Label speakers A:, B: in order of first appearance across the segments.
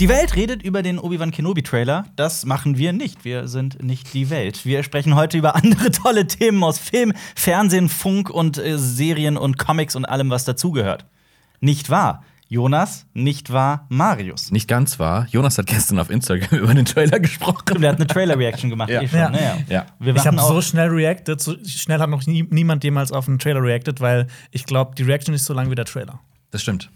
A: Die Welt redet über den Obi-Wan Kenobi-Trailer. Das machen wir nicht. Wir sind nicht die Welt. Wir sprechen heute über andere tolle Themen aus Film, Fernsehen, Funk und äh, Serien und Comics und allem, was dazugehört. Nicht wahr? Jonas, nicht wahr, Marius.
B: Nicht ganz wahr. Jonas hat gestern auf Instagram über den Trailer gesprochen.
A: Der hat eine Trailer-Reaction gemacht.
B: Ja.
A: eh schon,
C: Ja.
A: ne,
B: Ja.
A: Wir
C: Ich
A: warten
C: habe so
A: auf.
C: schnell reacted, so schnell hat noch nie, niemand jemals auf einen Trailer reacted, weil ich glaube, die Reaction ist so lang wie der Trailer.
B: Das stimmt.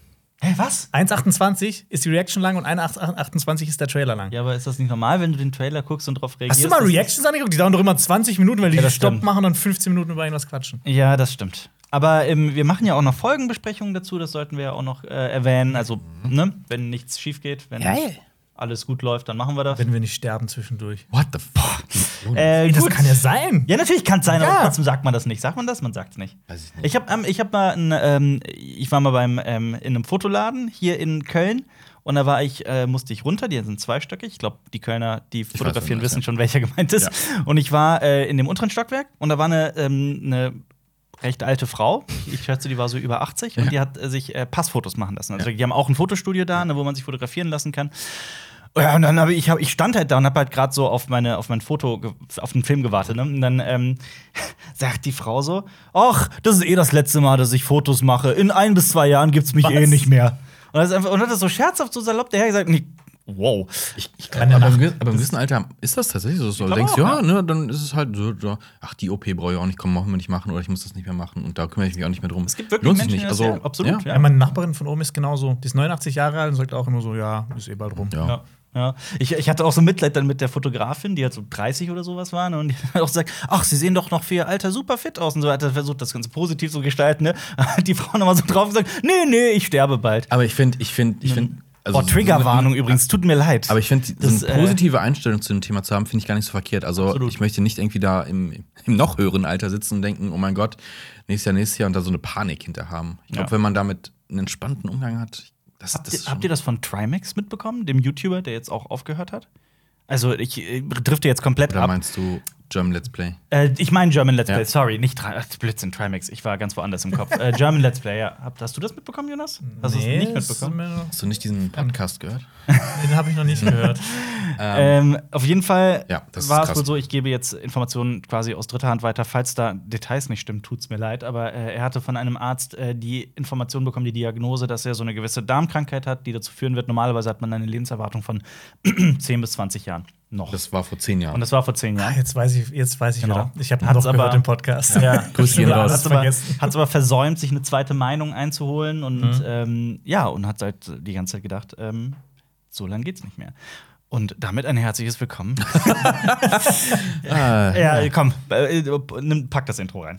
A: Hä, was?
C: 1,28 ist die Reaction lang und 1,28 ist der Trailer lang.
A: Ja, aber ist das nicht normal, wenn du den Trailer guckst und drauf reagierst?
C: Hast du mal
A: Das ist-
C: Reactions angeguckt? Die dauern doch immer 20 Minuten, weil die
A: Ja, das
C: Stopp
A: stimmt.
C: machen und 15 Minuten über irgendwas quatschen.
A: Ja, das stimmt. Aber ähm, wir machen ja auch noch Folgenbesprechungen dazu, das sollten wir ja auch noch äh, erwähnen. Also,
C: Mhm.
A: ne, wenn nichts schief geht, wenn
B: Geil.
A: alles gut läuft, dann machen wir das.
C: Wenn wir nicht sterben zwischendurch.
B: What the fuck?
A: Äh,
C: Das
A: gut.
C: kann ja sein.
A: Ja, natürlich kann es sein, aber
C: Ja.
A: trotzdem sagt man das nicht. Sagt man das? Man sagt es nicht.
B: Weiß ich nicht.
A: Ich habe ähm, ich hab mal, ein, ähm, ich war mal beim, ähm, in einem Fotoladen hier in Köln und da war ich, äh, musste ich runter, die sind zweistöckig. Ich glaube, die Kölner, die
B: weiß,
A: fotografieren,
B: wer das
A: wissen
B: ist,
A: schon, welcher gemeint ist. Und ich war äh, in dem unteren Stockwerk und da war eine, ähm, eine recht alte Frau. Ich schätze, die war so über 80 und die hat äh, sich äh, Passfotos machen lassen. Also, die haben auch ein Fotostudio da, ne, wo man sich fotografieren lassen kann. Ja, und dann habe ich, ich hab, ich stand halt da und habe halt gerade so auf meine, auf mein Foto, ge- auf den Film gewartet. Ne? Und dann ähm, sagt die Frau so: "Ach, das ist eh das letzte Mal, dass ich Fotos mache. In ein bis zwei Jahren gibt's mich
C: Was?
A: eh nicht mehr." Und, das ist einfach, und hat das so scherzhaft so salopp dahergesagt. Und ich, wow. Ich, ich
B: Äh, aber, im, gewi- aber im gewissen Alter ist das tatsächlich so. dass Du
A: glaub
B: denkst,
A: auch,
B: ja, ne, dann ist es halt so, ja, ach, die OP brauche ich auch nicht, komm, machen wir nicht machen oder ich muss das nicht mehr machen und da kümmere ich mich auch nicht mehr drum.
A: es gibt wirklich
B: Lohnt sich
A: Menschen,
B: nicht.
A: die das-
B: Also,
A: ja, absolut.
B: Ja.
C: Ja, meine Nachbarin von oben ist genauso. Die ist 89 Jahre alt und sagt auch immer so, ja, ist eh bald rum.
B: Ja.
A: Ja. Ja, ich, ich hatte auch so Mitleid dann mit der Fotografin, die halt so 30 oder sowas war, ne, und die hat auch gesagt, ach, sie sehen doch noch für ihr Alter super fit aus und so weiter, versucht das Ganze positiv zu gestalten, ne? Hat die Frau nochmal so drauf gesagt, nee, nee, ich sterbe bald.
B: Aber ich finde, ich finde, ich finde.
A: Boah, Triggerwarnung übrigens, tut mir leid.
B: Also Aber ich finde,
A: Das,
B: so
A: äh,
B: eine positive Einstellung zu dem Thema zu haben, finde ich gar nicht so verkehrt. Also
A: Absolut.
B: ich möchte nicht irgendwie da im, im noch höheren Alter sitzen und denken, oh mein Gott, nächstes Jahr, nächstes Jahr und da so eine Panik hinter haben. Ich glaube,
A: Ja.
B: wenn man damit einen entspannten Umgang hat, das,
A: habt,
B: das
A: ihr,
B: ist
A: habt ihr das von Trimax mitbekommen, dem YouTuber, der jetzt auch aufgehört hat? Also, ich äh, drifte jetzt komplett
B: Oder
A: ab.
B: meinst du German Let's Play?
A: Äh, ich meine German Let's
B: Ja.
A: Play, sorry, nicht Tri ach, Blödsinn, Trimax, ich war ganz woanders im Kopf. äh, German Let's Play, ja. Habt- Hast du das mitbekommen, Jonas? Hast du es nicht
C: das ist
A: mitbekommen?
C: mir-
B: Hast du nicht diesen Podcast gehört?
C: Den habe ich noch nicht gehört.
A: Ähm, auf jeden Fall
B: Ja, das ist
A: war es
B: krass.
A: wohl so, ich gebe jetzt Informationen quasi aus dritter Hand weiter. Falls da Details nicht stimmen, tut's mir leid. Aber äh, er hatte von einem Arzt äh, die Information bekommen, die Diagnose, dass er so eine gewisse Darmkrankheit hat, die dazu führen wird. Normalerweise hat man eine Lebenserwartung von 10 bis 20 Jahren noch.
B: Das war vor zehn
A: Und
B: Jahren.
A: das war vor 10
C: Ah,
A: Jahren.
C: Jetzt weiß ich, jetzt weiß ich
A: Genau.
C: wieder. Ich habe
A: Hat's
C: noch
A: aber-
C: gehört im Podcast.
A: Ja.
B: Grüße gehen
C: Schon
B: raus.
C: alles
A: Hat's aber,
C: vergessen.
A: hat's aber versäumt, sich eine zweite Meinung einzuholen und
B: Mhm.
A: ähm, ja, und hat halt die ganze Zeit gedacht, ähm, so lange geht's nicht mehr. Und damit ein herzliches Willkommen
B: Ah,
A: Ja, komm, äh, äh, nimm- pack das Intro rein.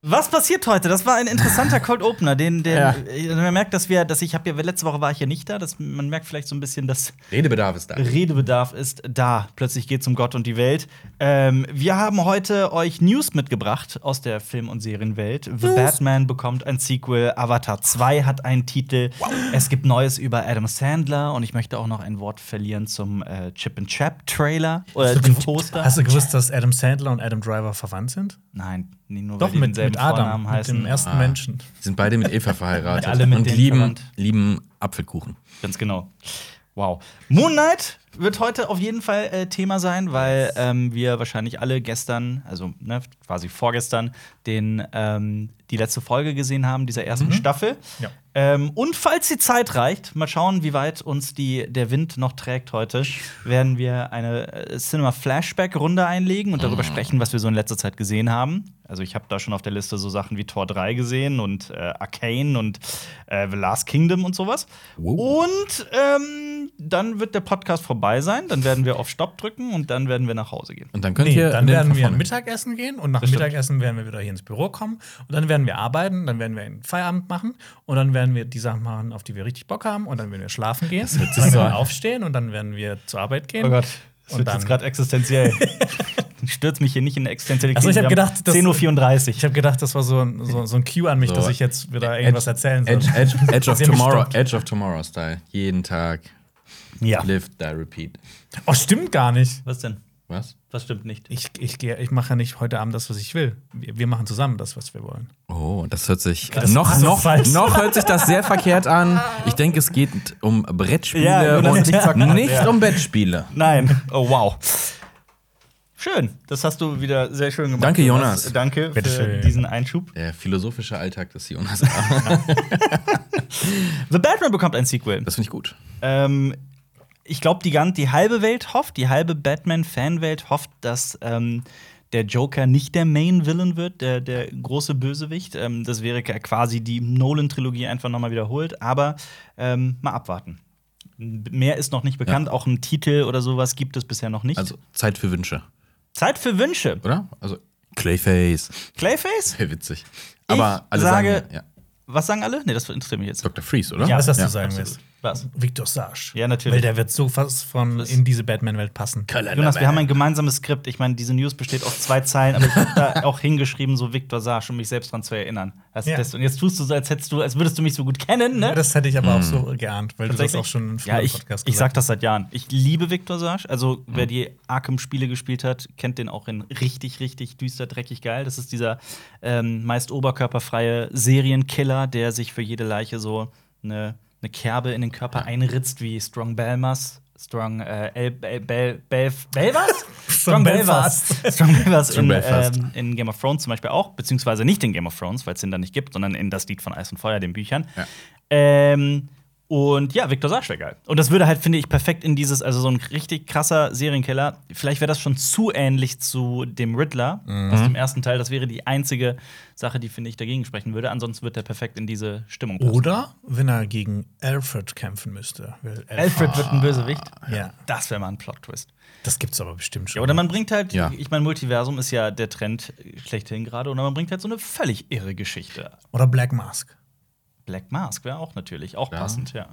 A: Was passiert heute? Das war ein interessanter Cold Opener, den, den
B: Ja.
A: äh, man merkt, dass wir, dass ich habe ja letzte Woche war ich ja nicht da, dass man merkt vielleicht so ein bisschen, dass
B: Redebedarf ist da.
A: Redebedarf ist da. Plötzlich geht's um Gott und die Welt. Ähm, wir haben heute euch News mitgebracht aus der Film- und Serienwelt. The Batman bekommt ein Sequel, Avatar 2 hat einen Titel. Es gibt Neues über Adam Sandler und ich möchte auch noch ein Wort verlieren zum äh, Chip and Chap Trailer oder
C: Hast du
A: dem
C: gew-
A: Toaster.
C: Hast du gewusst, dass Adam Sandler und Adam Driver verwandt sind?
A: Nein, nee, nur weil
C: Doch,
A: die
C: mit,
A: denselben
C: mit Adam,
A: Vornamen
C: mit
A: heißen.
C: dem ersten
B: Ah.
C: Menschen.
B: Die sind beide mit Eva verheiratet
A: Alle mit
B: und
A: denen
B: lieben,
A: verwandt.
B: lieben Apfelkuchen.
A: Ganz genau. Wow. Moon Knight wird heute auf jeden Fall äh, Thema sein, weil ähm, wir wahrscheinlich alle gestern, also ne, quasi vorgestern, den, ähm, die letzte Folge gesehen haben dieser ersten Staffel.
C: Ja.
A: Ähm, und falls die Zeit reicht, mal schauen, wie weit uns die, der Wind noch trägt heute, werden wir eine äh, Cinema Flashback-Runde einlegen und darüber sprechen, was wir so in letzter Zeit gesehen haben. Also ich habe da schon auf der Liste so Sachen wie Tor 3 gesehen und äh, Arcane und äh, The Last Kingdom und sowas.
B: Wow.
A: Und ähm, dann wird der Podcast vorbei sein, dann werden wir auf Stopp drücken und dann werden wir nach Hause gehen.
B: Und dann könnt
C: Nee,
B: ihr
C: dann
B: den
C: werden wir
B: performen.
C: Mittagessen gehen und nach
A: Das stimmt.
C: Mittagessen werden wir wieder hier ins Büro kommen und dann werden wir arbeiten, dann werden wir einen Feierabend machen und dann werden wir die Sachen machen, auf die wir richtig Bock haben und dann werden wir schlafen gehen, das
B: hört sich
C: dann
B: so
C: werden wir
B: an.
C: aufstehen und dann werden wir zur Arbeit gehen.
A: Oh Gott. Das wird
C: dann-
A: jetzt gerade existenziell. Stürzt mich hier nicht in eine existenzielle
C: Achso, ich hab
A: Wir haben
C: gedacht, das-
A: 10.34 Uhr.
C: Ich habe gedacht, das war so ein, so, so ein Cue an mich,
B: So.
C: dass ich jetzt wieder irgendwas erzählen soll.
B: Edge, Edge, Edge of
C: Sie haben mich
B: Tomorrow,
C: gestoppt.
B: Edge of Tomorrow Style. Jeden Tag.
A: Ja.
B: Live, die, repeat.
C: Oh, stimmt gar nicht.
A: Was denn?
B: Was?
A: Was stimmt nicht?
C: Ich, ich, gehe- ich mache ja nicht heute Abend das, was ich will. Wir, wir machen zusammen das, was wir wollen.
B: Oh, das hört sich
C: Das
B: noch,
C: ist so
B: noch,
C: falsch.
B: noch hört sich das sehr verkehrt an. Ich denke, es geht um Brettspiele
A: Ja, Jonas
B: und
A: TikTok macht,
B: nicht
A: ja.
B: um Bettspiele.
A: Nein. Oh, wow. Schön. Das hast du wieder sehr schön gemacht.
B: Danke, Jonas.
A: Das- Danke für
C: Bitteschön.
A: diesen Einschub.
B: Der philosophische Alltag des Jonas. Ah,
A: The Batman bekommt ein Sequel.
B: Das finde ich gut.
A: Ähm, ich glaube, die, gan- die halbe Welt hofft, die halbe Batman-Fanwelt hofft, dass ähm, der Joker nicht der Main-Villain wird, der, der große Bösewicht. Ähm, das wäre ja quasi die Nolan-Trilogie einfach nochmal wiederholt. Aber ähm, mal abwarten. Mehr ist noch nicht bekannt. Auch einen Titel oder sowas gibt es bisher noch nicht.
B: Also Zeit für Wünsche,
A: Zeit für Wünsche.
B: oder? Also Clayface.
A: Clayface?
B: Sehr witzig.
A: Ich
B: Aber alle sagen,
A: sage-
B: ja, ja,
A: Was sagen alle? Nee, das interessiert mich jetzt.
B: Dr. Freeze, oder?
C: Alles, was du sagen
A: absolut.
C: willst.
A: Was?
C: Victor Sarge.
A: Ja, natürlich.
C: Weil der wird so fast von in diese Batman-Welt passen.
A: Jonas, wir haben ein gemeinsames Skript. Ich meine, diese News besteht aus zwei Zeilen, aber ich habe da auch hingeschrieben, so Viktor Sarsch, um mich selbst dran zu erinnern. Das,
C: Ja.
A: das, und jetzt tust du so, als hättest du, als würdest du mich so gut kennen, ne?
C: Das hätte ich
B: Hm.
C: aber auch so geahnt, weil du das
A: Tatsächlich?
C: auch schon in früheren
A: ja, ich,
C: Podcasts
A: ich
C: gesagt
A: sag
C: Mhm.
A: das seit Jahren. Ich liebe Viktor Sarsch. Also, wer die Arkham-Spiele gespielt hat, kennt den auch in richtig, richtig düster, dreckig geil. Das ist dieser ähm, meist oberkörperfreie Serienkiller, der sich für jede Leiche so eine, eine Kerbe in den Körper einritzt, wie Strong Belmas. Strong äh, El, El, Bel, Belf, Belvas? Strong Belvas. Strong Belvas
B: Strong
A: in,
B: Belfast.
A: ähm, in Game of Thrones zum Beispiel auch, beziehungsweise nicht in Game of Thrones, weil es den da nicht gibt, sondern in das Lied von Eis und Feuer, den Büchern.
B: Ja.
A: Ähm, und ja, Victor Sarsch wäre geil. Und das würde halt, finde ich, perfekt in dieses, also so ein richtig krasser Serienkiller. Vielleicht wäre das schon zu ähnlich zu dem Riddler
B: Mhm.
A: aus dem ersten Teil. Das wäre die einzige Sache, die, finde ich, dagegen sprechen würde. Ansonsten wird der perfekt in diese Stimmung passen.
C: Oder wenn er gegen Alfred kämpfen müsste. Weil
A: Alfred wird ein Bösewicht.
C: Ja,
A: Das wäre mal ein Plot-Twist.
C: das gibt's aber bestimmt schon.
A: Ja, oder man bringt halt,
B: Ja.
A: ich meine, Multiversum ist ja der Trend schlechthin gerade, oder man bringt halt so eine völlig irre Geschichte.
C: Oder Black Mask.
A: Black Mask wäre auch natürlich, auch
B: Ja.
A: passend, ja.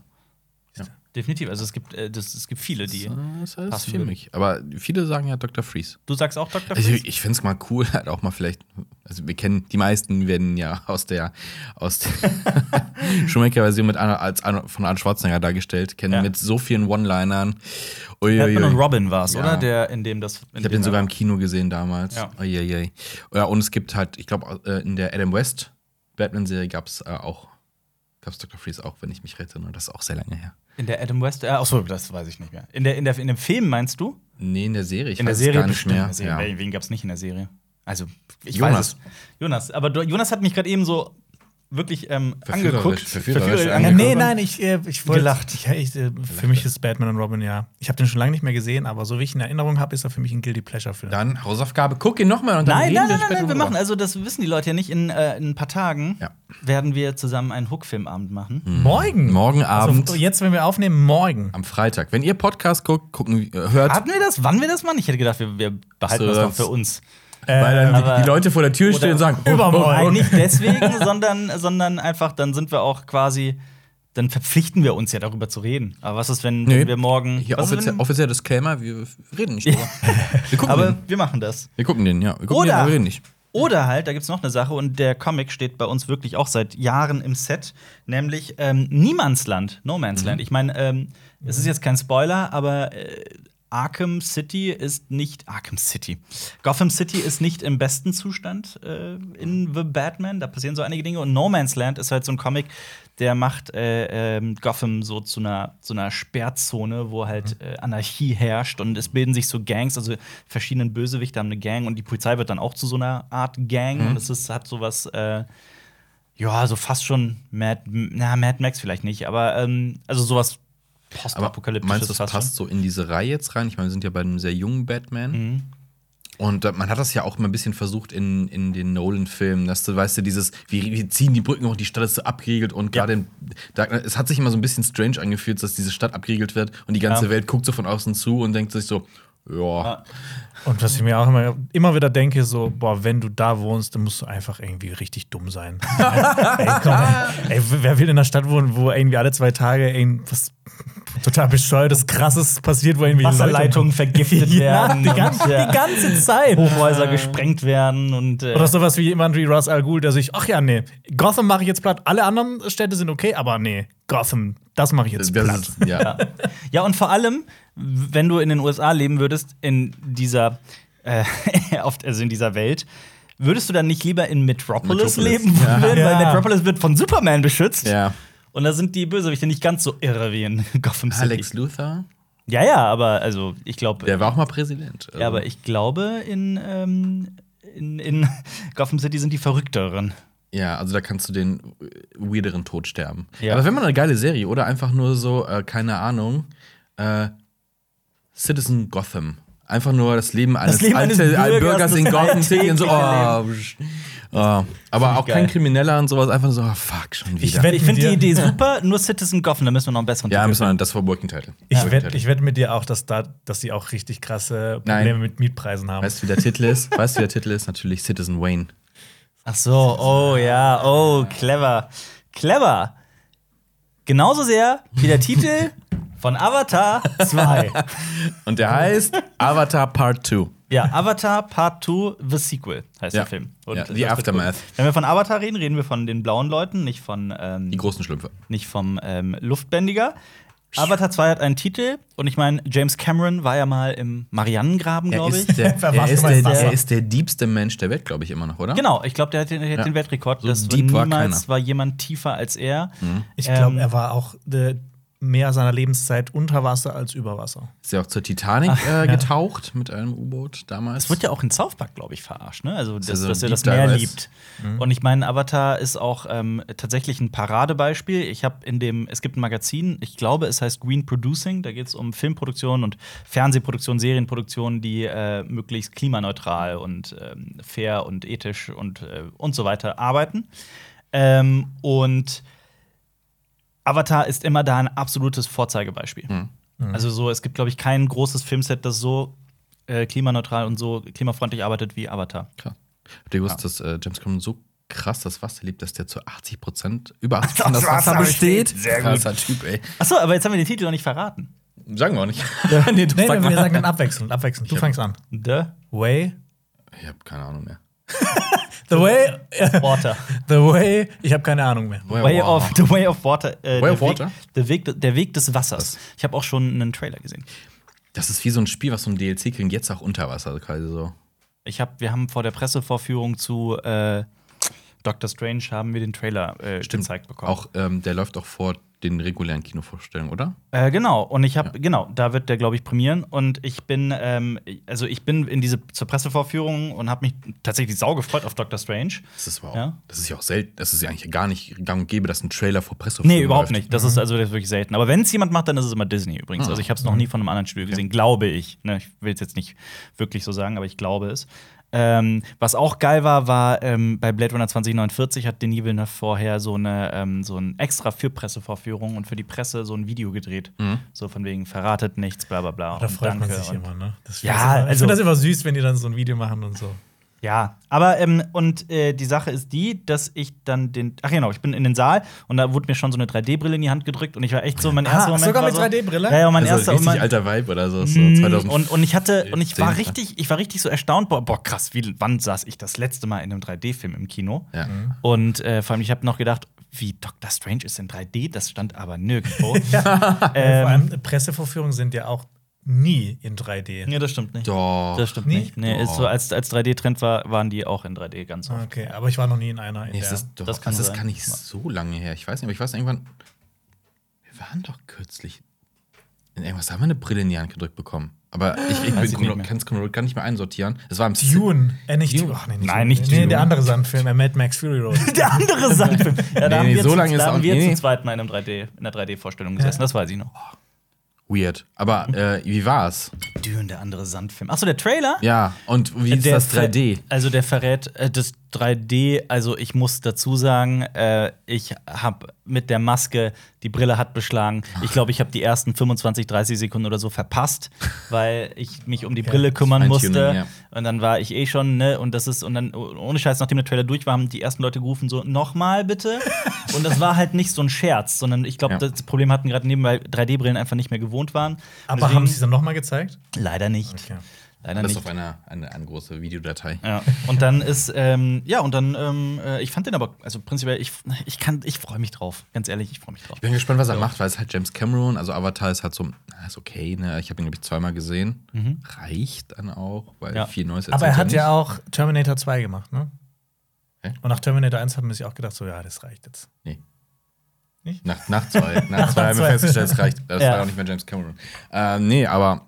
B: Ja.
A: Definitiv. Also es gibt, äh, das, äh, es gibt viele, die.
B: Ah, Das ist
A: passen
B: für
A: würde.
B: mich. Aber viele sagen ja Dr. Freeze.
A: Du sagst auch Dr.
B: Also
A: Freeze?
B: ich ich find's mal cool, halt auch mal vielleicht, also wir kennen, die meisten werden ja aus der, aus der Schumacher-Version mit Arnold, als Arnold, von Arnold Schwarzenegger dargestellt, kennen
A: Ja.
B: mit so vielen One-Linern. Uiuiui.
A: Batman und Robin war es,
B: Ja.
A: oder? Der, in dem das.
B: Ich habe den sogar im Kino gesehen damals.
A: Ja.
B: Uiuiui. Ja, und es gibt halt, ich glaube, in der Adam West Batman-Serie gab's äh, auch, gab's Dr. Freeze auch, wenn ich mich rette, und das ist auch sehr lange her.
A: In der Adam West. Äh, achso, das weiß ich nicht mehr. In, der, in, der, in dem Film meinst du?
B: Nee, in der Serie. Ich
A: in der
B: weiß es
A: Serie
B: gar nicht
A: bestimmt.
B: mehr.
A: In der Serie.
B: Ja.
A: Wen- Wen gab es nicht in der Serie? Also, ich
B: Jonas.
A: weiß es. Jonas. Aber du, Jonas hat mich gerade eben so wirklich ähm,
B: Verführerisch,
A: angeguckt.
B: verführerisch
C: Ja,
B: angeguckt.
C: nee, nein, ich, äh, ich wollte.
A: Gelacht.
C: Ich, ich, äh, für mich ist Batman und Robin ja. Ich habe den schon lange nicht mehr gesehen, aber so wie ich ihn in Erinnerung habe, ist er für mich ein Guilty Pleasure-Film.
B: Dann Hausaufgabe, guck ihn nochmal und dann
A: Nein,
B: reden
A: nein,
B: wir
A: nein, nein,
B: später
A: nein, wir
B: drüber.
A: machen, also das wissen die Leute ja nicht, in, äh, in ein paar Tagen
B: Ja.
A: werden wir zusammen einen Hook-Filmabend machen.
C: Morgen.
B: Morgen
A: oh
B: Abend.
C: Also, jetzt, wenn wir aufnehmen, morgen.
B: Am Freitag. Wenn ihr Podcast guckt, gucken, äh, hört,
A: Hatten wir das? Wann wir das machen? Ich hätte gedacht, wir, wir behalten
B: So,
A: das noch
B: das-
A: für uns.
B: weil
C: Ähm,
B: dann
A: aber-
B: die, die Leute vor der Tür stehen und sagen, oh,
C: übermorgen.
A: Nein, nicht deswegen, sondern, sondern einfach, dann sind wir auch quasi, dann verpflichten wir uns ja darüber zu reden. Aber was ist, wenn,
B: Nee.
A: wenn wir morgen.
B: Hier
A: was ist,
B: offiziell,
A: wenn,
B: offizieller Disclaimer, wir reden nicht drüber. wir gucken
A: aber
B: den.
A: wir machen das.
B: Wir gucken den, ja. Wir gucken
A: Oder-
B: den, aber wir reden nicht.
A: Oder halt, da gibt es noch eine Sache und der Comic steht bei uns wirklich auch seit Jahren im Set, nämlich ähm, Niemandsland, No Man's Land. Ich meine, ähm, es ist jetzt kein Spoiler, aber äh, Arkham City ist nicht Arkham City. Gotham City ist nicht im besten Zustand äh, in The Batman. Da passieren so einige Dinge und No Man's Land ist halt so ein Comic, der macht äh, ähm, Gotham so zu einer, zu einer Sperrzone, wo halt
C: Mhm.
A: äh, Anarchie herrscht und es bilden sich so Gangs, also verschiedene Bösewichte haben eine Gang und die Polizei wird dann auch zu so einer Art Gang
C: Mhm.
A: und es ist, hat sowas, äh, ja, so fast schon Mad, na, Mad Max vielleicht nicht, aber ähm, also sowas
B: Aber meinst du,
A: postapokalyptisches
B: das passt so in diese Reihe jetzt rein? Ich meine, wir sind ja bei einem sehr jungen Batman.
A: Mhm.
B: Und äh, man hat das ja auch mal ein bisschen versucht in, in den Nolan-Filmen, dass du, weißt du, dieses, wir, wir ziehen die Brücken hoch, die Stadt ist so abgeriegelt und gerade in Dark Knight- es hat sich immer so ein bisschen strange angefühlt, dass diese Stadt abgeriegelt wird und die ganze
A: Ja.
B: Welt guckt so von außen zu und denkt sich so, ja,
C: Und was ich mir auch immer, immer wieder denke, so, boah, wenn du da wohnst, dann musst du einfach irgendwie richtig dumm sein. ey, komm, ey, wer will in einer Stadt wohnen, wo irgendwie alle zwei Tage irgendwas total bescheuertes, krasses passiert, wo irgendwie die
A: Wasserleitungen vergiftet
C: Ja,
A: werden.
C: die, ganze,
A: und, ja,
C: die ganze Zeit.
A: Hochhäuser gesprengt werden und. Äh,
C: Oder sowas wie jemand wie Russ Al Ghul, der sich, ach ja, nee, Gotham mache ich jetzt platt. Alle anderen Städte sind okay, aber nee, Gotham, das mache ich jetzt platt.
B: Das, ja.
A: Ja, und vor allem, w- wenn du in den USA leben würdest, in dieser, äh, auf- also in dieser Welt, würdest du dann nicht lieber in Metropolis,
B: Metropolis.
A: leben
B: Ja.
A: wollen?
C: Ja.
A: Weil Metropolis wird von Superman beschützt.
B: ja.
A: Und da sind die Bösewichte nicht ganz so irre wie in Gotham City.
B: Alex Luthor,
A: Ja, ja, aber also ich glaube.
B: der war auch mal Präsident. Ähm,
A: Ja, aber ich glaube, in, ähm, in, in Gotham City sind die verrückteren.
B: Ja, also da kannst du den äh, weirderen Tod sterben.
A: Ja.
B: Aber wenn man eine geile Serie oder einfach nur so, äh, keine Ahnung, äh, Citizen Gotham. Einfach nur das Leben eines,
A: Leben eines
B: alte-
A: Bürgers,
B: Bürgers in
A: das
B: Gotham City und so. Oh,
A: alltägliche
B: psch. oh. Aber auch
A: geil.
B: kein Krimineller und sowas. Einfach so, oh, fuck, schon wieder.
C: wette-
A: Ich finde die
C: wir-
A: Idee super, nur Citizen Gotham, da müssen wir noch einen besseren
B: ja,
A: Titel
B: müssen wir, das war Working Title.
C: Ich
B: Working
C: wette
B: Title.
C: ich wett mit dir auch, dass, da, dass die auch richtig krasse
B: Nein.
C: Probleme mit Mietpreisen haben.
B: Weißt du, wie der Titel ist? Weißt du, wie der Titel ist? Natürlich Citizen Wayne.
A: Ach so, oh ja, oh, clever. Clever. Genauso sehr wie der Titel von Avatar 2.
B: Und der heißt Avatar Part 2.
A: ja, Avatar Part 2, The Sequel heißt
B: Ja.
A: der Film.
B: Ja,
A: das
B: The
A: wird
B: Aftermath.
A: gut. Wenn wir von Avatar reden, reden wir von den blauen Leuten, nicht, von,
B: Die
A: ähm,
B: großen Schlümpfe.
A: nicht vom ähm, Luftbändiger. Avatar 2 hat einen Titel und ich meine, James Cameron war ja mal im Marianengraben,
B: Er
A: glaube ich.
B: ist, der,
C: Wer war's
B: er, ist
C: denn mal
B: der,
C: Wasser?
B: er ist der diebste Mensch der Welt, glaube ich, immer noch, oder?
A: Genau, ich glaube, der hat den, der hat
B: Ja.
A: den Weltrekord.
B: So
A: das war
B: deep war
A: niemals
B: keiner. Mhm.
A: war jemand tiefer als er.
C: Ich glaube,
A: Ähm,
C: er war auch äh, mehr seiner Lebenszeit unter Wasser als über Wasser.
B: Ist ja auch zur Titanic äh, getaucht mit einem U-Boot damals.
A: Es wird ja auch in South Park, glaube ich, verarscht, ne? Also, dass,
B: so
A: dass er
B: ein
A: das
B: Deep
A: Meer
B: Dive Mhm. ist.
A: liebt. Und ich meine, Avatar ist auch ähm, tatsächlich ein Paradebeispiel. Ich habe in dem, es gibt ein Magazin, ich glaube, es heißt Green Producing. Da geht es um Filmproduktion und Fernsehproduktion, Serienproduktion, die äh, möglichst klimaneutral und ähm, fair und ethisch und, äh, und so weiter arbeiten. Ähm, und Avatar ist immer da ein absolutes Vorzeigebeispiel.
B: Mhm.
A: Also so, es gibt, glaube ich, kein großes Filmset, das so äh, klimaneutral und so klimafreundlich arbeitet wie Avatar.
B: Krass. Habt ihr gewusst, dass äh, James Cameron so krass das Wasser liebt, dass der zu 80 Prozent, über 80 Prozent das Wasser besteht? Sehr Krasser Typ, ey.
A: Achso, aber jetzt haben wir den Titel noch nicht verraten.
B: Sagen wir auch nicht. nee, du
C: Nee,
B: fang
C: wir
B: mal.
C: sagen dann abwechselnd, abwechselnd. Du fängst an.
A: The
C: Way.
B: Ich habe keine Ahnung mehr.
C: The Way.
A: Water.
C: The Way. Ich habe keine Ahnung mehr.
A: Way of, the Way of Water. äh,
B: Way
A: der
B: of Water?
A: Weg, der, Weg, der Weg des Wassers. Ich habe auch schon einen Trailer gesehen.
B: Das ist wie so ein Spiel, was so ein DLC kriegt, jetzt auch unter Wasser also quasi so.
A: Ich hab, wir haben vor der Pressevorführung zu äh, Doctor Strange haben wir den Trailer äh, gezeigt bekommen.
B: Auch, ähm, der läuft auch vor den regulären Kinovorstellungen, oder?
A: Äh, genau, und ich habe, genau, da wird der, glaube ich, prämieren. Und ich bin, ähm, also ich bin in diese zur Pressevorführung und habe mich tatsächlich sau gefreut auf Doctor Strange.
B: Das ist, aber auch,
A: Ja.
B: das ist ja auch selten. Das ist ja eigentlich gar nicht gang und gäbe, dass ein Trailer vor Presse
A: Nee, überhaupt nicht. Das ist also das ist wirklich selten. Aber wenn es jemand macht, dann ist es immer Disney übrigens. Also ich habe es noch nie von einem anderen Studio gesehen, glaube ich. Ne, ich will es jetzt nicht wirklich so sagen, aber ich glaube es. Ähm, was auch geil war, war ähm, bei Blade Runner 2049 hat Denis Villeneuve vorher so eine ähm, so ein extra für Pressevorführung und für die Presse so ein Video gedreht. So von wegen verratet nichts, bla bla bla.
C: Da
A: und
C: freut man
A: danke
C: sich
A: und-
C: immer, ne? Das
A: Ja,
C: ist immer, ich
A: also-
C: finde das immer süß, wenn die dann so ein Video machen und so.
A: Ja, aber ähm, und äh, die Sache ist die, dass ich dann den. Ach genau, ich bin in den Saal und da wurde mir schon so eine 3D-Brille in die Hand gedrückt und ich war echt so mein erster Moment.
C: Ah, sogar
A: war
C: mit
A: so,
C: 3D-Brille?
A: Ja, ja, mein
B: Also,
A: erster
B: richtig
A: Moment.
B: alter Vibe oder so. so
A: Mm,
B: 2000
A: Und, und ich hatte, und ich war
B: 10,
A: richtig, ich war richtig so erstaunt, boah, boah krass, wie, wann saß ich das letzte Mal in einem 3D-Film im Kino?
B: ja.
A: Und äh, vor allem, ich habe noch gedacht, wie Doctor Strange ist in 3D, das stand aber nirgendwo.
C: Äh, Vor
A: ähm,
C: allem Pressevorführungen sind ja auch nie in 3D.
A: nee, das stimmt nicht.
B: Doch.
A: Das stimmt
C: Nie?
A: nicht. Nee, ist so, als, als 3D-Trend war, waren die auch in 3D ganz oft.
C: Okay, aber ich war noch nie in einer. In
B: Nee,
C: der.
B: es ist doch,
A: das
B: das
A: kann
B: kann, das
A: sein.
B: kann nicht so lange her. Ich weiß nicht, aber ich weiß irgendwann. Wir waren doch kürzlich. In irgendwas haben wir eine Brille in die Hand gedrückt bekommen. Aber ich, ich,
A: Weiß ich nicht
B: kann
A: mehr.
B: es gar nicht mehr einsortieren. Es war im
C: Dune. Äh, nicht
B: Dune.
C: Dune. Ach, nee, nicht
A: Nein,
C: Dune.
A: nicht
C: nee,
A: Dune.
C: der andere Sandfilm, äh, Mad Max Fury Road.
A: Der andere Sandfilm. Ja, da
B: Nee,
A: haben
B: nee,
A: wir,
B: so
A: zu,
B: lange ist
A: da haben
B: auch-
A: wir
B: nee,
A: zu
B: nee.
A: zweit mal in, einem 3D, in einer 3D-Vorstellung gesessen, das weiß ich noch. Oh,
B: Weird. Aber äh, wie war's?
A: Dune, der andere Sandfilm. Achso, der Trailer?
B: Ja, und wie ist
A: Äh, Der
B: das
A: ver-
B: 3D?
A: Also der verrät, äh, das 3D, also ich muss dazu sagen, äh, ich habe mit der Maske, die Brille hat beschlagen. Ich glaube, ich habe die ersten 25, 30 Sekunden oder so verpasst, weil ich mich um die Brille kümmern
B: Feintuning,
A: musste.
B: ja.
A: Und dann war ich eh schon, ne, und das ist, und dann, oh- ohne Scheiß, nachdem der Trailer durch war, haben die ersten Leute gerufen, so, nochmal bitte. und das war halt nicht so ein Scherz, sondern ich glaube,
B: Ja.
A: das Problem hatten gerade neben, weil 3D-Brillen einfach nicht mehr gewohnt waren. Und
C: Aber
A: deswegen-
C: haben sie es dann nochmal gezeigt?
A: Leider nicht.
C: Okay.
A: Leider
B: Das ist
A: nicht.
B: auf einer eine, eine große Videodatei.
A: Ja. Und dann ist, ähm, ja, und dann, ähm, äh, ich fand den aber, also prinzipiell, ich, ich kann, ich freue mich drauf. Ganz ehrlich, ich freue mich drauf.
B: Ich bin gespannt, was er macht, weil es halt James Cameron, also Avatar ist halt so, na, ist okay, ne? Ich habe ihn, glaube ich, zweimal gesehen. Reicht dann auch, weil
A: Ja.
B: viel Neues
C: Mhm. Aber er hat ja
B: auch.
C: auch Terminator 2 gemacht, ne?
B: Hä?
C: Und nach Terminator 1 haben wir sich auch gedacht, so, ja, das reicht jetzt.
B: Nee.
C: Nicht?
B: Nach, nach zwei. Nach zwei haben wir
C: zwei.
B: festgestellt, es reicht. Das
A: Ja.
B: war auch nicht mehr James Cameron. Ähm, nee, aber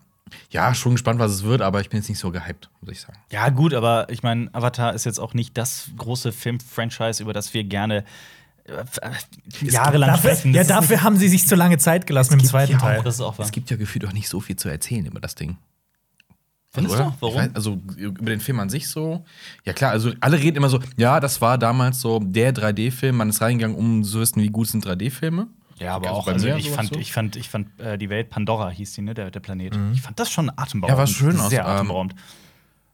B: ja, schon gespannt, was es wird, aber ich bin jetzt nicht so gehypt, muss ich sagen.
A: Ja, gut, aber ich meine, Avatar ist jetzt auch nicht das große Film-Franchise, über das wir gerne äh, f- äh, jahrelang sprechen.
C: ja,
A: Das ist
C: dafür haben sie sich zu lange Zeit gelassen im zweiten
A: nicht-
C: Teil.
A: Ja, das ist auch wahr.
B: Es gibt ja gefühlt auch nicht so viel zu erzählen über das Ding.
A: Findest
B: Oder?
A: du?
B: Ich
A: Warum?
B: Weiß, also über den Film an sich so. Ja klar, also alle reden immer so, ja, das war damals so der 3D-Film. Man ist reingegangen, um zu wissen, wie gut sind 3D-Filme.
A: Ja, aber
B: Also
A: auch,
B: bei
A: also
B: mir
A: ich
B: sowas
A: fand,
B: so. Mhm.
A: ich fand, ich fand äh, die Welt Pandora hieß die, ne, der, der Planet. Ich fand das schon atemberaubend.
B: Ja, war schön aus,
A: Sehr
B: ähm,
A: atemberaubend.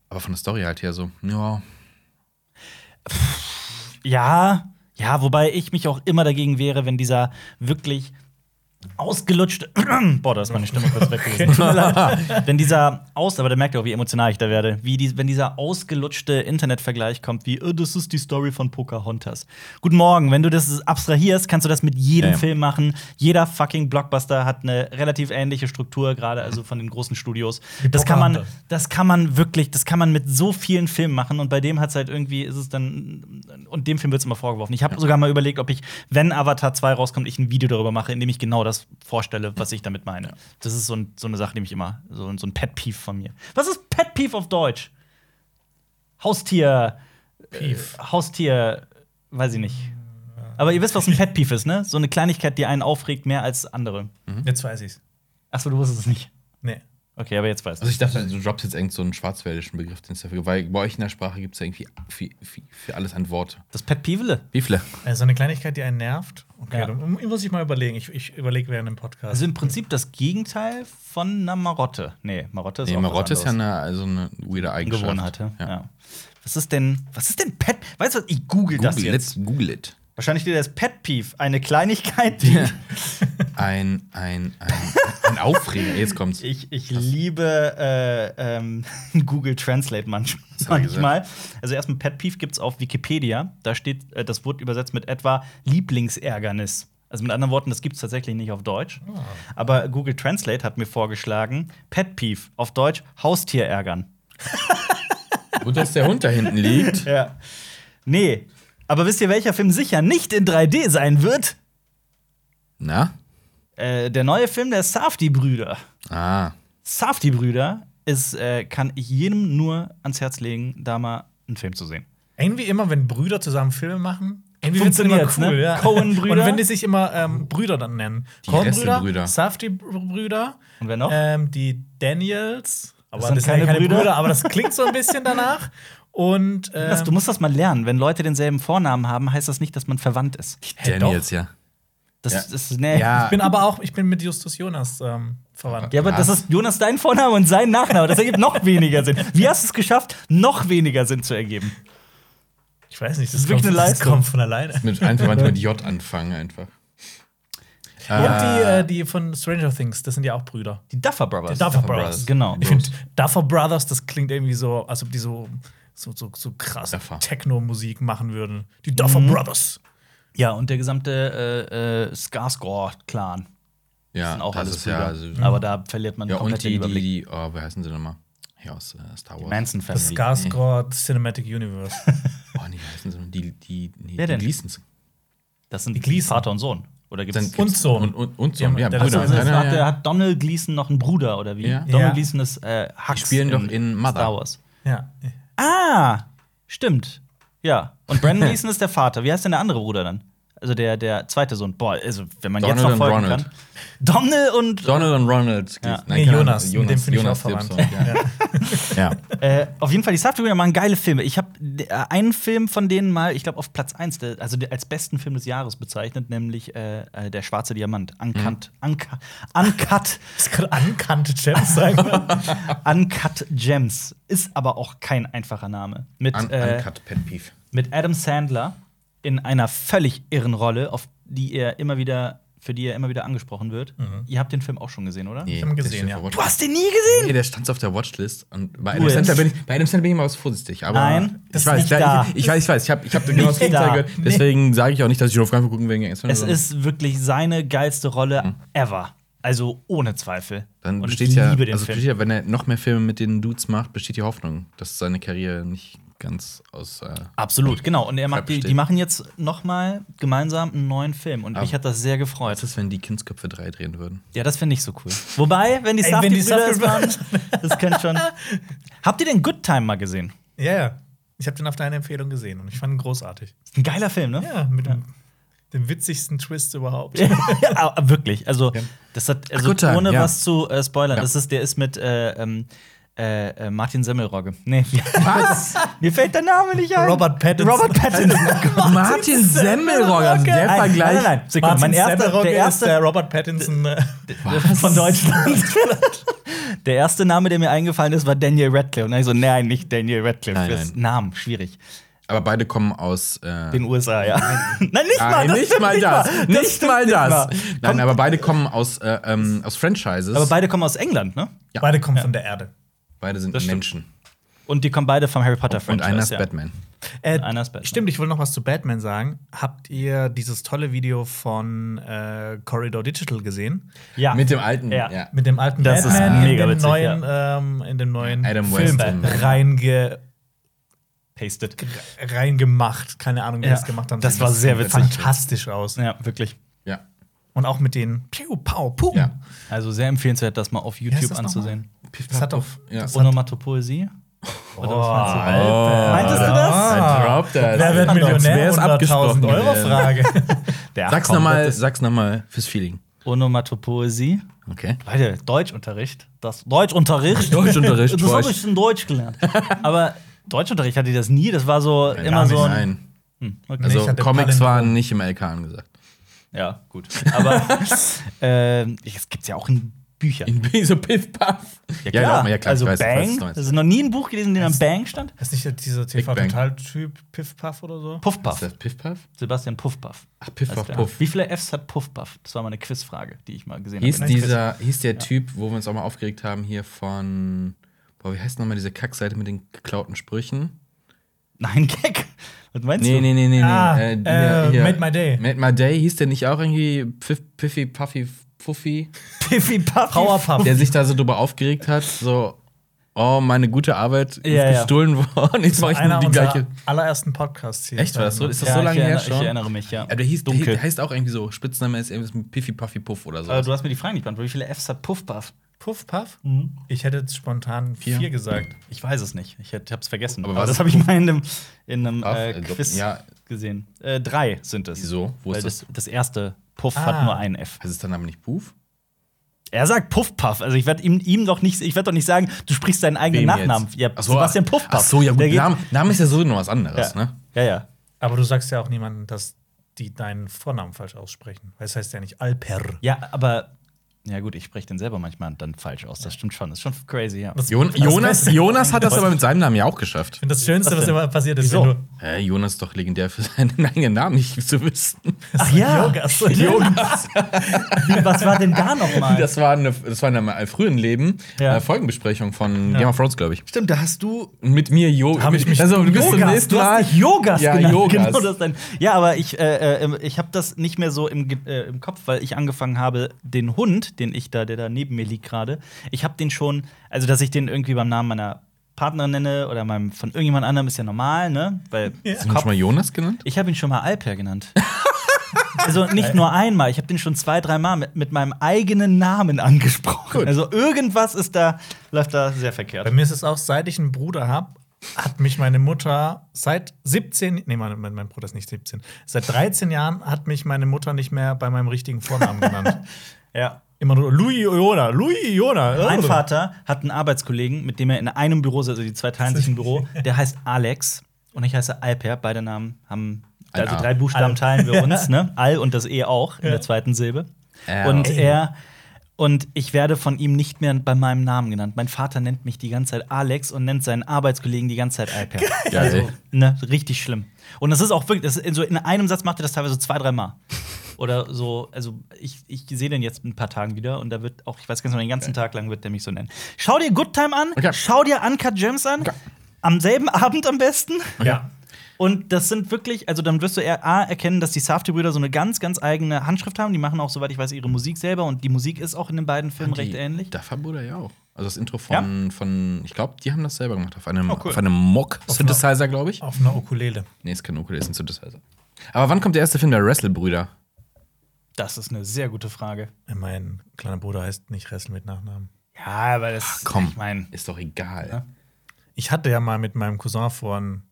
B: Aber von der Story halt her so, ja.
A: Ja, ja, wobei ich mich auch immer dagegen wehre, wenn dieser wirklich ausgelutschte. Boah, da ist meine Stimme kurz weg gewesen. Tut mir leid. wenn dieser aus, aber da merkt ihr auch, wie emotional ich da werde, wie die, wenn dieser ausgelutschte Internetvergleich kommt, wie, "Oh, das ist die Story von Pocahontas. Guten Morgen, wenn du das abstrahierst, kannst du das mit jedem
B: Ja, ja.
A: Film machen. Jeder fucking Blockbuster hat eine relativ ähnliche Struktur, gerade also von den großen Studios. Das kann man,
C: Pocahontas.
A: das kann man wirklich, das kann man mit so vielen Filmen machen und bei dem hat es halt irgendwie, ist es dann, und dem Film wird es immer vorgeworfen. Ich habe sogar mal überlegt, ob ich, wenn Avatar 2 rauskommt, ich ein Video darüber mache, in dem ich genau das vorstelle, was ich damit meine. Das ist so, ein, so eine Sache, die mich immer, so, ein- so ein Pet Peeve von mir. Was ist Pet Peeve auf Deutsch? Haustier, äh,
C: Pief.
A: Haustier, weiß ich nicht. Aber ihr wisst, was ein Pet Peeve ist, ne? So eine Kleinigkeit, die einen aufregt, mehr als andere.
C: Jetzt weiß ich's.
A: Achso, du wusstest es nicht.
C: Nee.
A: Okay, aber jetzt weißt du.
B: Also ich dachte, du droppst jetzt irgend so einen schwarzwäldischen Begriff, den es dafür gibt. Weil bei euch in der Sprache gibt es ja irgendwie für, für, für alles an Worte.
A: Das Pet Peevele.
B: Wie viele?
C: Äh, so eine Kleinigkeit, die einen nervt. Okay,
A: Ja.
C: dann muss ich mal überlegen. Ich, ich überlege während dem Podcast.
A: Also im Prinzip das Gegenteil von einer Marotte. Nee, Marotte ist
B: Nee,
A: auch
B: Marotte
A: was
B: ist ja
A: anderes.
B: eine, also eine weirde Eigenschaft.
A: Gewohnheit. Ja.
B: Ja.
A: Was ist denn, was ist denn Pet? Weißt du, was, ich google, das
B: Google
A: jetzt.
B: it, Google it.
A: Wahrscheinlich steht das Pet Peeve, eine Kleinigkeit, die
B: Ein, ein, ein, ein Aufreger. Jetzt kommt's.
A: ich, ich liebe äh, ähm, Google Translate manch-
B: hat er
A: manchmal. Also erstmal Pet Peeve gibt's auf Wikipedia. Da steht, äh, das wird übersetzt mit etwa Lieblingsärgernis. Also mit anderen Worten, das gibt's tatsächlich nicht auf Deutsch.
B: Ah.
A: Aber Google Translate hat mir vorgeschlagen, Pet Peeve auf Deutsch Haustier ärgern.
B: Gut, dass der Hund da hinten liegt.
A: Ja. Nee. Aber wisst ihr, welcher Film sicher nicht in 3D sein wird?
B: Na?
A: Äh, der neue Film der Safdie-Brüder.
B: Ah.
A: Safdie-Brüder ist, äh, kann ich jedem nur ans Herz legen, da mal einen Film zu sehen.
C: Irgendwie immer, wenn Brüder zusammen Filme machen, irgendwie wird's
A: Funktioniert's, ne? Coen-Brüder.
C: Und wenn die sich immer ähm, Brüder dann nennen.
B: Die Reste-Brüder.
C: Safety-Brüder.
A: Und wer noch?
C: Ähm, die Daniels. Aber
A: sind keine Brüder.
C: aber das klingt so ein bisschen danach. Und ähm,
A: Das, du musst das mal lernen. Wenn Leute denselben Vornamen haben, heißt das nicht, dass man verwandt ist.
C: Hä,
B: Daniels, ja.
A: Das
B: Ja.
A: ist, nee.
C: ich bin aber auch, ich bin mit Justus Jonas ähm, verwandt.
A: Ja, aber das ist Jonas dein Vorname und sein Nachname. Das ergibt noch weniger Sinn. Wie hast du es geschafft, noch weniger Sinn zu ergeben?
C: Ich weiß nicht,
A: Das ist wirklich eine
C: das
A: Leistung.
C: kommt von alleine.
B: Mit, einfach manchmal mit J anfangen, einfach.
C: Und die,
B: Ah.
C: äh, die von Stranger Things, das sind ja auch Brüder.
A: Die Duffer Brothers.
C: Duffer Brothers.
A: Genau.
C: Ich finde, Duffer Brothers, das klingt irgendwie so, als ob die so, so, so, so krass
B: Duffer. Mhm.
C: Techno-Musik machen würden. Die Duffer Brothers.
A: Ja, und der gesamte äh, äh, Skarsgård-Clan.
B: Ja,
A: sind auch
B: das
A: alles
B: ist
A: Brüder.
B: ja, also,
A: Aber da verliert man
B: ja,
A: komplett
B: und
A: den
B: die, die,
A: Überblick.
B: die, oh, wie heißen sie nochmal? Hier aus äh, Star Wars.
A: Manson-Family.
C: Skarsgård Cinematic Universe.
B: Oh, nee, wie heißen sie? Die, die, nee,
A: Wer
B: die
A: denn?
B: Gleasons.
A: Das sind die
C: Gleason.
A: Vater und Sohn. Oder gibt's
B: Dann-
C: und Sohn.
B: Und, und, und so,
C: Ja,
B: ja,
C: der-
B: Brüder.
A: also, das
B: Ja,
A: hat,
B: ja,
A: der-
B: ja.
A: hat Donald Gleason noch einen Bruder oder wie?
B: Ja.
A: Donald
C: Ja.
A: Gleason ist äh, Hux.
B: Die spielen doch in Mother.
A: Star Wars.
C: ja.
A: Ah, stimmt. Ja. Und Brandon Gleason ist der Vater. Wie heißt denn der andere Bruder dann? also der, der zweite Sohn, boah, also wenn man jetzt noch
B: Donald und
A: folgen
B: Ronald.
A: kann. Donald und
B: Donald und Ronald.
A: Ja.
C: Nee,
B: keine
C: Jonas,
B: Ahnung.
C: mit dem find ich auch
B: Gibson,
C: verwandt.
B: Ja. ja.
A: Äh, auf jeden Fall, die Subterranean machen geile Filme. Ich habe einen Film von denen mal, ich glaube, auf Platz 1, der, also der, als besten Film des Jahres bezeichnet, nämlich äh, äh, Der schwarze Diamant. Uncut.
B: Mhm.
A: Uncut. Uncut.
C: Das kann ankannte Gems sein.
A: Uncut Gems. Ist aber auch kein einfacher Name. Mit,
B: Un
A: äh,
B: Uncut Pet Peeve.
A: mit Adam Sandler in einer völlig irren Rolle, auf die er immer wieder, für die er immer wieder angesprochen wird. Ihr habt den Film auch schon gesehen, oder?
B: Mhm. Nee,
C: hab ihn
B: der
C: gesehen,
B: steht
C: ja.
B: auf der
A: Du
B: Watch-
A: hast den nie gesehen!
B: Nee, der stand auf der Watchlist. Und bei
A: Cool.
B: Adam Sandler bin ich, bei Adam Sandler bin ich mal was vorsichtig. Aber
A: Nein, das
B: ich
A: ist
B: weiß,
A: nicht
B: ja,
A: da.
B: Ich, ich weiß, ich weiß. Ich habe ich hab genau das
A: nicht
B: Gegenteil
A: da.
B: gehört. Deswegen sage ich auch nicht, dass ich auf Frankfurt gucken wegen Adam Sandler.
A: Es ist wirklich seine geilste Rolle ever. Also ohne Zweifel.
B: Hm. Dann
A: Und
B: besteht
A: ich
B: ja,
A: liebe den
B: also
A: Film.
B: besteht ja, wenn er noch mehr Filme mit den Dudes macht, besteht die Hoffnung, dass seine Karriere nicht ganz aus. Äh,
A: Absolut, genau. Und er macht, die,
B: Verstehe.
A: die machen jetzt noch mal gemeinsam einen neuen Film.
B: Ah.
A: Und mich hat das sehr gefreut.
B: was ist, wenn die Kindsköpfe 3 drehen würden?
A: ja, das finde ich so cool. Wobei, wenn die
C: Ey, wenn die
A: Safety-Brüder es
C: Safdie-Brüder-
A: machen, das könnte schon Habt ihr den Good Time mal gesehen?
C: ja, ja. Ich habe den auf deine Empfehlung gesehen und ich fand ihn großartig.
A: Ist ein geiler Film, ne?
C: Ja, mit Dem, dem witzigsten Twist überhaupt.
A: Ja, wirklich. Also, das hat, also
B: Good Time,
A: ohne
B: ja.
A: was zu äh, spoilern,
B: Ja.
A: das ist, der ist mit äh, ähm, äh, äh, Martin Semmelrogge. Nee,
B: Was?
A: mir fällt der Name nicht ein.
C: Robert Pattinson.
A: Robert Pattinson.
B: Martin Semmelrogge, also der
A: Nein,
B: Vergleich.
A: Nein, nein, nein. Sekunde,
C: Martin
A: mein erster,
C: Semmelrogge
A: der
C: ist
A: erste
C: der Robert Pattinson äh,
A: von Deutschland. der erste Name, der mir eingefallen ist, war Daniel Radcliffe. Und dann ich so, nein, nicht Daniel Radcliffe.
B: Nein,
A: das
B: nein.
A: Namen, schwierig.
B: Aber beide kommen aus. Äh,
A: Den USA, ja. Nein, nicht mal
B: Nein,
A: das.
B: nicht
A: stimmt
B: mal das. Nicht
A: stimmt
B: mal
A: nicht
B: das.
A: mal.
B: Nein, aber beide kommen aus, äh, ähm, aus Franchises.
A: Aber beide kommen aus England, ne?
B: Ja.
C: Beide kommen von der Erde.
B: beide sind
A: das stimmt.
B: Menschen.
A: Und die kommen beide vom Harry Potter
B: Und
A: Franchise.
B: einer ist
A: ja.
B: Batman.
C: Äh,
A: Einer ist Batman.
C: Stimmt, ich wollte noch was zu Batman sagen. Habt ihr dieses tolle Video von äh, Corridor Digital gesehen?
A: Ja.
B: Mit dem alten.
A: Ja.
C: Mit dem alten
A: Das ist
C: Batman in,
A: mega
C: dem
A: witzig,
C: neuen, ähm, in dem neuen
B: Adam
C: Film
B: West.
C: reinge
A: Pasted.
C: reingemacht. Keine Ahnung, wie
A: Ja.
C: das gemacht haben.
A: Das war sehr
C: sieht
A: witzig.
C: Fantastisch aus.
A: Ja, wirklich.
B: Ja.
C: Und auch mit den Piu, Pau, Pum.
B: Ja.
A: Also sehr empfehlenswert, das mal auf YouTube
C: ist das
A: anzusehen.
C: Das hat doch.
B: Ja.
C: Das hat,
A: Onomatopoesie? Oder was meinst du?
B: Oh. Meintest
A: du das?
B: Dann droppt das.
C: Wer wird
B: Sonst
C: Millionär?
B: wär's
C: 100.000
B: abgesprochen
C: Euro
B: gewesen.
C: Frage.
A: Der
B: Sag's
A: kommt,
B: nochmal,
A: das ist
B: sag's nochmal fürs Feeling.
A: Onomatopoesie.
B: Okay.
A: Leute, Deutschunterricht. Das Deutschunterricht.
B: Deutschunterricht,
A: Das habe
B: Deutsch.
A: ich in Deutsch gelernt. Aber Deutschunterricht hatte ich das nie. Das war so immer
B: Nein,
A: so. Ein,
B: Nein.
A: okay.
B: Also
C: hatte
B: Comics
C: Palindrom.
B: waren nicht im LK angesagt.
A: Ja, gut. Aber ähm, es gibt es ja auch in Büchern.
B: so Piff Puff. Ja, klar. ja, klar
A: also
B: ich weiß, ich weiß, was
A: Bang.
B: du meinst.
A: also noch nie ein Buch gelesen, in dem am Bang stand.
C: Das ist nicht dieser
B: Bang.
C: TV-Total-Typ, Piff Puff oder so?
A: Puffpuff.
B: Ist das Piff Puff?
A: Sebastian Puffpuff.
B: Ach, Piff Puff
A: Heißt der.
B: Puff.
A: Wie viele Fs hat Puffpuff? Das war mal eine Quizfrage, die ich mal gesehen habe.
B: Hieß,
A: in einem Quiz.
B: dieser, hieß der Typ, wo wir uns auch mal aufgeregt haben, hier von. Boah, wie heißt nochmal diese Kackseite mit den geklauten Sprüchen?
A: Nein, Gag. Was meinst
B: Nee,
A: du?
B: nee, nee, nee.
C: Ah,
B: nee.
C: äh, Made My Day.
B: Made My Day hieß der nicht auch irgendwie Pfiff, Piffy, Puffy, Puffy,
A: Piffy Puffy.
C: Powerpuff.
B: der sich da so drüber aufgeregt hat, so, oh, meine gute Arbeit ist
A: Ja, ja.
B: gestohlen worden, jetzt mache ich
C: einer
B: nur die
C: unserer
B: gleiche.
C: allerersten Podcasts hier.
B: Echt, war das so? Ist das
A: Ja,
B: so lange
A: ich
B: her
A: erinnere,
B: schon?
A: Ich erinnere mich, ja.
B: Ja, der hieß, der,
A: Dunkel.
B: der heißt auch irgendwie so, Spitzname ist irgendwas mit Piffy, Puffy, Puff oder so.
A: Aber du hast mir die Frage nicht beantwortet. Wie viele Fs hat Puffpuff?
C: Puff Puff? Ich hätte jetzt spontan vier,
B: Vier.
C: gesagt.
A: Ich weiß es nicht. Ich hätt- hab's vergessen.
B: Aber
A: Aber,
B: was-
A: das habe ich mal in einem, in einem
B: Puff,
A: äh,
B: äh, Dopp-
A: Quiz
B: ja.
A: gesehen. Äh, drei sind es.
B: Wieso? Wo
A: Weil
B: ist
A: das,
B: das?
A: das erste Puff
C: Ah.
A: hat nur ein F.
B: Heißt es dann aber nicht Puff?
A: Er sagt Puffpuff. Also ich werde ihm, ihm doch nicht, ich werde doch nicht sagen, du sprichst deinen eigenen
B: Wem
A: Nachnamen.
B: jetzt?
A: Ja,
B: Ach so, ah,
A: Sebastian Puffpuff.
B: Ach so, ja gut,
A: Der geht-
B: Name, Name ist ja so noch was anderes,
A: ja.
B: ne?
A: ja, ja.
C: Aber du sagst ja auch niemandem, dass die deinen Vornamen falsch aussprechen. Weil es heißt ja nicht Alper.
A: Ja, aber. Ja, gut, ich spreche den selber manchmal dann falsch aus. Das stimmt schon. Das ist schon crazy, ja.
C: Das-
B: Jon
C: das
B: Jonas,
C: Beste-
B: Jonas hat das aber mit seinem Namen ja auch geschafft.
C: Und das Schönste, was
A: denn?
C: immer passiert ist,
A: Wieso?
C: wenn du
B: Hä, Jonas ist doch legendär für seinen eigenen Namen nicht zu wissen.
A: Ach ja.
C: Yogas.
A: Was war denn da nochmal?
B: Das war, eine, das war in einem frühen Leben
A: Ja.
B: äh, Folgenbesprechung von Game of Thrones, glaube ich.
A: Stimmt, da hast du
B: Und Mit mir Jo.
C: Hab ich mich-
B: also, du bist zum
A: Yogas,
B: nächsten
A: du
B: Mal.
A: hast dich Yogas
B: Ja,
A: genannt.
B: Yogas.
A: Genau, das ist ein, ja, aber ich, äh, äh, ich habe das nicht mehr so im, Ge- äh, im Kopf, weil ich angefangen habe, den Hund, den ich da, der da neben mir liegt gerade, ich habe den schon, also dass ich den irgendwie beim Namen meiner Partnerin nenne oder meinem, von irgendjemand anderem ist ja normal, ne? Weil
B: Hast du ihn schon mal Jonas genannt?
A: Ich habe ihn schon mal Alper genannt. also nicht nur einmal, ich habe den schon zwei, dreimal mit, mit meinem eigenen Namen angesprochen.
B: Gut.
A: Also irgendwas ist da, läuft da sehr
C: Bei
A: verkehrt.
C: mir ist es auch, seit ich einen Bruder habe, hat mich meine Mutter seit 17, nee, mein, mein, mein Bruder ist nicht 17, seit 13 Jahren hat mich meine Mutter nicht mehr bei meinem richtigen Vornamen genannt.
A: Ja.
C: Immer nur Louis Iona, Louis Iona.
A: Mein Vater hat einen Arbeitskollegen, mit dem er in einem Büro sitzt, also die zwei teilen sich ein Büro, der heißt Alex und ich heiße Alper. Beide Namen haben,
B: Ein
A: also
B: A.
A: drei Buchstaben
C: Al.
A: teilen wir uns, ne? Al und das E auch in
C: Ja.
A: der zweiten Silbe.
B: Ja.
A: Und
B: Ey.
A: er, und ich werde von ihm nicht mehr bei meinem Namen genannt. Mein Vater nennt mich die ganze Zeit Alex und nennt seinen Arbeitskollegen die ganze Zeit Alper.
B: Geil.
A: Ne, richtig schlimm. Und das ist auch wirklich, das ist in, so in einem Satz macht er das teilweise so zwei, dreimal. Oder so, also ich, ich sehe den jetzt in ein paar Tagen wieder und da wird auch, ich weiß ganz genau, den ganzen Tag lang wird der mich so nennen. Schau dir Good Time an,
B: Okay.
A: schau dir Uncut Gems an,
B: Okay.
A: am selben Abend am besten.
C: Ja.
A: Und das sind wirklich, also dann wirst du eher A, erkennen, dass die Safety-Brüder so eine ganz, ganz eigene Handschrift haben. Die machen auch, soweit ich weiß, ihre Musik selber und die Musik ist auch in den beiden Filmen recht ähnlich.
B: Da verbude ja auch. Also das Intro von, von ich glaube, die haben das selber gemacht. Auf einem,
A: Oh, cool.
B: auf einem Mock-Synthesizer, glaube ich.
C: Auf einer Ukulele.
B: Nee, ist kein Ukulele, ist ein Synthesizer. Aber wann kommt der erste Film der Wrestle-Brüder?
A: Das ist eine sehr gute Frage.
C: Mein kleiner Bruder heißt nicht Ressel mit Nachnamen.
A: Ja, aber das,
B: Komm,
A: ich meine,
B: ist doch egal.
A: Ja.
C: Ich hatte ja mal mit meinem Cousin vor, einen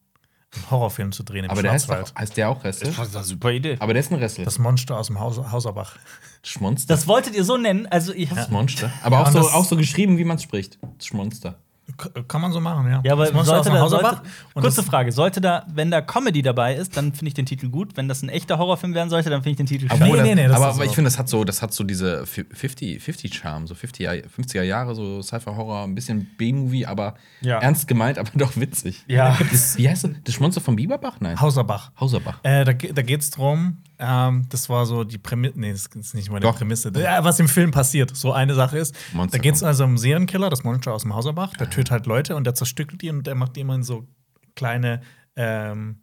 C: einen Horrorfilm zu drehen im
B: Aber der heißt,
C: Schwarzwald.
B: doch, heißt der auch Wrestle?
A: das ist eine super Idee.
B: Aber der ist ein Wrestle.
C: Das Monster aus dem Haus Hauserbach.
B: Schmonster.
A: Das wolltet ihr so nennen, also ich
B: Das Monster. Aber auch,
C: und
B: so,
C: das-
B: auch so geschrieben, wie man es spricht. Das Schmonster.
C: K kann man so machen, ja.
A: Ja, aber
C: das Monster aus
A: sollte
C: dem
A: da,
C: Hauserbach.
A: sollte,
C: und
A: kurze
C: das-
A: Frage, sollte da, wenn da Comedy dabei ist, dann finde ich den Titel gut. Wenn das ein echter Horrorfilm werden sollte, dann finde ich den Titel
B: Obwohl
A: scheiße.
C: nee,
B: das-
C: nee, das
B: aber
C: ist
B: aber
C: so.
B: ich finde, das hat so, das hat so diese 50-Charme, so 50 er 50er Jahre, so Sci-Fi-Horror, ein bisschen B-Movie, aber
A: Ja.
B: ernst gemeint, aber doch witzig.
A: Ja.
B: Das, wie heißt das? Das Schmonster von Bieberbach? Nein.
C: Hauserbach.
B: Hauserbach.
C: Äh, da, ge- da geht's drum. Ähm, das war so die Prämisse. Nee, das ist nicht meine
B: Doch.
C: Prämisse. Ja, was im Film passiert. So eine Sache ist.
B: Monster
C: da geht's
B: kommt. Ah.
C: also um einen Serienkiller, das Monster aus dem Hauserbach. Der tötet halt Leute und der zerstückelt die und der macht die immer in so kleine, ähm,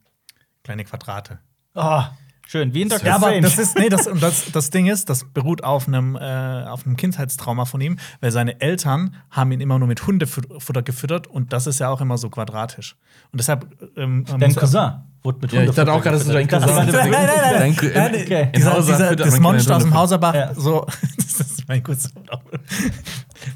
C: kleine Quadrate.
A: Oh,
B: Ah.
A: schön, wie in Dr.
C: Ja, aber
A: Strange.
C: das ist, nee, das, und das, das Ding ist, das beruht auf einem, äh, auf einem Kindheitstrauma von ihm, weil seine Eltern haben ihn immer nur mit Hundefutter gefüttert und das ist ja auch immer so quadratisch. Und deshalb. Ähm,
A: Dein Cousin wurde mit
B: Ja, ich dachte auch gerade, das ist
A: Hundefutter
B: dein
A: gefüttert.
B: Cousin.
A: Ich dachte,
C: Nein, nein, nein, nein.
B: Dein-
C: nein,
A: okay.
C: nee, dieser,
B: In Hauser
C: dieser,
B: füttert
C: das
B: man keine
C: Monster aus dem
B: Hunde.
C: Hauserbach,
A: Ja.
C: so, das ist mein kurzer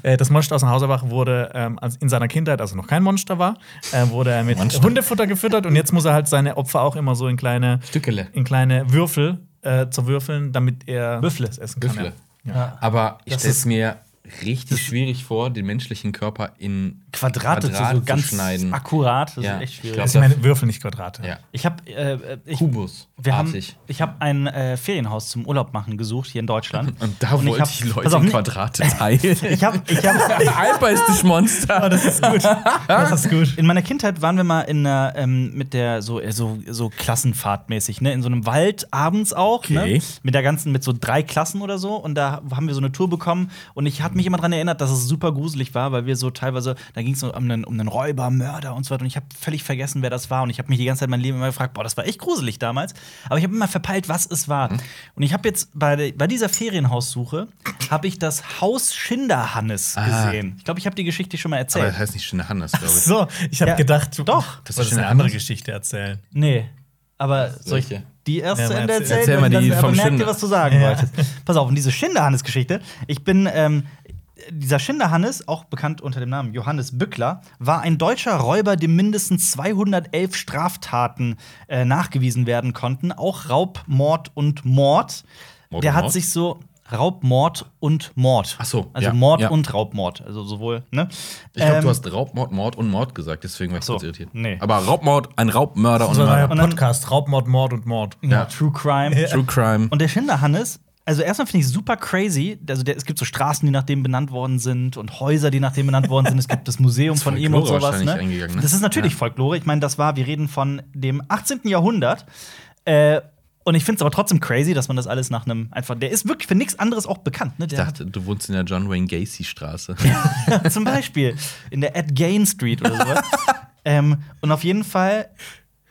C: Äh, Das Monster aus dem Hauserbach wurde ähm, als- in seiner Kindheit, also noch kein Monster war, äh, wurde er mit
B: Monster.
C: Hundefutter gefüttert und jetzt muss er halt seine Opfer auch immer so in kleine,
B: Stückele.
C: in kleine Würfel äh, zerwürfeln, damit er
A: Würfle.
C: das essen kann.
B: Büffle.
C: Ja.
A: Ja.
B: Aber ich
A: Das
B: stelle
A: ist-
B: es mir richtig schwierig vor, den menschlichen Körper in
A: Quadrate zu
B: Quadrat
A: so ganz
B: schneiden.
A: akkurat, das
B: Ja,
A: ist echt schwierig.
B: ich
C: Das sind Also meine Würfel, nicht Quadrate.
B: Ja.
A: Ich habe äh, ich,
B: Kubus.
A: wir haben,
B: artig.
A: ich habe ein äh, Ferienhaus zum Urlaub machen gesucht hier in Deutschland.
B: Und da
A: ich
B: wollte
A: hab-
B: ich Leute
A: pass auf,
B: in
A: nee.
B: Quadrate teilen.
A: Ich habe ich hab,
B: Alper ist das Monster.
C: Das ist gut. Das ist gut.
A: In meiner Kindheit waren wir mal in einer, ähm, mit der so, äh, so, so klassenfahrtmäßig, ne? In so einem Wald abends auch, ne?
B: Okay.
A: Mit der ganzen, mit so drei Klassen oder so. Und da haben wir so eine Tour bekommen. Und ich habe mich immer daran erinnert, dass es super gruselig war, weil wir so teilweise, da ging es so um einen, um einen Räuber, Mörder und so weiter. Und ich habe völlig vergessen, wer das war. Und ich habe mich die ganze Zeit mein Leben immer gefragt, boah, das war echt gruselig damals. Aber ich habe immer verpeilt, was es war.
B: Hm.
A: Und ich habe jetzt bei, der- bei dieser Ferienhaussuche, habe ich das Haus Schinderhannes
B: Ah.
A: gesehen. Ich glaube, ich habe die Geschichte schon mal
B: Aber
A: erzählt.
B: das heißt nicht Schöne Hannes, glaube ich.
C: So, ich habe
A: Ja.
C: gedacht, du
A: Doch.
C: das
B: Ah. Das
C: wolltest
B: ist
C: eine
B: eine
C: andere
B: andere-
C: Geschichte erzählen.
A: Nee. Aber soll ich
B: Welche?
A: die erst
C: Ja,
A: zu
C: mal
A: Ende
C: erzähl-
A: erzählen?
B: erzähl mal
A: Und
B: die
A: dann
B: vom
A: merkt ihr,
B: Schinder.
A: was du sagen
C: Ja.
A: wolltest. Pass auf, und diese Schinderhannes-Geschichte. Ich bin, ähm, dieser Schinderhannes, auch bekannt unter dem Namen Johannes Bückler, war ein deutscher Räuber, dem mindestens 211 Straftaten äh, nachgewiesen werden konnten. Auch Raub, Mord und Mord.
B: Mord und
A: Der hat
B: Mord?
A: sich so Raub, Mord und Mord.
B: Ach so,
A: Also
B: ja,
A: Mord
B: ja.
A: und Raubmord. Also sowohl, ne?
B: Ich glaube,
A: Ähm,
B: du hast Raubmord, Mord und Mord gesagt, deswegen war ich
A: so,
B: kurz irritiert.
A: nee.
B: Aber Raubmord, ein Raubmörder und
C: Unser neuer
B: Mörder.
A: Und dann-
C: äh, Podcast, Raubmord, Mord und Mord.
B: Ja.
A: True Crime.
B: True Crime.
A: Und der Schinderhannes, also erstmal finde ich super crazy. Also der, es gibt so Straßen, die nach dem benannt worden sind und Häuser, die nach dem benannt worden sind. Es gibt das Museum von ihm und
B: Folklore
A: sowas.
B: wahrscheinlich
A: Ne?
B: eingegangen, ne?
A: Das ist natürlich Folklore. Ich meine, das war, wir reden von dem 18. Jahrhundert. Äh, und ich finde es aber trotzdem crazy, dass man das alles nach einem einfach. Der ist wirklich für nichts anderes auch bekannt. Ne?
B: Ich
A: Der
B: dachte, du wohnst in der John Wayne Gacy Straße.
A: hat zum Beispiel in der Ed Gain Street oder sowas. ähm, und auf jeden Fall.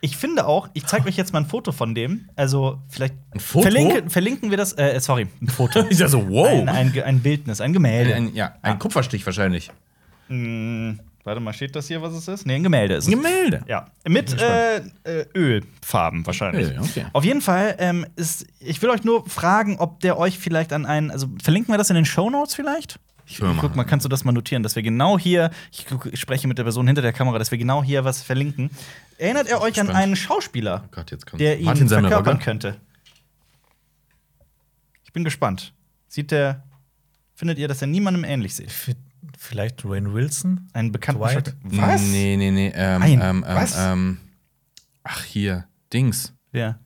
A: Ich finde auch, ich zeige euch jetzt mal ein Foto von dem. Also, vielleicht
B: Ein Foto?
A: Verlinken, verlinken wir das. Äh, sorry, ein Foto.
B: ich dachte so, wow.
A: Ein, ein, Ge- ein Bildnis, ein Gemälde.
B: Oh. Ein- ja, ein Kupferstich wahrscheinlich.
A: Warte mal, steht das hier, was es ist? Nee, ein Gemälde ist es.
B: Gemälde.
A: Ja, mit äh, äh, Ölfarben wahrscheinlich.
B: Öl, okay.
A: Auf jeden Fall ähm, ist, ich will euch nur fragen, ob der euch vielleicht an einen, also verlinken wir das in den Show Notes vielleicht? Ich,
B: Können wir
A: guck
B: machen.
A: mal, kannst du das mal notieren, dass wir genau hier, ich, guck, ich spreche mit der Person hinter der Kamera, dass wir genau hier was verlinken. Erinnert er euch an
B: gespannt.
A: einen Schauspieler,
B: Gott, jetzt kommt
A: der ihn
B: Martin
A: verkörpern
B: Semmelrogge.
A: könnte? Ich bin gespannt. Sieht der, findet ihr, dass er niemandem ähnlich sieht?
C: V- Vielleicht Rain Wilson?
A: Einen bekannten
C: Dwight?
A: Schauspieler- Was?
B: Nee, nee, nee. Ähm,
A: Nein,
B: Ähm, ähm,
A: was?
B: Ähm, ach, hier. Dings.
A: Ja.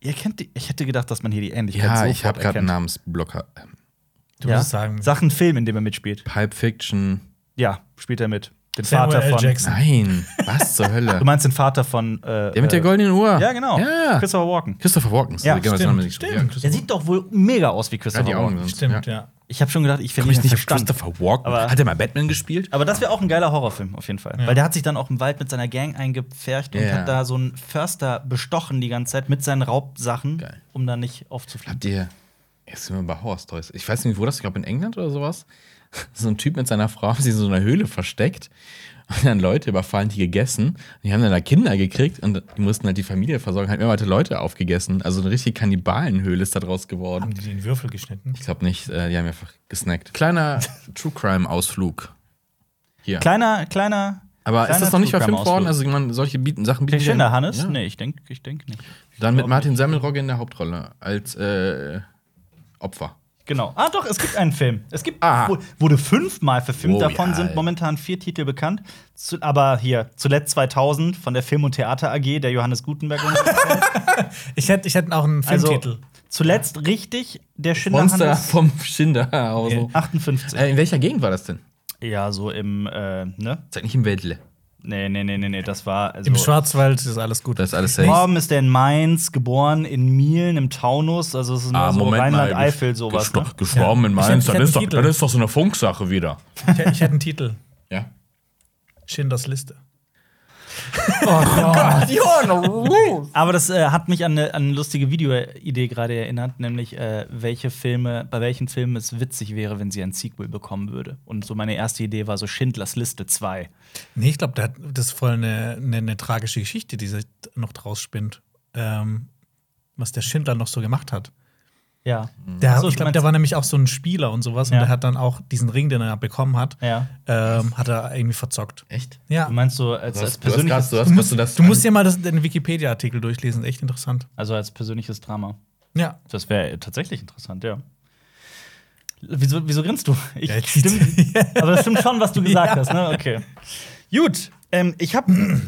A: Ihr kennt die, ich hätte gedacht, dass man hier die Ähnlichkeit
B: Ja,
A: sofort
B: ich habe gerade einen
A: erkennt.
B: Namensblocker. Ähm,
C: Du
A: ja?
C: musst sagen.
A: Sag einen Film, in dem er mitspielt.
B: Pulp Fiction.
A: Ja, spielt er mit. Den
C: Samuel
A: Vater
C: L.
A: von.
C: Jackson.
B: Nein, was zur Hölle?
A: Du meinst den Vater von. Äh,
B: Der mit der
A: äh,
B: goldenen Uhr.
A: Ja, genau.
B: Ja.
A: Christopher Walken.
B: Christopher Walken.
A: Ja,
B: Genau, das
C: stimmt,
B: haben wir nicht-
C: stimmt.
B: Ja,
A: Der
B: Christopher-
A: sieht doch wohl mega aus wie
B: Ja,
A: Christopher
B: die Augen.
A: Walken.
B: sonst,
C: Stimmt,
B: ja.
C: ja.
A: Ich habe schon gedacht, ich
B: Hab
A: verliere
B: ich
A: den
B: nicht
A: Verstand.
B: Christopher Walken.
A: Aber-
B: Hat er mal Batman gespielt?
A: Aber das wäre auch ein geiler Horrorfilm auf jeden Fall. Weil der hat sich dann auch im Wald mit seiner Gang eingepfercht und
B: Ja.
A: hat da so einen Förster bestochen die ganze Zeit mit seinen Raubsachen,
B: Geil.
A: um dann nicht aufzufliegen.
B: Habt ihr. Jetzt sind wir bei Horror Stories. Ich weiß nicht, wo das, ich glaube in England oder sowas. So ein Typ mit seiner Frau haben sie in so einer Höhle versteckt und dann Leute überfallen, die gegessen. Und die haben dann da Kinder gekriegt und die mussten halt die Familie versorgen, halt mehrere Leute aufgegessen. Also eine richtige Kannibalenhöhle ist da draus geworden.
C: Haben die den Würfel geschnitten?
B: Ich glaube nicht, äh, die haben einfach gesnackt. Kleiner True Crime Ausflug. Hier.
A: Kleiner, kleiner.
B: Aber ist
A: kleiner
B: das noch nicht verfilmt
A: Programmausflug.
B: worden? Also man, solche bieten, Sachen bieten. die
A: Schindler,
B: ja-
A: Hannes?
B: Ja.
A: Nee, ich denke ich denk nicht.
B: Dann mit
A: glaub
B: Martin Semmelrogge in der Hauptrolle als äh, Opfer.
A: Genau. Ah, doch, es gibt einen Film. Es gibt,
B: Ah.
A: wo- wurde fünfmal verfilmt.
B: Oh,
A: Davon
B: ja,
A: sind
B: ey.
A: momentan vier Titel bekannt. Zu, aber hier, zuletzt 2000 von der Film- und Theater AG, der Johannes Gutenberg. und
C: Ich hätte ich hätt auch einen
A: also,
C: Filmtitel.
A: zuletzt richtig der Schindler
B: Monster
A: Hannes.
B: vom Schinderhausen.
A: 58.
B: Äh, in welcher Gegend war das denn?
A: Ja, so im, äh, ne?
B: Seid nicht im Weltle.
A: Nee, nee, nee, nee, nee, das war. Also,
C: Im Schwarzwald ist alles gut.
B: Das ist alles safe.
A: Torben ist der in Mainz, geboren in Mielen im Taunus, also es ist
B: Ah,
A: nur so Rheinland-Eifel sowas. Ne?
B: Geschworben in
C: Mainz, Ich hätte- ich dann hätte ist doch- einen Titel. dann
B: ist doch so eine Funksache wieder.
C: Ich, hä- ich hätte einen Titel.
B: Ja.
C: Schindlers Liste.
A: Aber das äh, hat mich an eine, an eine lustige Videoidee gerade erinnert, nämlich äh, welche Filme, bei welchen Filmen es witzig wäre, wenn sie ein Sequel bekommen würde. Und so meine erste Idee war so Schindlers Liste 2.
C: Nee, ich glaube, das ist voll eine, eine, eine tragische Geschichte, die sich noch draus spinnt. Ähm, was der Schindler noch so gemacht hat.
A: Ja.
B: Mhm.
C: Der,
A: Ach so,
C: ich
A: du
C: glaube,
A: meinst-
C: der war nämlich auch so ein Spieler und sowas.
A: Ja.
C: Und der hat dann auch diesen Ring, den er bekommen hat,
A: Ja.
C: ähm, hat er irgendwie verzockt.
B: Echt?
C: Ja.
A: Du meinst so als, als
B: Du hast, du hast,
A: persönliches,
B: grad- du hast, hast du das.
C: Du musst dir mal das, den Wikipedia-Artikel durchlesen, ist echt interessant.
A: also als persönliches Drama.
C: Ja.
A: Das wäre tatsächlich interessant, ja. Wieso, wieso grinst du? Ich,
C: Ja, ich-
A: stimmt, aber das stimmt schon, was du gesagt
C: Ja.
A: hast, ne? Okay. Gut. Ähm, ich habe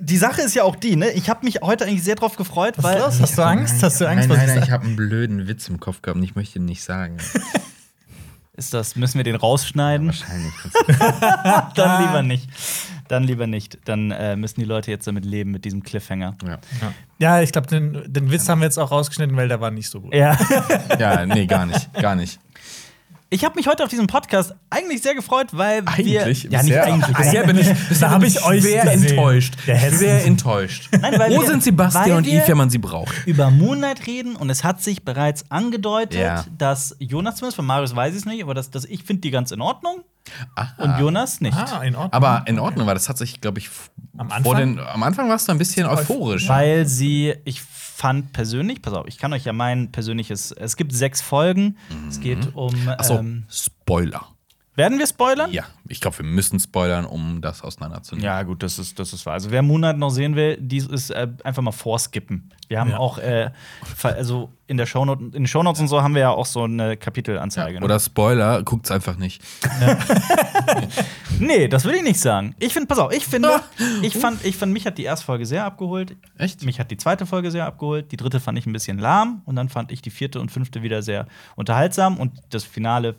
A: die Sache ist ja auch die, ne? Ich habe mich heute eigentlich sehr drauf gefreut, weil
C: Hast du Angst? Hast du Angst?
B: Nein,
C: was
B: nein,
C: ich
B: nein,
C: sag?
B: ich habe einen blöden Witz im Kopf gehabt und ich möchte ihn nicht sagen.
A: ist das müssen wir den rausschneiden?
B: Wahrscheinlich.
A: Dann lieber nicht. Dann lieber nicht. Dann äh, müssen die Leute jetzt damit leben mit diesem Cliffhanger.
B: Ja.
C: Ja, ich glaube, den, den Witz haben wir jetzt auch rausgeschnitten, weil der war nicht so gut.
A: Ja.
B: ja, nee, gar nicht. Gar nicht.
A: Ich habe mich heute auf diesem Podcast eigentlich sehr gefreut, weil
B: Eigentlich?
A: wir ja nicht
B: Bisher-
A: eigentlich.
B: Bisher bin ich, bisher
C: Da hab
B: bin
C: ich euch
B: schwer
C: gesehen.
B: enttäuscht.
C: Der Hessen.
B: Schwer enttäuscht.
A: Nein, weil
B: Wo
A: wir-
B: sind Sebastian
A: weil
B: und
A: wir-
B: Yves, wenn man sie braucht?
A: über Moonlight reden und es hat sich bereits angedeutet,
B: Ja.
A: dass Jonas zumindest, von Marius weiß ich es nicht, aber dass, dass ich finde die ganz in Ordnung
B: Ah.
A: und Jonas nicht.
C: Ah, in Ordnung.
B: Aber in Ordnung war das tatsächlich, glaube ich, f-
C: Am
B: vor
C: Anfang?
B: den, am Anfang warst du ein bisschen euphorisch.
A: Weil sie, ich fand persönlich, pass auf, ich kann euch ja mein persönliches, es gibt sechs Folgen, es geht um,
B: Achso,
A: ähm,
B: Spoiler.
A: werden wir spoilern?
B: Ja, ich glaube, wir müssen spoilern, um das auseinanderzunehmen.
A: Ja, gut, das ist, das ist wahr. Also, wer Moonlight noch sehen will, dies ist äh, einfach mal vorskippen. Wir haben
C: Ja.
A: auch, äh, ver- also in der Shownote, in den Shownotes und so haben wir ja auch so eine Kapitelanzeige.
C: genau.
A: ne?
B: Oder Spoiler, guckt's einfach nicht.
A: Nee, das will ich nicht sagen. Ich finde, pass auf, ich finde, ich fand, ich fand, mich hat die erste Folge sehr abgeholt.
B: Echt?
A: Mich hat die zweite Folge sehr abgeholt. Die dritte fand ich ein bisschen lahm. Und dann fand ich die vierte und fünfte wieder sehr unterhaltsam. Und das Finale,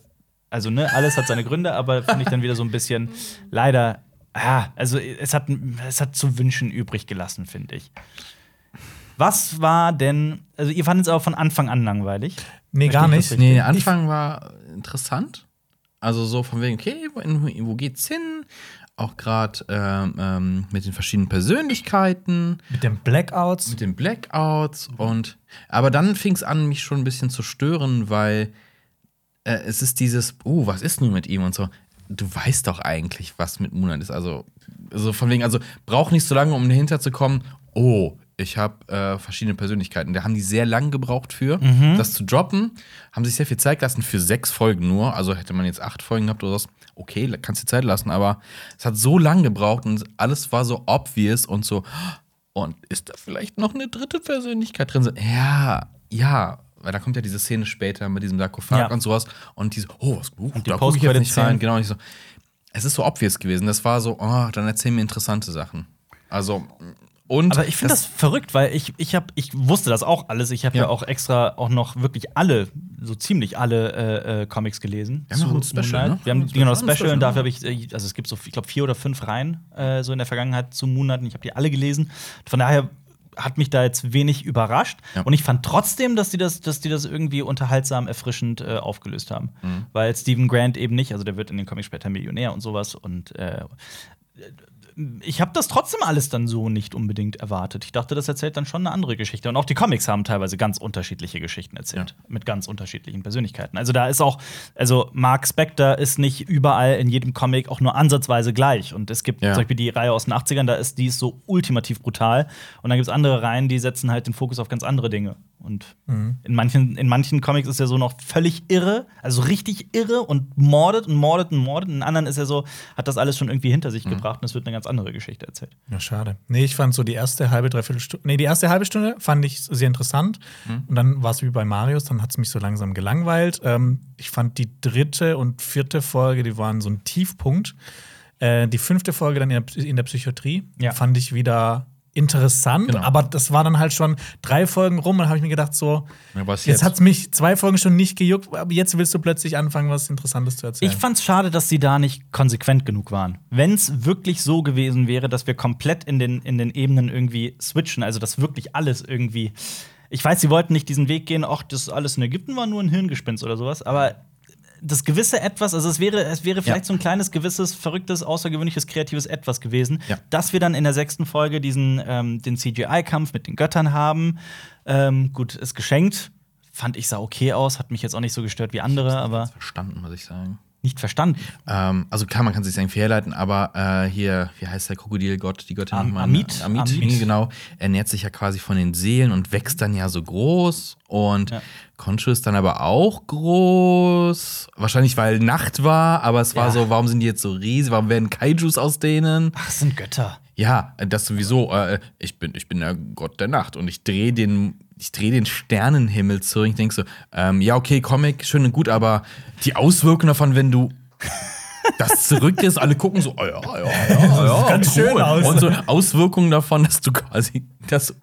A: also, ne, alles hat seine Gründe, aber fand ich dann wieder so ein bisschen leider. Ah, also, es hat, es hat zu wünschen übrig gelassen, finde ich. Was war denn, also, ihr fandet es auch von Anfang an langweilig.
C: nee, gar
A: Verstehe ich
C: nicht.
A: das
B: Nee, der Anfang war interessant. Also so von wegen, okay, wo, in- wo geht's hin? Auch gerade ähm, ähm, mit den verschiedenen Persönlichkeiten.
C: Mit den Blackouts.
B: mit den Blackouts und aber dann fing es an, mich schon ein bisschen zu stören, weil äh, es ist dieses, oh, was ist nun mit ihm und so. Du weißt doch eigentlich, was mit Munan ist. Also, so von wegen, also brauch nicht so lange, um dahinter zu kommen. Oh, Ich habe äh, verschiedene Persönlichkeiten. Da haben die sehr lang gebraucht für, das zu droppen. Haben sich sehr viel Zeit gelassen für sechs Folgen nur. Also hätte man jetzt acht Folgen gehabt oder was. Okay, la- kannst dir Zeit lassen, aber es hat so lang gebraucht und alles war so obvious und so. Und ist da vielleicht noch eine dritte Persönlichkeit drin? So, Ja, ja. Weil da kommt ja diese Szene später mit diesem Sarkophag
A: Ja.
B: und sowas. Und die so, oh, was,
A: die
B: uh, da guck ich jetzt nicht
A: Post-Credit-Szene.
B: rein. Genau, nicht so. Es ist so obvious gewesen. Das war so, oh, dann erzähl mir interessante Sachen. Also, und.
A: Aber ich finde das, verrückt, weil ich, ich, hab, ich wusste das auch alles. Ich habe ja.
B: Ja.
A: auch extra auch noch wirklich alle, so ziemlich alle äh, äh, Comics gelesen.
B: Wir haben noch ein
A: zu Moon
B: Special,
A: Knight.
B: ne?
A: Wir haben
B: Ein Special,
A: genau
B: ein
A: das Special,
B: Special,
A: und
B: ne?
A: dafür habe ich, äh, also es gibt so, ich glaube, vier oder fünf Reihen äh, so in der Vergangenheit zu Moon Knight und ich habe die alle gelesen. Von daher hat mich da jetzt wenig überrascht.
B: Ja.
A: Und ich fand trotzdem, dass die das, dass die das irgendwie unterhaltsam, erfrischend äh, aufgelöst haben.
B: Mhm.
A: Weil Stephen Grant eben nicht, also der wird in den Comics später Millionär und sowas und äh, ich habe das trotzdem alles dann so nicht unbedingt erwartet. Ich dachte, das erzählt dann schon eine andere Geschichte. Und auch die Comics haben teilweise ganz unterschiedliche Geschichten erzählt. Mit ganz unterschiedlichen Persönlichkeiten. Also da ist auch, also Mark Spector ist nicht überall in jedem Comic auch nur ansatzweise gleich. Und es gibt
B: Ja.
A: zum Beispiel die Reihe aus den 80ern, da ist die ist so ultimativ brutal. Und dann gibt es andere Reihen, die setzen halt den Fokus auf ganz andere Dinge. Und in, manchen, in manchen Comics ist er so noch völlig irre, also richtig irre und mordet und mordet und mordet. In anderen ist er so, hat das alles schon irgendwie hinter sich gebracht und es wird eine ganz andere Geschichte erzählt.
C: Ja, schade. Nee, ich fand so die erste halbe, dreiviertel Stunde, nee, die erste halbe Stunde fand ich sehr interessant. Und dann war es wie bei Marius, dann hat es mich so langsam gelangweilt. Ähm, ich fand die dritte und vierte Folge, die waren so ein Tiefpunkt. Äh, die fünfte Folge dann in der, Psy- in der Psychiatrie
A: Ja.
C: fand ich wieder interessant,
B: Genau.
C: aber das war dann halt schon drei Folgen rum und habe ich mir gedacht so,
B: Ja, was
C: jetzt
B: jetzt?
C: hat es mich zwei Folgen schon nicht gejuckt, aber jetzt willst du plötzlich anfangen, was Interessantes zu erzählen.
A: Ich fand's schade, dass sie da nicht konsequent genug waren. Wenn's wirklich so gewesen wäre, dass wir komplett in den, in den Ebenen irgendwie switchen, also dass wirklich alles irgendwie. Ich weiß, sie wollten nicht diesen Weg gehen, ach, das alles in Ägypten war nur ein Hirngespinst oder sowas, aber das gewisse Etwas, also es wäre, es wäre vielleicht so ein kleines, gewisses, verrücktes, außergewöhnliches, kreatives Etwas gewesen,
B: Ja.
A: dass wir dann in der sechsten Folge diesen ähm, den CGI-Kampf mit den Göttern haben. Ähm, gut, ist geschenkt. Fand ich sah okay aus, hat mich jetzt auch nicht so gestört wie andere, aber
B: Verstanden, muss ich sagen.
A: nicht verstanden.
B: Ähm, also klar, man kann sich sagen, verherleiten, aber äh, hier, wie heißt der Krokodilgott, die Göttin
A: Am-
B: nochmal?
A: Amit.
B: Amit,
A: Amit.
B: genau. Ernährt sich ja quasi von den Seelen und wächst dann ja so groß. Und
A: Ja.
B: Concho ist dann aber auch groß. Wahrscheinlich, weil Nacht war, aber es war
A: Ja.
B: so, warum sind die jetzt so riesig? Warum werden Kaijus aus denen?
A: Ach, es sind Götter.
B: Ja, das sowieso. Äh, ich bin, ich bin der Gott der Nacht und ich drehe den, ich drehe den Sternenhimmel zurück. Ich denke so, ähm, ja okay, Comic schön und gut, aber die Auswirkungen davon, wenn du das zurückdrehst, alle gucken so, oh ja, ja, ja, ja, ja
C: ganz schön aus.
B: und so Auswirkungen davon, dass du quasi das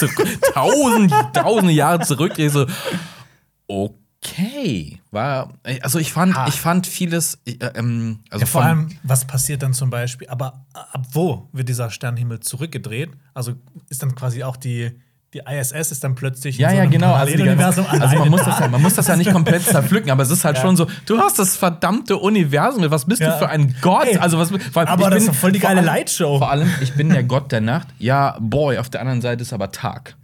B: so tausend, tausende Jahre zurückdrehst. So, okay, war, also ich fand, ich fand vieles, äh, ähm, also
C: Ja, vor
B: von-
C: allem, was passiert dann zum Beispiel? Aber ab wo wird dieser Sternhimmel zurückgedreht? Also ist dann quasi auch die, die ISS ist dann plötzlich
B: Ja, ja, genau. Also,
C: Also,
B: die ganze,
C: Universum
B: also man, muss das ja, man muss das ja nicht komplett zerpflücken, aber es ist halt schon so, du hast das verdammte Universum, was bist
C: Ja.
B: du für ein Gott?
C: Ey,
B: also was, vor allem,
C: aber
B: ich
C: das ist doch voll die
B: vor
C: geile
B: allem-
C: Lightshow.
B: Vor allem, ich bin der Gott der Nacht. Ja, boy, auf der anderen Seite ist aber Tag.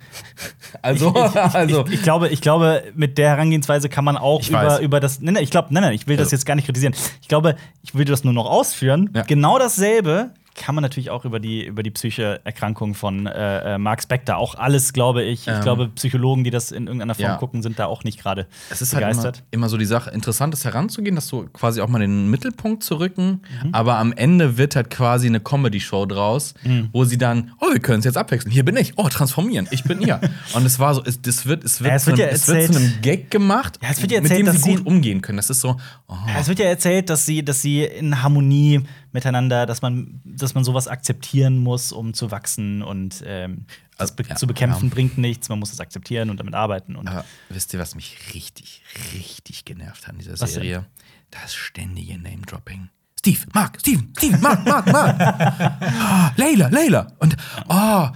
B: Also, also.
A: Ich, ich, glaube, ich glaube, mit der Herangehensweise kann man auch über,
B: weiß.
A: über das. Nein, nein, ich glaube, nein, nein, ich will das
B: Also.
A: jetzt gar nicht kritisieren. Ich glaube, ich will das nur noch ausführen.
B: Ja.
A: Genau dasselbe kann man natürlich auch über die, über die psychische Erkrankung von äh, äh, Mark Spector. Auch alles, glaube ich. Ich
B: Ähm.
A: glaube, Psychologen, die das in irgendeiner Form
B: Ja.
A: gucken, sind da auch nicht gerade
B: Es ist halt immer,
A: begeistert.
B: immer so die Sache, interessant ist heranzugehen, dass so quasi auch mal den Mittelpunkt zu rücken,
A: Mhm.
B: aber am Ende wird halt quasi eine Comedy-Show draus,
A: Mhm.
B: wo sie dann, oh, wir können es jetzt abwechseln. Hier bin ich, oh, transformieren, ich bin hier. und es war so, es, das wird, es wird,
A: Ja, es
B: zu
A: wird
B: einem,
A: ja
B: es wird zu
A: erzählt-
B: einem Gag gemacht,
A: Ja, es wird ja
B: mit
A: erzählt,
B: dem sie
A: dass sie-
B: gut umgehen können. Das ist so, oh,
A: Ja, Es wird ja erzählt, dass sie, dass sie in Harmonie miteinander, dass man, dass man sowas akzeptieren muss, um zu wachsen und ähm, das
B: Also,
A: be
B: ja,
A: zu bekämpfen bringt nichts. Man muss es akzeptieren und damit arbeiten. Und
B: Aber wisst ihr, was mich richtig, richtig genervt hat in dieser
A: Was denn?
B: Serie? Das ständige Name-Dropping. Steve, Mark, Steven, Steven, Mark, Mark, Mark. Ah, Layla, Layla. Und, oh,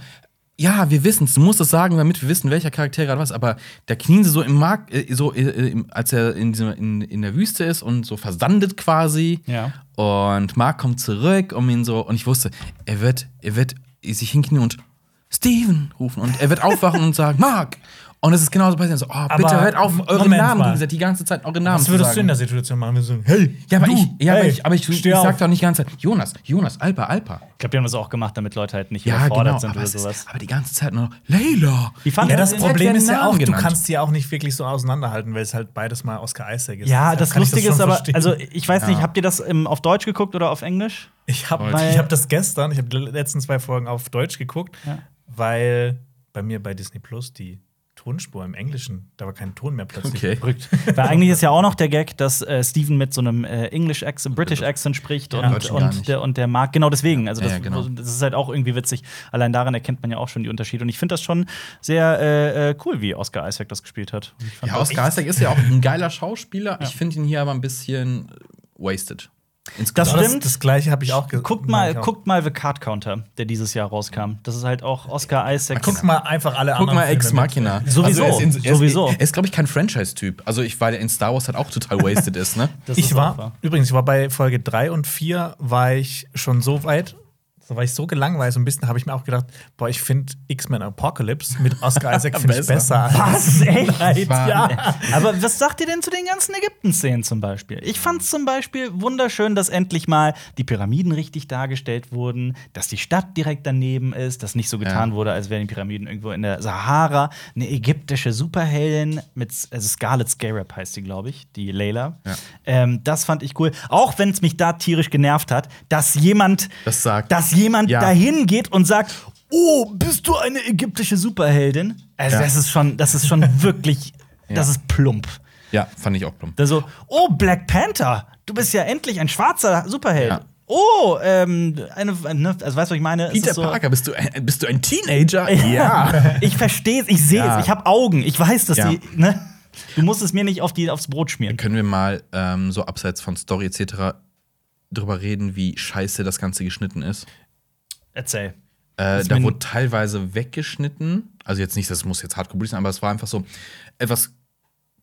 B: ja, wir wissen es. Du musst es sagen, damit wir wissen, welcher Charakter gerade was. Aber da knien sie so im Markt, äh, so, äh, im- als er in, diesem, in, in der Wüste ist und so versandet quasi.
A: Ja.
B: Und Mark kommt zurück, um ihn so. Und ich wusste, er wird, er wird sich hinknien und Steven rufen. Und er wird aufwachen und sagen, Mark. Und es ist genauso passiert. So, oh, bitte
C: Aber
B: hört auf, eure
C: Moment
B: Namen,
C: mal.
B: wie gesagt, die ganze Zeit eure Namen
C: Was
B: zu
C: würdest
B: sagen.
C: du in der Situation machen? Wir sagen, hey,
B: ja, aber
C: du,
B: ich, ja, aber
C: hey,
B: ich, aber ich, ich,
C: steh
B: sag
C: auf.
B: doch nicht die ganze Zeit, Jonas, Jonas, Alpa, Alpa.
A: Ich glaube, die haben das auch gemacht, damit Leute halt nicht
B: Ja,
A: überfordert
B: genau.
A: sind
B: Aber,
A: oder
B: es
A: sowas.
B: ist, aber die ganze Zeit nur noch, Leila.
A: Wie fand
C: Ja,
A: ihr
C: das
B: Ja,
C: Problem
B: der
C: ist ja
B: Namen
C: auch, du
B: genannt.
C: kannst die auch nicht wirklich so auseinanderhalten, weil es halt beides mal Oscar Isaac ist.
A: Ja,
C: Deshalb
A: das
C: kann ich
A: Lustige
C: schon
A: ist aber,
C: verstehen.
A: also ich weiß nicht,
B: Ja.
A: habt ihr das ähm, auf Deutsch geguckt oder auf Englisch?
C: Oh, ich habe
B: Weil-
C: hab das gestern, ich habe die letzten zwei Folgen auf Deutsch geguckt,
A: Ja.
C: weil bei mir bei Disney Plus die Tonspur im Englischen, da war kein Ton mehr plötzlich.
B: Okay.
A: Verrückt. Weil eigentlich ist ja auch noch der Gag, dass äh, Steven mit so einem äh, English Accent, British Accent spricht
B: Ja,
A: und,
B: Deutschen gar
A: und,
B: nicht.
A: der, und der mag genau deswegen. Also das,
B: Ja, ja, genau.
A: das ist halt auch irgendwie witzig. Allein daran erkennt man ja auch schon die Unterschiede. Und ich finde das schon sehr äh, äh, cool, wie Oscar Isaac das gespielt hat. Und Ich fand
B: Ja, Oscar Isaac ist ja auch ein geiler Schauspieler. Ich finde ihn hier aber ein bisschen wasted.
A: Das
C: Aber
B: Insgesamt.
C: Das,
A: Stimmt.
C: das gleiche habe ich auch gesagt.
A: Guckt mal, guckt mal The Card Counter, der dieses Jahr rauskam. Das ist halt auch Oscar Isaac.
C: guckt mal einfach alle
B: Guck
C: anderen.
B: mal, Ex
C: Filme mit.
B: Machina. Also
A: Sowieso,
B: er ist, in- er ist,
A: sowieso.
B: Er ist, glaube ich, kein Franchise-Typ. Also, ich, weil er in Star Wars halt auch total wasted ist, ne?
A: Das ist
C: Ich
A: auch
C: war,
A: wahr.
C: übrigens, ich war bei Folge 3 und 4, war ich schon so weit, so war ich so gelangweilt, so ein bisschen habe ich mir auch gedacht, boah, ich finde X-Men Apocalypse mit Oscar Isaac finde ich besser.
B: Besser.
C: als-
A: Was? Echt?
B: War-
C: Ja.
A: Aber was sagt ihr denn zu den ganzen Ägypten-Szenen zum Beispiel? Ich fand zum Beispiel wunderschön, dass endlich mal die Pyramiden richtig dargestellt wurden, dass die Stadt direkt daneben ist, dass nicht so getan
B: Ja.
A: wurde, als wären die Pyramiden irgendwo in der Sahara. Eine ägyptische Superheldin mit, also Scarlet Scarab heißt sie, glaube ich, die Layla.
B: Ja.
A: Ähm, das fand ich cool. Auch wenn es mich da tierisch genervt hat, dass jemand
B: Das sagt.
A: dass jemand
B: Ja.
A: dahin geht und sagt, oh, bist du eine ägyptische Superheldin? Also
B: Ja.
A: das ist schon, das ist schon wirklich, das ist plump.
B: Ja, fand ich auch dumm.
A: Da so, oh, Black Panther, du bist ja endlich ein schwarzer Superheld.
B: Ja.
A: Oh, ähm, eine, ne, also weißt du, was ich meine? Es
B: Peter
A: ist so-
B: Parker, bist du, ein, bist du ein Teenager?
A: ich verstehe es, ich sehe es,
B: Ja.
A: ich habe Augen, ich weiß, dass
B: Ja.
A: die, ne? Du musst es mir nicht auf die, aufs Brot schmieren.
B: Können wir mal ähm, so abseits von Story etc. drüber reden, wie scheiße das Ganze geschnitten ist?
A: Erzähl.
B: Äh,
A: Ist
B: da
A: mir-
B: wurde teilweise weggeschnitten. Also jetzt nicht, das muss jetzt hardcore Bruce sein, aber es war einfach so, etwas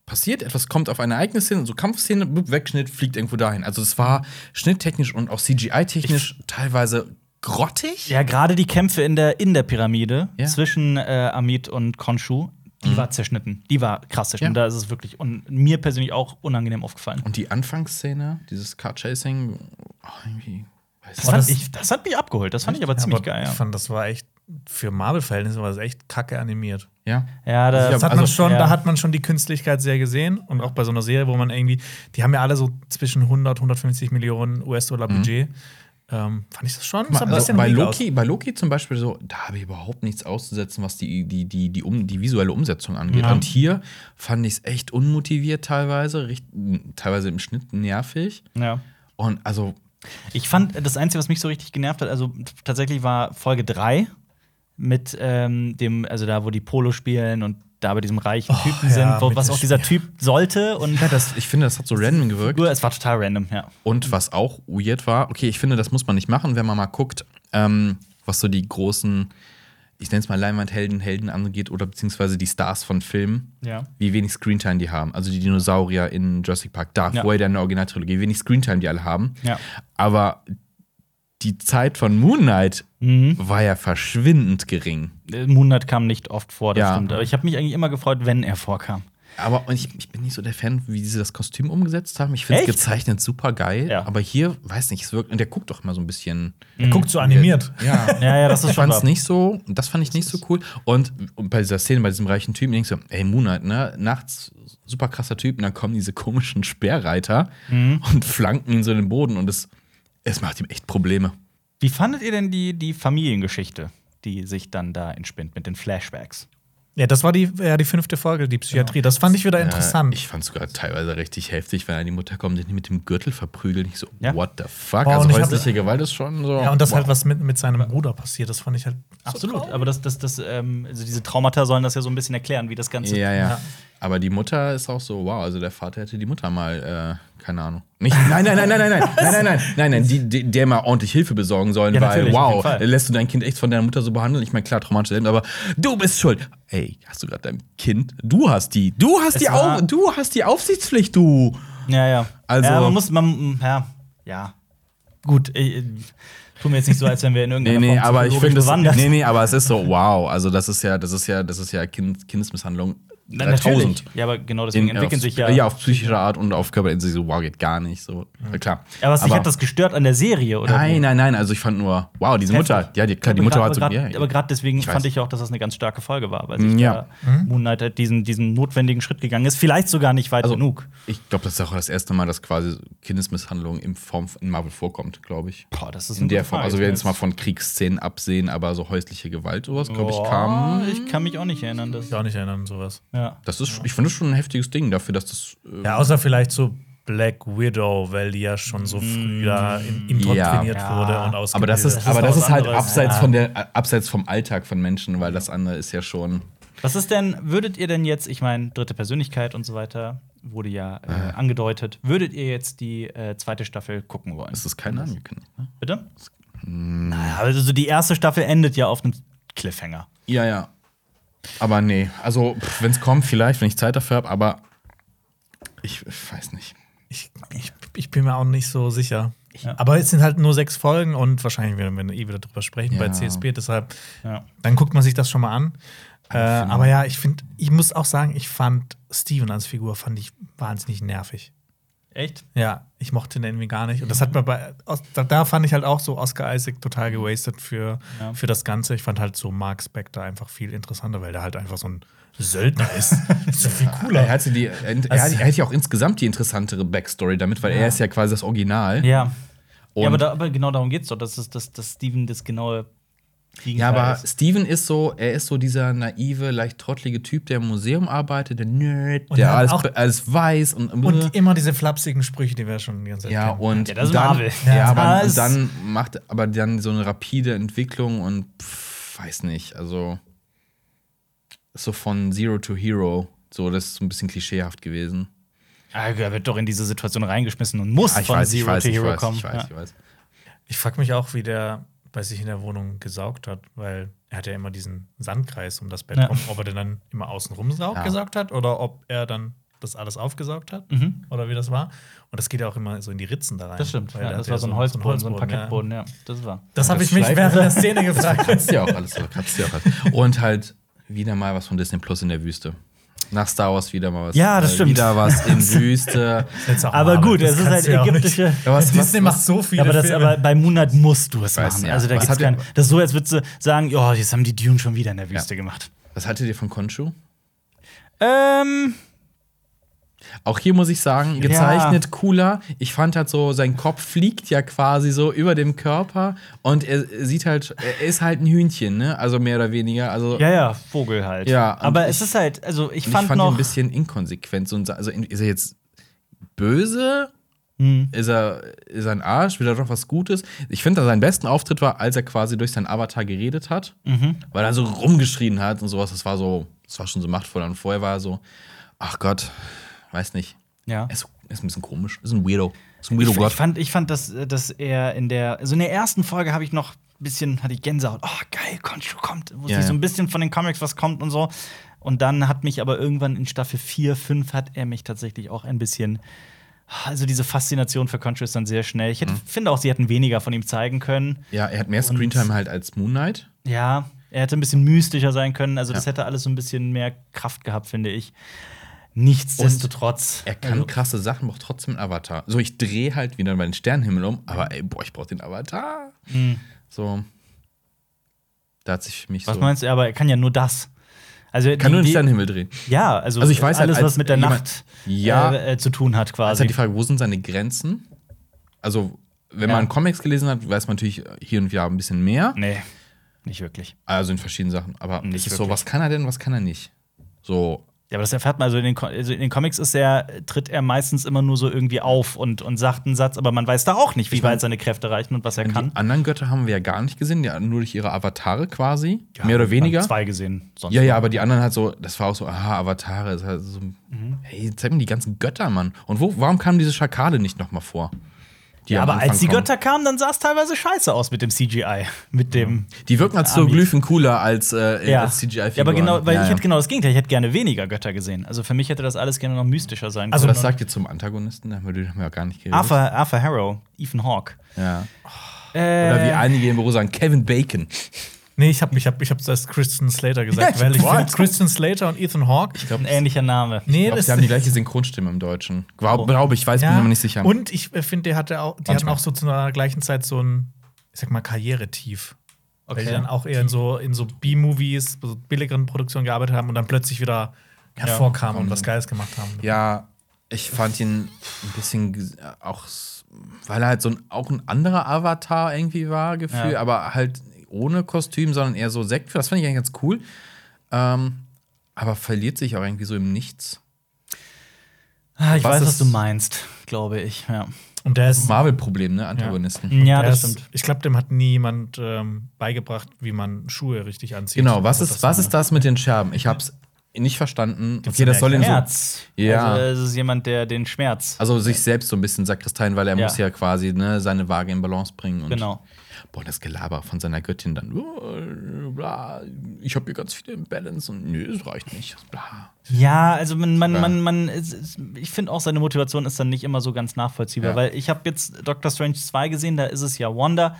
B: passiert, etwas kommt auf ein Ereignis hin, so Kampfszene, blub, Wegschnitt, fliegt irgendwo dahin. Also es war schnitttechnisch und auch CGI-technisch teilweise grottig.
A: Ja, gerade die Kämpfe in der, in der Pyramide
B: Ja.
A: zwischen äh, Amit und Konshu, die war zerschnitten. Die war krass zerschnitten.
B: Ja.
A: Da ist es wirklich un mir persönlich auch unangenehm aufgefallen.
B: Und die Anfangsszene, dieses Car-Chasing, oh, irgendwie, weiß
A: Das,
B: ich
C: war
A: fand
C: das-
A: ich, das hat mich abgeholt. Das fand ich aber ziemlich geil.
C: Ich
A: Ja,
C: fand, das war echt, für Marvel-Verhältnisse war das echt kacke animiert.
B: ja.
A: ja da,
B: Ich
C: Das hat man
B: Also,
C: schon,
A: ja.
C: Da hat man schon die Künstlichkeit sehr gesehen. Und auch bei so einer Serie, wo man irgendwie, die haben ja alle so zwischen 100, 150 Millionen US-Dollar Budget. Ähm, fand ich das schon das sah ein
B: Mhm. Also
C: bisschen
B: bei,
C: real aus.
B: Loki, bei Loki zum Beispiel so, da habe ich überhaupt nichts auszusetzen, was die, die, die, die, um, die visuelle Umsetzung angeht. Und hier fand ich es echt unmotiviert teilweise, richt, teilweise im Schnitt nervig.
A: ja.
B: Und also,
A: Ich fand das Einzige, was mich so richtig genervt hat, also t- tatsächlich war Folge 3 mit ähm, dem, also da, wo die Polo spielen und da bei diesem reichen Typen
C: ja,
A: sind, wo,
C: mit
A: was
C: dem
A: auch dieser
C: Spiel.
A: Typ sollte und
B: ja, das, ich finde, das hat so random gewirkt.
A: es war total random, ja.
B: Und was auch weird war, okay, ich finde, das muss man nicht machen, wenn man mal guckt, ähm, was so die großen, ich nenne es mal Leinwandhelden, Helden angeht oder beziehungsweise die Stars von Filmen,
A: Ja.
B: wie wenig Screentime die haben. Also die Dinosaurier in Jurassic Park, Darth
A: Ja.
B: Vader in der Originaltrilogie, wie wenig Screentime die alle haben.
A: Ja.
B: Aber die Zeit von Moon Knight
A: Mhm.
B: war ja verschwindend gering.
A: Äh, Moon Knight kam nicht oft vor, das
B: Ja.
A: stimmt. Aber ich habe mich eigentlich immer gefreut, wenn er vorkam.
B: Aber und ich, ich bin nicht so der Fan, wie sie das Kostüm umgesetzt haben. Ich finde es
A: Echt?
B: gezeichnet super geil.
A: Ja.
B: Aber hier, weiß nicht, es wirkt. Und der guckt doch mal so ein bisschen.
C: Der guckt
B: Mhm.
C: so animiert.
B: Ja.
A: Ja, ja, das ist
B: Ich
A: schon
B: fand's
A: wahr.
B: nicht so, das fand ich nicht so cool. Und, und bei dieser Szene, bei diesem reichen Typen, denkst du, ey, Moon Knight, ne? Nachts super krasser Typ, und dann kommen diese komischen Speerreiter und flanken ihn so in den Boden und es, es macht ihm echt Probleme.
A: Wie fandet ihr denn die, die Familiengeschichte, die sich dann da entspinnt mit den Flashbacks?
C: Ja, das war die, ja, die fünfte Folge, die Psychiatrie. Das fand ich wieder interessant.
B: Genau. Äh, ich fand's sogar teilweise richtig heftig, wenn dann die Mutter kommt und ihn mit dem Gürtel verprügelt. Ich so,
A: Ja.
B: what the fuck?
C: Boah, und
B: also
C: ich hab-
B: häusliche Gewalt ist schon so.
C: ja, und das
B: boah.
C: halt, was mit, mit seinem Bruder passiert, das fand ich halt.
A: Absolut, aber das, das, das, ähm, also diese Traumata sollen das ja so ein bisschen erklären, wie das Ganze.
B: Ja, ja.
C: Ja.
B: Aber die Mutter ist auch so, wow, also der Vater hätte die Mutter mal, äh, keine Ahnung. Nicht, nein, nein, nein, nein, nein, nein, nein, nein, nein, nein, nein, die, die, der mal ordentlich Hilfe besorgen sollen,
A: Ja,
B: weil,
A: natürlich, auf jeden
B: wow,
A: Fall.
B: lässt du dein Kind echt von deiner Mutter so behandeln? Ich meine, klar, traumatisch selbst, aber du bist schuld. Ey, hast du gerade dein Kind? Du hast die, du hast
A: Es
B: die,
A: war-
B: Au du hast die Aufsichtspflicht, du.
A: Ja, ja.
B: Also-
A: ja, man muss, man, mm, ja, ja. Gut, äh, tun wir jetzt nicht so, als wenn wir in
B: Nee,
A: irgendeiner
B: nee,
A: Form
B: aber ich
A: psychologisch
B: finde
A: bewandert
B: das. Nee, nee, aber es ist so, wow. Also das ist ja, das ist ja, das ist ja kind, Kindesmisshandlung.
A: Na,
B: 3000.
A: natürlich. Ja, aber genau deswegen
B: In-
A: entwickeln
B: auf,
A: sich ja.
B: Ja, auf psychische Art und auf Körperinsicht so, wow, geht gar nicht. So, ja, klar.
A: aber Mhm. was dich hat das gestört an der Serie, oder?
B: Nein, nein, nein. Also ich fand nur, wow, diese Mutter. Ja, die, klar, die Mutter war so.
A: grad,
B: ja,
A: Aber gerade deswegen
B: Ich weiß. Mm,
A: fand ich auch, dass das eine ganz starke Folge war, weil sich
B: Ja.
A: da Moon Knight halt diesen, diesen notwendigen Schritt gegangen ist. Vielleicht sogar nicht weit
B: Also-
A: genug.
B: ich glaube, das ist auch das erste Mal, dass quasi Kindesmisshandlung in Form in Marvel vorkommt, glaube ich.
A: Boah, das ist
B: In
A: eine
B: der
A: gute
B: Form.
A: Frage.
B: Also wir werden jetzt mal von Kriegsszenen absehen, aber so häusliche Gewalt, sowas, glaube ich,
A: Boah,
B: kam.
A: Ich kann mich auch nicht erinnern, dass.
C: Ich auch nicht erinnern, sowas.
A: Ja.
B: Das ist, ich finde das schon ein heftiges Ding dafür, dass das. äh,
C: Ja, außer vielleicht so Black Widow, weil die ja schon so früh da in- indoktriniert
A: Ja.
C: wurde und
A: Aber
C: ausgebildet.
B: Mm. Aber das ist, aber
A: doch
B: das
A: was
B: ist halt
A: anderes.
B: abseits
A: Ja.
B: von der äh, abseits vom Alltag von Menschen, weil das andere ist ja schon.
A: Was ist denn, würdet ihr denn jetzt, ich meine, dritte Persönlichkeit und so weiter, wurde ja äh, angedeutet, würdet ihr jetzt die äh, zweite Staffel gucken wollen?
B: Es ist Mm. kein Angekündigt. Ne?
A: Bitte? Naja, also die erste Staffel endet ja auf einem Cliffhanger.
B: Ja, ja. Aber nee, also wenn es kommt, vielleicht, wenn ich Zeit dafür habe, aber ich weiß nicht.
C: ich, ich, ich bin mir auch nicht so sicher.
A: Ja.
C: Aber es sind halt nur sechs Folgen und wahrscheinlich werden wir eh wieder drüber sprechen bei
B: Ja.
C: CSP, deshalb
A: Ja.
C: dann guckt man sich das schon mal an. Äh, aber ja, ich finde, ich muss auch sagen, ich fand Steven als Figur fand ich wahnsinnig nervig.
A: Echt?
C: Ja, ich mochte den irgendwie gar nicht. Und das hat mir bei. Os- Da, da fand ich halt auch so Oscar Isaac total gewastet für,
A: Ja.
C: für das Ganze. Ich fand halt so Mark Spector einfach viel interessanter, weil der halt einfach so ein Söldner ist. so viel
B: Er
C: cooler.
B: hatte, die, er, er hat- er hätte ja auch insgesamt die interessantere Backstory damit, weil er ist ja quasi das Original.
A: Ja.
B: Und-
A: ja aber, da, aber genau darum geht's doch, dass, es- dass, dass Steven das genau genaue
B: Ja,
A: Gegenteil
B: aber
A: ist.
B: Steven ist so, er ist so dieser naive, leicht trottelige Typ, der im Museum arbeitet, der Nerd,
C: Und
B: der
C: dann
B: alles,
C: auch-
B: alles weiß und, äh,
C: Und immer diese flapsigen Sprüche, die wir schon die ganze Zeit
B: ja
C: kennen.
B: und
A: Ja, das ist
B: dann,
A: Marvel.
B: Ja,
A: Ja,
B: aber
A: das-
B: und dann macht aber dann so eine rapide Entwicklung und pff, weiß nicht, also ist so von Zero to Hero, so das ist so ein bisschen klischeehaft gewesen.
A: Ah, Er wird doch in diese Situation reingeschmissen und muss
B: Ah, ich
A: von
B: weiß, ich
A: Zero
B: weiß,
A: to
B: ich
A: Hero
B: weiß,
A: kommen.
B: ich weiß,
A: ja.
B: ich weiß.
C: Ich frage mich auch, wie der bei sich in der Wohnung gesaugt hat, weil er hat ja immer diesen Sandkreis um das Bett
A: Ja.
C: rum. Ob er den dann immer außen rum sau-
B: Ja.
C: gesaugt hat oder ob er dann das alles aufgesaugt hat oder wie das war. Und das geht ja auch immer so in die Ritzen da rein.
A: Mhm. Das stimmt.
C: weil
A: Ja,
C: der
A: das
C: hat
A: war so ein Holzboden, so ein Parkettboden, ja. Das war.
C: Ja. Das habe
B: Das
C: ich mich
B: Schleifen-
C: während der Szene gefragt.
B: Kratzt ja auch alles, so, kratzt ja auch alles. Und halt wieder mal was von Disney Plus in der Wüste. Nach Star Wars wieder mal was. äh,
A: Ja, das stimmt.
B: Wieder was in Wüste.
C: Jetzt auch
A: Aber
C: mal,
A: gut, es ist
C: kannst
A: halt
C: du ja auch nicht.
A: ägyptische.
B: Ja, was-
C: Disney
B: was-
C: macht
B: was-
C: so viele
A: Ja, aber, das,
C: Filme.
A: aber bei Monat musst du es
B: weiß
A: machen.
B: nicht,
A: Also da
B: was
A: gibt's
B: habt ihr-
A: keinen. Das ist so, als würdest du sagen, ja, jetzt haben die Dune schon wieder in der Wüste gemacht.
B: Was haltet ihr von Konshu?
A: Ähm,
B: Auch hier muss ich sagen, gezeichnet cooler. Ich fand halt so, sein Kopf fliegt ja quasi so über dem Körper und er sieht halt, er ist halt ein Hühnchen, ne? Also mehr oder weniger. Also
A: ja, ja, Vogel halt.
B: Ja, und
A: aber
B: ich-
A: es ist halt, also ich
B: ich
A: fand,
B: fand ihn
A: noch.
B: ein bisschen inkonsequent. So, ein Sa- also in- ist er jetzt böse?
A: Hm.
B: Ist, er, ist er ein Arsch? Will er doch was Gutes? Ich finde, dass sein besten Auftritt war, als er quasi durch seinen Avatar geredet hat,
A: Mhm.
B: weil er so rumgeschrien hat und sowas. Das war so, das war schon so machtvoll. Und vorher war er so, ach Gott, weiß nicht.
A: ja.
B: Er ist, er ist ein bisschen komisch. Ist ein Weirdo. Ist ein
A: Ich,
B: Weirdo
A: ich
B: Gott.
A: fand, ich fand dass, äh, dass er in der, also in der ersten Folge habe ich noch ein bisschen, hatte ich Gänsehaut. Oh, geil, Konshu kommt. Wo
B: Ja,
A: sie so
B: ja.
A: ein bisschen von den Comics was kommt und so. Und dann hat mich aber irgendwann in Staffel 4, 5 hat er mich tatsächlich auch ein bisschen. Also diese Faszination für Conchu ist dann sehr schnell. Ich hätte,
B: Mhm.
A: finde auch, sie hätten weniger von ihm zeigen können.
B: Ja, er hat mehr Screentime halt als Moon Knight.
A: Ja, er hätte ein bisschen mystischer sein können. Also, das hätte alles so ein bisschen mehr Kraft gehabt, finde ich. Nichtsdestotrotz. Also,
B: Er kann krasse Sachen, braucht trotzdem einen Avatar. So, ich drehe halt wieder meinen Sternenhimmel um, aber ey, boah, ich brauche den Avatar. So. Da hat sich für mich
A: hm, was
B: so.
A: meinst du? Aber er kann ja nur das. Also,
B: Kann nur den
A: die-
B: Sternenhimmel drehen.
A: Ja, also,
B: Also ich weiß halt,
A: alles,
B: als
A: was mit der
B: jemand-
A: Nacht
B: Ja.
A: äh, äh, zu tun hat,
B: Also
A: quasi.
B: die Frage, wo sind seine Grenzen? Also, wenn
A: Ja.
B: man Comics gelesen hat, weiß man natürlich hier und da ein bisschen mehr.
A: nee, nicht wirklich.
B: Also in verschiedenen Sachen. Aber
A: Nicht
B: es ist so,
A: wirklich.
B: was kann er denn, was kann er nicht? So,
A: Ja, aber das erfährt man. Also in den, Co- also in den Comics ist er, tritt er meistens immer nur so irgendwie auf und, und sagt einen Satz, aber man weiß da auch nicht, wie weit seine Kräfte reichen und was er kann.
B: die anderen Götter haben wir ja gar nicht gesehen, die, nur durch ihre Avatare quasi. mehr oder weniger.
A: Zwei ne? gesehen. Sonst
B: Ja, ja, aber die anderen halt so, das war auch so, aha, Avatare, ist halt
A: Mhm.
B: so, hey, zeig mir die ganzen Götter, Mann. Und wo, warum kamen diese Schakale nicht nochmal vor? die
A: Ja,
B: am
A: aber
B: Anfang
A: als die
B: kommen.
A: Götter kamen, dann sah es teilweise scheiße aus mit dem CGI. Mit dem.
B: Die wirken als Hieroglyphen cooler als, äh,
A: Ja,
B: als CGI-Figuren.
A: ja aber genau, weil
B: Ja,
A: ich
B: ja.
A: hätte genau das Gegenteil. Ich hätte gerne weniger Götter gesehen. Also für mich hätte das alles gerne noch mystischer sein
C: Also
B: Was
A: können.
B: sagt ihr zum Antagonisten? Da haben wir den haben wir ja gar nicht geredet.
A: Arthur, Arthur Harrow, Ethan Hawke.
B: Ja.
A: Äh,
B: Oder wie einige im Büro sagen, Kevin Bacon.
C: Nee, ich habe ich hab, ich hab's als Christian Slater gesagt,
B: Ja,
C: weil ich
B: what?
C: finde Christian Slater und Ethan Hawke.
B: Ich glaube,
A: ein ähnlicher Name.
C: Nee,
B: glaub, sie haben die gleiche Synchronstimme im Deutschen. Glaube
A: Oh.
B: glaub ich, weiß, bin mir nicht sicher.
C: Und ich äh, finde, der hatte auch, die hatten
B: Manchmal.
C: auch so zu einer gleichen Zeit so ein, ich sag mal, Karrieretief. Weil
A: Okay.
C: die dann auch eher in so, in so B-Movies, so billigeren Produktionen gearbeitet haben und dann plötzlich wieder hervorkamen und was Geiles gemacht haben.
B: Ja, ich fand ihn ein bisschen ges- auch, s- weil er halt so ein, auch ein anderer Avatar irgendwie war, Gefühl,
A: Ja.
B: aber halt ohne Kostüm, sondern eher so Sekt. Das fand ich eigentlich ganz cool. Ähm, aber verliert sich auch irgendwie so im Nichts.
A: Ah, ich
B: Was
A: weiß, was
B: ist-
A: du meinst, glaube ich. Ja,
C: Und der ist.
B: Marvel-Problem, ne? Antagonisten.
A: ja
C: der
A: das
C: ist,
A: stimmt.
C: Ich glaube, dem hat niemand ähm, beigebracht, wie man Schuhe richtig anzieht.
B: Genau, was
C: Das
B: ist, was ist das mit den Scherben? Ich hab's nicht verstanden.
C: Gibt's
B: okay, das
C: eine
B: soll ihn so.
A: Schmerz.
B: Ja.
A: Also, es ist jemand, der den Schmerz.
B: Also sich selbst so ein bisschen sakristeien, weil er
A: Ja.
B: muss ja quasi ne, seine Waage in Balance bringen. Und
A: Genau.
B: Boah, das Gelaber von seiner Göttin dann. "Oh, bla, Ich habe hier ganz viele im Balance und nö, das reicht nicht. Bla.
A: Ja, also man, man,
B: Ja.
A: man, man es- es- ich finde auch seine Motivation ist dann nicht immer so ganz nachvollziehbar,
B: Ja.
A: weil ich habe jetzt Doctor Strange 2 gesehen, da ist es ja Wanda,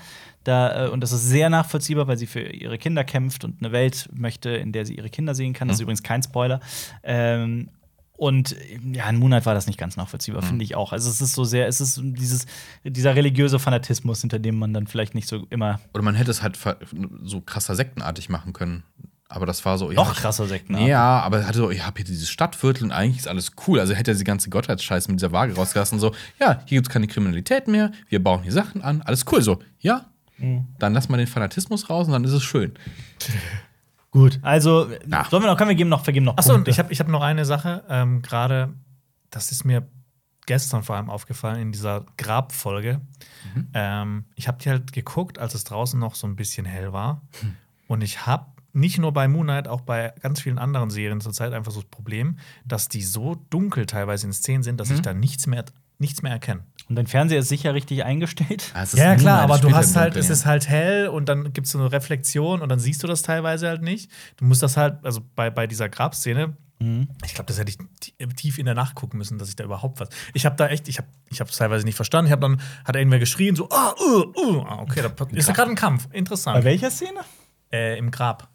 A: da äh, und das ist sehr nachvollziehbar, weil sie für ihre Kinder kämpft und eine Welt möchte, in der sie ihre Kinder sehen kann.
B: Mhm.
A: Das ist übrigens kein Spoiler. Ähm, und äh, ja, in Moonlight war das nicht ganz nachvollziehbar,
B: Mhm.
A: finde ich auch. Also es ist so sehr, es ist dieses dieser religiöse Fanatismus, hinter dem man dann vielleicht nicht so immer
B: Oder man hätte es halt ver- so krasser sektenartig machen können. Aber das war so. ja,
A: noch
B: ich-
A: krasser Sekten
B: Nee, Ja, aber er hatte so, ich habe hier dieses Stadtviertel und eigentlich ist alles cool. Also hätte er die ganze Gottheitsscheiße mit dieser Waage rausgelassen, so, ja, hier gibt's keine Kriminalität mehr, wir bauen hier Sachen an, alles cool. So, ja, dann lass mal den Fanatismus raus und dann ist es schön.
A: Gut. Also
B: Na.
A: sollen wir noch, können wir geben noch vergeben noch
C: Achso, und
A: Punkte.
C: ich habe ich hab noch eine Sache. Ähm, Gerade, das ist mir gestern vor allem aufgefallen in dieser Grabfolge. Ähm, ich habe die halt geguckt, als es draußen noch so ein bisschen hell war. Und ich habe nicht nur bei Moonlight, auch bei ganz vielen anderen Serien zurzeit einfach so das Problem, dass die so dunkel teilweise in Szenen sind, dass ich da nichts mehr, nichts mehr erkenne.
A: und dein Fernseher ist sicher richtig eingestellt.
B: Ja, es ist
C: Ja, ja, klar,
B: niemals
C: aber du
B: später
C: hast
B: im
C: halt,
B: Dunkeln.
C: es ist halt hell und dann gibt es so eine Reflexion und dann siehst du das teilweise halt nicht. Du musst das halt, also bei, bei dieser Grabszene,
A: Mhm.
C: ich glaube, das hätte ich t- tief in der Nacht gucken müssen, dass ich da überhaupt was. Ich habe da echt, ich habe ich es teilweise nicht verstanden. Ich habe dann, hat irgendwer geschrien, so, ah, uh, uh. ah okay, da pa- ist da gerade ein Kampf.
A: Bei
C: Interessant.
A: welcher Szene?
C: Äh, Im Grab,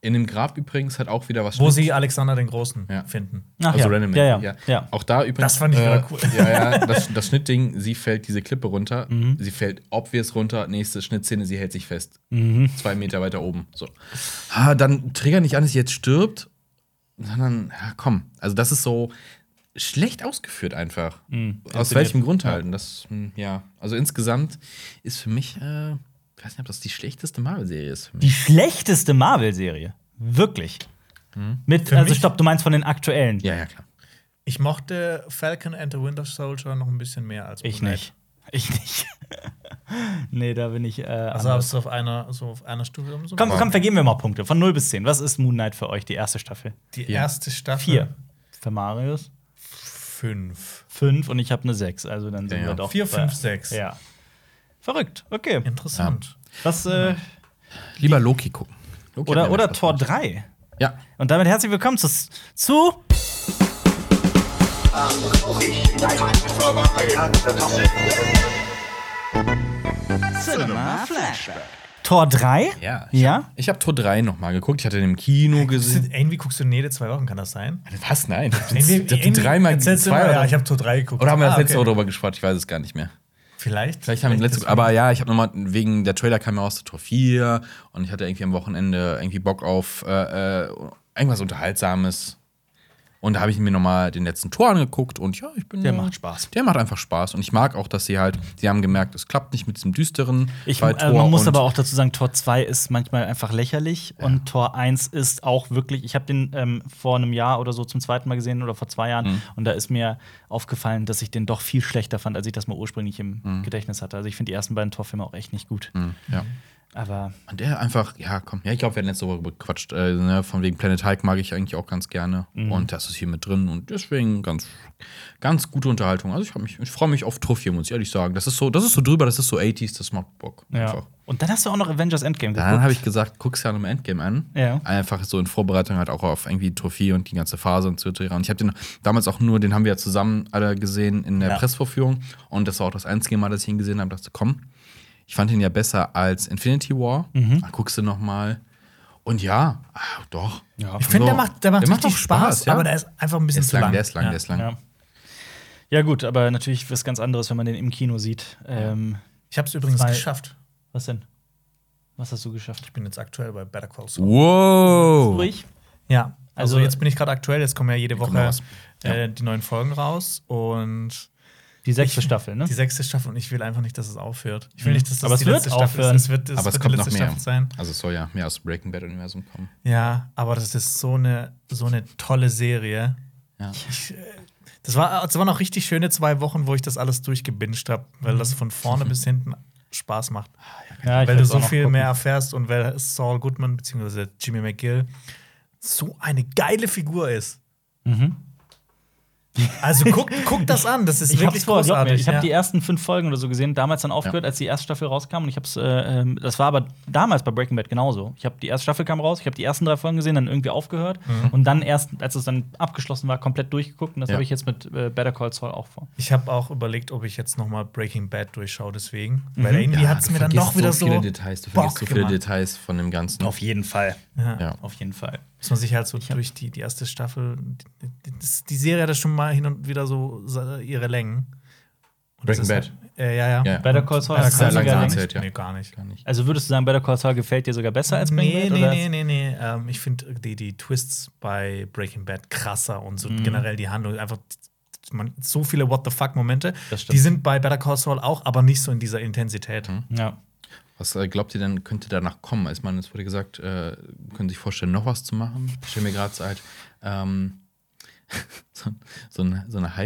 B: In dem Grab übrigens hat auch wieder was
C: wo sie Alexander den Großen
B: Ja.
C: finden.
A: Ach ja.
B: randommäßig,
A: Ja, ja. Ja.
B: Auch da übrigens. äh,
C: Das fand ich wieder cool.
B: Ja, ja, das, das Schnittding, sie fällt diese Klippe runter,
A: Mhm.
B: sie fällt obvious runter, nächste Schnittszene, sie hält sich fest.
A: Mhm.
B: Zwei Meter weiter oben. So. Ah, dann trigger nicht an, dass sie jetzt stirbt, sondern, ja, komm. Also, das ist so schlecht ausgeführt einfach. Aus
A: Inszeniert.
B: welchem Grund halt? Und Das, hm, ja. Also, insgesamt ist für mich, äh, ich weiß nicht, ob das die schlechteste Marvel-Serie ist für mich.
A: Die schlechteste Marvel-Serie. Wirklich. Mit,
C: Für
A: also
C: mich-
A: stopp, du meinst von den aktuellen.
B: Ja, ja, klar.
C: Ich mochte Falcon and the Winter Soldier noch ein bisschen mehr als
A: Ich
C: Moon Knight.
A: nicht. Ich nicht. nee, da bin ich. Äh,
C: Also
A: anders.
C: hast du auf einer, so auf einer Stufe. so ein
A: komm,
C: bisschen.
A: komm, vergeben wir mal Punkte. Von 0 bis 10. Was ist Moon Knight für euch, die erste Staffel?
C: Die
B: Ja.
C: erste Staffel.
A: Vier. Für Marius.
C: Fünf.
A: Fünf und ich habe eine 6. Also dann sind
B: Ja, ja.
A: wir doch.
C: Vier,
A: bei-
C: fünf, sechs.
A: Ja. Verrückt. Okay.
C: Interessant.
A: Was, äh,
B: Lieber Loki gucken. Loki hat
A: oder
B: mir
A: oder
B: Spaß
A: Tor
B: gemacht.
A: 3.
B: Ja,
A: Und damit herzlich willkommen zu. zu Cinema Flashback. Tor 3?
B: Ja. Ich
A: Ja?
B: Ich habe Tor 3 nochmal geguckt. Ich hatte den im Kino gesehen.
C: Sind- Irgendwie guckst du in jede zwei Wochen, kann das sein?
B: Was? Nein. Ich hab den-
C: Irgendwie-
B: ich hab den
C: irgendwie
B: dreimal
C: erzählst du immer,
B: zwei
C: ja, ich
B: oder,
C: habe Tor 3 geguckt.
B: oder haben wir das
C: Ah,
B: letzte
C: okay.
B: Mal drüber gesprochen? Ich weiß es gar nicht mehr.
C: Vielleicht.
B: Vielleicht haben wir das letzte
C: deswegen.
B: Aber ja, ich habe nochmal wegen der Trailer kam ja aus zu Tor 4 und ich hatte irgendwie am Wochenende irgendwie Bock auf äh, äh, irgendwas Unterhaltsames. Und da habe ich mir nochmal den letzten Tor angeguckt und ja, ich bin.
A: Der
B: äh,
A: macht Spaß.
B: Der macht einfach Spaß. Und ich mag auch, dass sie halt, sie haben gemerkt, es klappt nicht mit diesem düsteren.
A: Ich,
B: bei
A: äh, man muss
B: und-
A: aber auch dazu sagen, Tor 2 ist manchmal einfach lächerlich und Tor 1 ist auch wirklich. Ich habe den ähm, vor einem Jahr oder so zum zweiten Mal gesehen oder vor zwei Jahren
B: Mhm.
A: und da ist mir aufgefallen, dass ich den doch
B: Mhm.
A: viel schlechter fand, als ich das mal ursprünglich im Gedächtnis hatte. Also ich finde die ersten beiden Torfilme auch echt nicht gut.
B: Ja.
A: Aber
B: Und der einfach, ja, komm, ja, ich glaube, wir hatten letzte Woche gequatscht. Äh, ne, von wegen Planet Hulk mag ich eigentlich auch ganz gerne. Und das ist hier mit drin. Und deswegen ganz, ganz gute Unterhaltung. Also ich, hab mich- ich freue mich auf Truff hier, muss ich ehrlich sagen. Das ist so, das ist so drüber, das ist so 80s, das macht Bock.
A: ja.
B: Einfach.
A: Und dann hast du auch noch Avengers Endgame
B: Dann habe ich gesagt, guck's ja im Endgame an.
A: Ja.
B: Einfach so in Vorbereitung halt auch auf irgendwie Trophäe und die ganze Phase und so. Und ich habe den damals auch nur, den haben wir ja zusammen alle gesehen in der
A: Ja.
B: Pressvorführung. Und das war auch das einzige Mal, dass ich ihn gesehen habe. dachte, komm, ich fand ihn ja besser als Infinity War.
A: Mhm.
B: Dann guckst du noch mal. Und ja, ah, doch.
A: Ja.
C: Ich finde, der
B: So.
C: macht, der macht richtig
B: auch
C: Spaß,
B: ja.
C: aber der ist einfach ein bisschen
B: Der ist
C: zu
B: lang,
C: lang.
B: der ist lang,
C: ja.
B: der ist lang.
A: Ja. ja, gut, aber natürlich was ganz anderes, wenn man den im Kino sieht. Ähm,
C: Ich habe es übrigens
A: Zwei-
C: geschafft.
A: was denn? Was hast du geschafft?
C: Ich bin jetzt aktuell bei Better Call Saul. Oh.
B: Wow.
A: Ruhig.
C: Ja, also,
A: Also-
C: jetzt bin ich gerade aktuell, jetzt kommen ja jede
B: kommen
C: Woche
B: raus.
C: äh, die neuen Folgen raus und
A: Die sechste
C: Ich-
A: Staffel, ne?
C: die sechste Staffel und ich will einfach nicht, dass es aufhört. Ich will
A: Mhm.
C: nicht, dass das
A: Aber es
C: die
A: wird
C: letzte Staffel
A: aufhören.
C: ist. Es wird, es
B: Aber es
C: wird
B: kommt
C: die
B: noch
C: letzte
B: mehr.
C: Staffel sein.
B: Also es soll ja mehr aus dem Breaking Bad Universum kommen.
C: Ja, aber das ist so eine, so eine tolle Serie.
B: Ja.
C: Ich, äh, das, war, das waren auch richtig schöne zwei Wochen, wo ich das alles durchgebinged habe, weil das von vorne bis hinten Spaß macht.
A: Ja, ich
C: weil
A: werd's
C: du
A: auch
C: so
A: noch
C: viel
A: gucken.
C: mehr erfährst und weil Saul Goodman bzw. Jimmy McGill so eine geile Figur ist.
A: Mhm.
C: Also guck, guck das an, das ist
A: Ich hab's
C: wirklich
A: vor, glaub mir.
C: großartig.
A: Ich habe
C: ja.
A: die ersten fünf Folgen oder so gesehen, damals dann aufgehört, als die erste Staffel rauskam. Und ich hab's, äh, ähm, das war aber damals bei Breaking Bad genauso. Ich habe die erste Staffel kam raus, ich habe die ersten drei Folgen gesehen, dann irgendwie aufgehört
C: Mhm.
A: und dann erst, als es dann abgeschlossen war, komplett durchgeguckt. Und das
B: Ja.
A: habe ich jetzt mit äh, Better Call Saul auch vor.
C: Ich habe auch überlegt, ob ich jetzt noch mal Breaking Bad durchschaue, deswegen. Weil
A: Mhm.
C: irgendwie
B: Ja,
C: hat es
B: Ah, du
C: mir dann
B: vergisst
C: doch wieder
B: so
C: so.
B: viele Details, du vergisst
C: Bock
B: so viele
C: gemacht.
B: Details von dem Ganzen.
A: jeden Fall.
C: Ja.
B: Ja.
A: Auf jeden Fall.
C: Dass man sich halt so durch die, die erste Staffel. Die, die, das- die Serie hat ja schon mal hin und wieder so sa- ihre Längen. Und das
B: Breaking
C: ist
B: Bad.
C: halt- Äh, ja, ja. Also
B: Ja, ja.
A: Better Call Saul
C: Better
A: hast du sogar
B: sehr
C: Call Saul
B: langsam
C: gar
A: längst-
B: erzählt,
C: nicht.
B: ja.
C: Nee, gar nicht.
B: Gar nicht.
A: Also würdest du sagen, Better Call Saul gefällt dir sogar besser als Breaking
C: nee,
A: Bad? Oder?
C: nee, nee, nee, nee. Ähm, ich finde die, die Twists bei Breaking Bad krasser und
A: Mhm.
C: so generell die Handlung. Einfach man, so viele What the fuck-Momente.
A: Das stimmt. Mhm.
C: Die sind bei Better Call Saul auch, aber nicht so in dieser Intensität.
A: Ja.
B: Was äh, glaubt ihr denn, könnte danach kommen? Als man, es wurde gesagt, äh, können Sie sich vorstellen, noch was zu machen? Ich stelle mir gerade so halt ähm, so, so, eine, so eine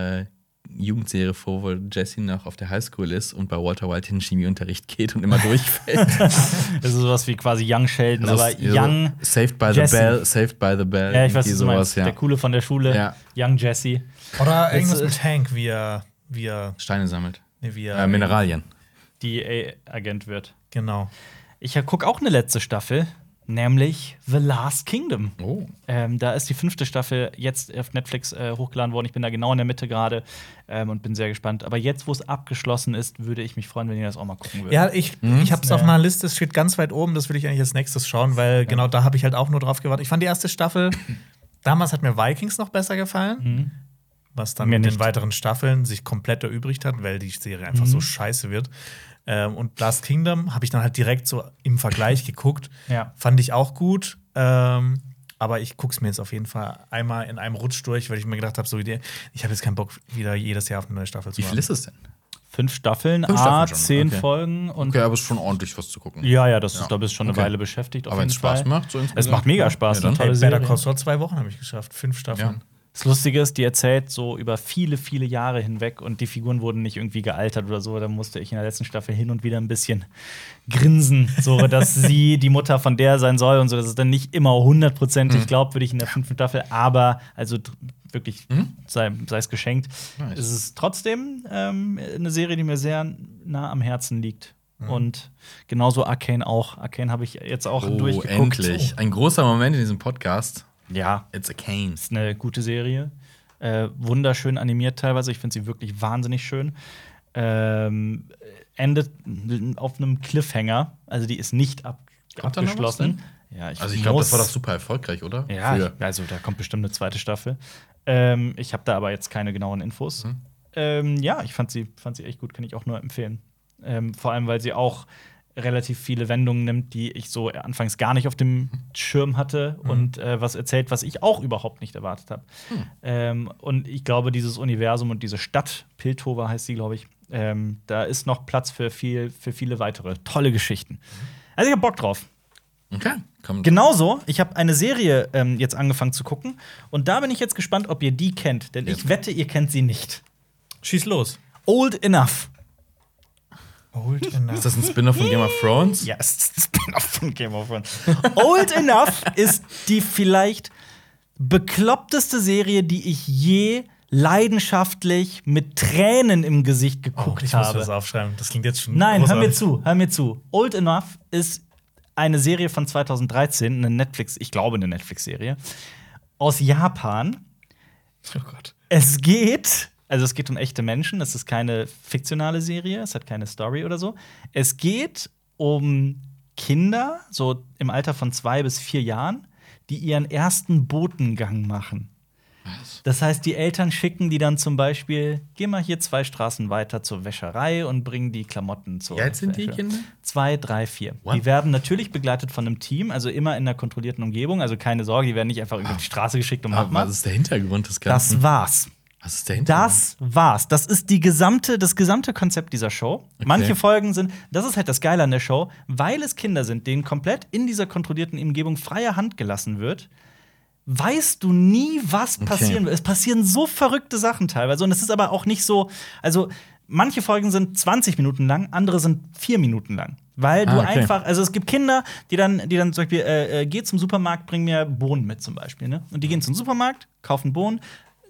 B: Highschool-Jugendserie vor, wo Jessie noch auf der Highschool ist und bei Walter White in den Chemieunterricht geht und immer durchfällt.
A: Das ist sowas wie quasi Young Sheldon,
B: Also,
A: aber
B: es- also,
A: Young.
B: Saved by
A: Jesse.
B: the Bell, Saved by the Bell.
A: Ja, ich weiß,
B: irgendwie
A: was du meinst.
B: ja.
A: Der Coole von der Schule.
B: Ja.
A: Young Jesse.
C: Oder irgendwas
A: äh,
C: mit Hank, wie er, wie er,
B: Steine sammelt.
C: nee, wie er
B: Äh, Mineralien.
A: DA-Agent wird.
C: genau.
A: Ich gucke auch eine letzte Staffel, nämlich The Last Kingdom.
B: Oh.
A: Ähm, da ist die fünfte Staffel jetzt auf Netflix äh, hochgeladen worden. Ich bin da genau in der Mitte gerade ähm, und bin sehr gespannt. Aber jetzt, wo es abgeschlossen ist, würde ich mich freuen, wenn ihr das auch mal gucken würdet.
C: Ja, ich,
B: Mhm.
C: ich hab's auf meiner Liste, es steht ganz weit oben, das will ich eigentlich als nächstes schauen, weil genau da habe ich halt auch nur drauf gewartet. Ich fand die erste Staffel, damals hat mir Vikings noch besser gefallen, was dann
A: Mhm. Mir
C: mit den
A: nicht.
C: weiteren Staffeln sich komplett erübrigt hat, weil die Serie einfach
A: Mhm.
C: so scheiße wird. Ähm, und Last Kingdom habe ich dann halt direkt so im Vergleich geguckt.
A: Ja.
C: Fand ich auch gut. Ähm, aber ich guck's mir jetzt auf jeden Fall einmal in einem Rutsch durch, weil ich mir gedacht habe, so wie die- ich habe jetzt keinen Bock, wieder jedes Jahr auf eine neue Staffel zu
B: Wie viel
C: warten.
B: ist es denn?
A: Fünf Staffeln,
B: Fünf
A: A,
B: Staffeln schon,
A: zehn
B: okay.
A: Folgen und.
B: Okay, aber es ist schon ordentlich was zu gucken.
A: Ja, ja, das ist,
B: Ja.
A: da bist du schon eine
B: Okay.
A: Weile beschäftigt. Auf
B: Aber wenn
A: jeden
B: es Spaß
A: Fall.
B: macht, so
A: Es
B: insgesamt.
A: macht mega Spaß.
B: Ja, dann.
A: eine tolle
C: Hey,
A: Serie.
C: Better Call Saul zwei Wochen habe ich geschafft, fünf Staffeln.
B: Ja.
A: Das Lustige ist, die erzählt so über viele, viele Jahre hinweg und die Figuren wurden nicht irgendwie gealtert oder so. Da musste ich in der letzten Staffel hin und wieder ein bisschen grinsen, so dass sie die Mutter von der sein soll und so. Das ist dann nicht immer
B: Mhm.
A: hundertprozentig glaubwürdig in der fünften Staffel, aber also dr- wirklich sei es geschenkt.
B: Mhm. Nice.
A: Es ist trotzdem ähm, eine Serie, die mir sehr nah am Herzen liegt.
B: Mhm.
A: Und genauso Arcane auch. Arcane habe ich jetzt auch
B: Oh,
A: durchgeguckt.
B: endlich. Ein großer Moment in diesem Podcast.
A: Ja,
B: It's a Kane.
A: ist eine gute Serie. Äh, wunderschön animiert teilweise. Ich finde sie wirklich wahnsinnig schön. Ähm, endet auf einem Cliffhanger. Also die ist nicht ab
B: Kommt da noch was
A: abgeschlossen. Ja, ich
B: Also ich glaube, das
A: muss-
B: war doch super erfolgreich, oder?
A: Ja,
B: Für-
A: ich, also da kommt bestimmt eine zweite Staffel. Ähm, ich habe da aber jetzt keine genauen Infos.
B: Mhm.
A: Ähm, ja, ich fand sie, fand sie echt gut, kann ich auch nur empfehlen. Ähm, vor allem, weil sie auch relativ viele Wendungen nimmt, die ich so anfangs gar nicht auf dem Schirm hatte
B: Mhm.
A: und äh, was erzählt, was ich auch überhaupt nicht erwartet habe.
B: Hm.
A: Ähm, und ich glaube, dieses Universum und diese Stadt, Piltover heißt sie, glaube ich, ähm, da ist noch Platz für, viel, für viele weitere tolle Geschichten.
B: Mhm.
A: Also ich habe Bock drauf.
B: Okay. Kommt.
A: Genauso, ich habe eine Serie ähm, jetzt angefangen zu gucken und da bin ich jetzt gespannt, ob ihr die kennt, denn ich wette, ihr kennt sie nicht.
C: Schieß los.
A: Old Enough.
C: Old
B: Ist
C: enough.
B: das ein Spin-off von Game of Thrones?
A: Ja, es ist ein Spin-off von Game of Thrones. Old Enough ist die vielleicht bekloppteste Serie, die ich je leidenschaftlich mit Tränen im Gesicht
C: Oh,
A: geguckt
C: ich muss mir das
A: habe.
C: aufschreiben. Das klingt jetzt schon.
A: Nein, hör mir
C: großartig.
A: zu, hör mir zu. Old Enough ist eine Serie von 2013, eine Netflix, ich glaube eine Netflix-Serie, aus Japan.
B: Oh Gott.
A: Es geht, also es geht um echte Menschen, es ist keine fiktionale Serie, es hat keine Story oder so. Es geht um Kinder, so im Alter von zwei bis vier Jahren, die ihren ersten Botengang machen. Das heißt, die Eltern schicken die dann zum Beispiel, geh mal hier zwei Straßen weiter zur Wäscherei und bring die Klamotten zur
B: Wie alt sind die
A: Wäsche.
B: Kinder?
A: Zwei, drei, vier.
B: What?
A: Die werden natürlich begleitet von einem Team, also immer in einer kontrollierten Umgebung. Also keine Sorge, die werden nicht einfach irgendwie auf die Straße geschickt und mach
B: Aber
A: mal.
B: Ah. was ist der Hintergrund des Ganzen?
A: Das war's.
B: was ist der Hintergrund?
A: Das war's. Das ist die gesamte, das gesamte Konzept dieser Show. Manche Folgen sind, das ist halt das Geile an der Show, weil es Kinder sind, denen komplett in dieser kontrollierten Umgebung freie Hand gelassen wird. Weißt du nie, was passieren wird. Es passieren so verrückte Sachen teilweise. Und es ist aber auch nicht so. Also, manche Folgen sind 20 Minuten lang, andere sind 4 Minuten lang. Weil du
B: Ah, okay.
A: einfach, also es gibt Kinder, die dann, die dann zum Beispiel, äh, äh, geh zum Supermarkt, bring mir Bohnen mit zum Beispiel, ne? Und die gehen zum Supermarkt, kaufen Bohnen,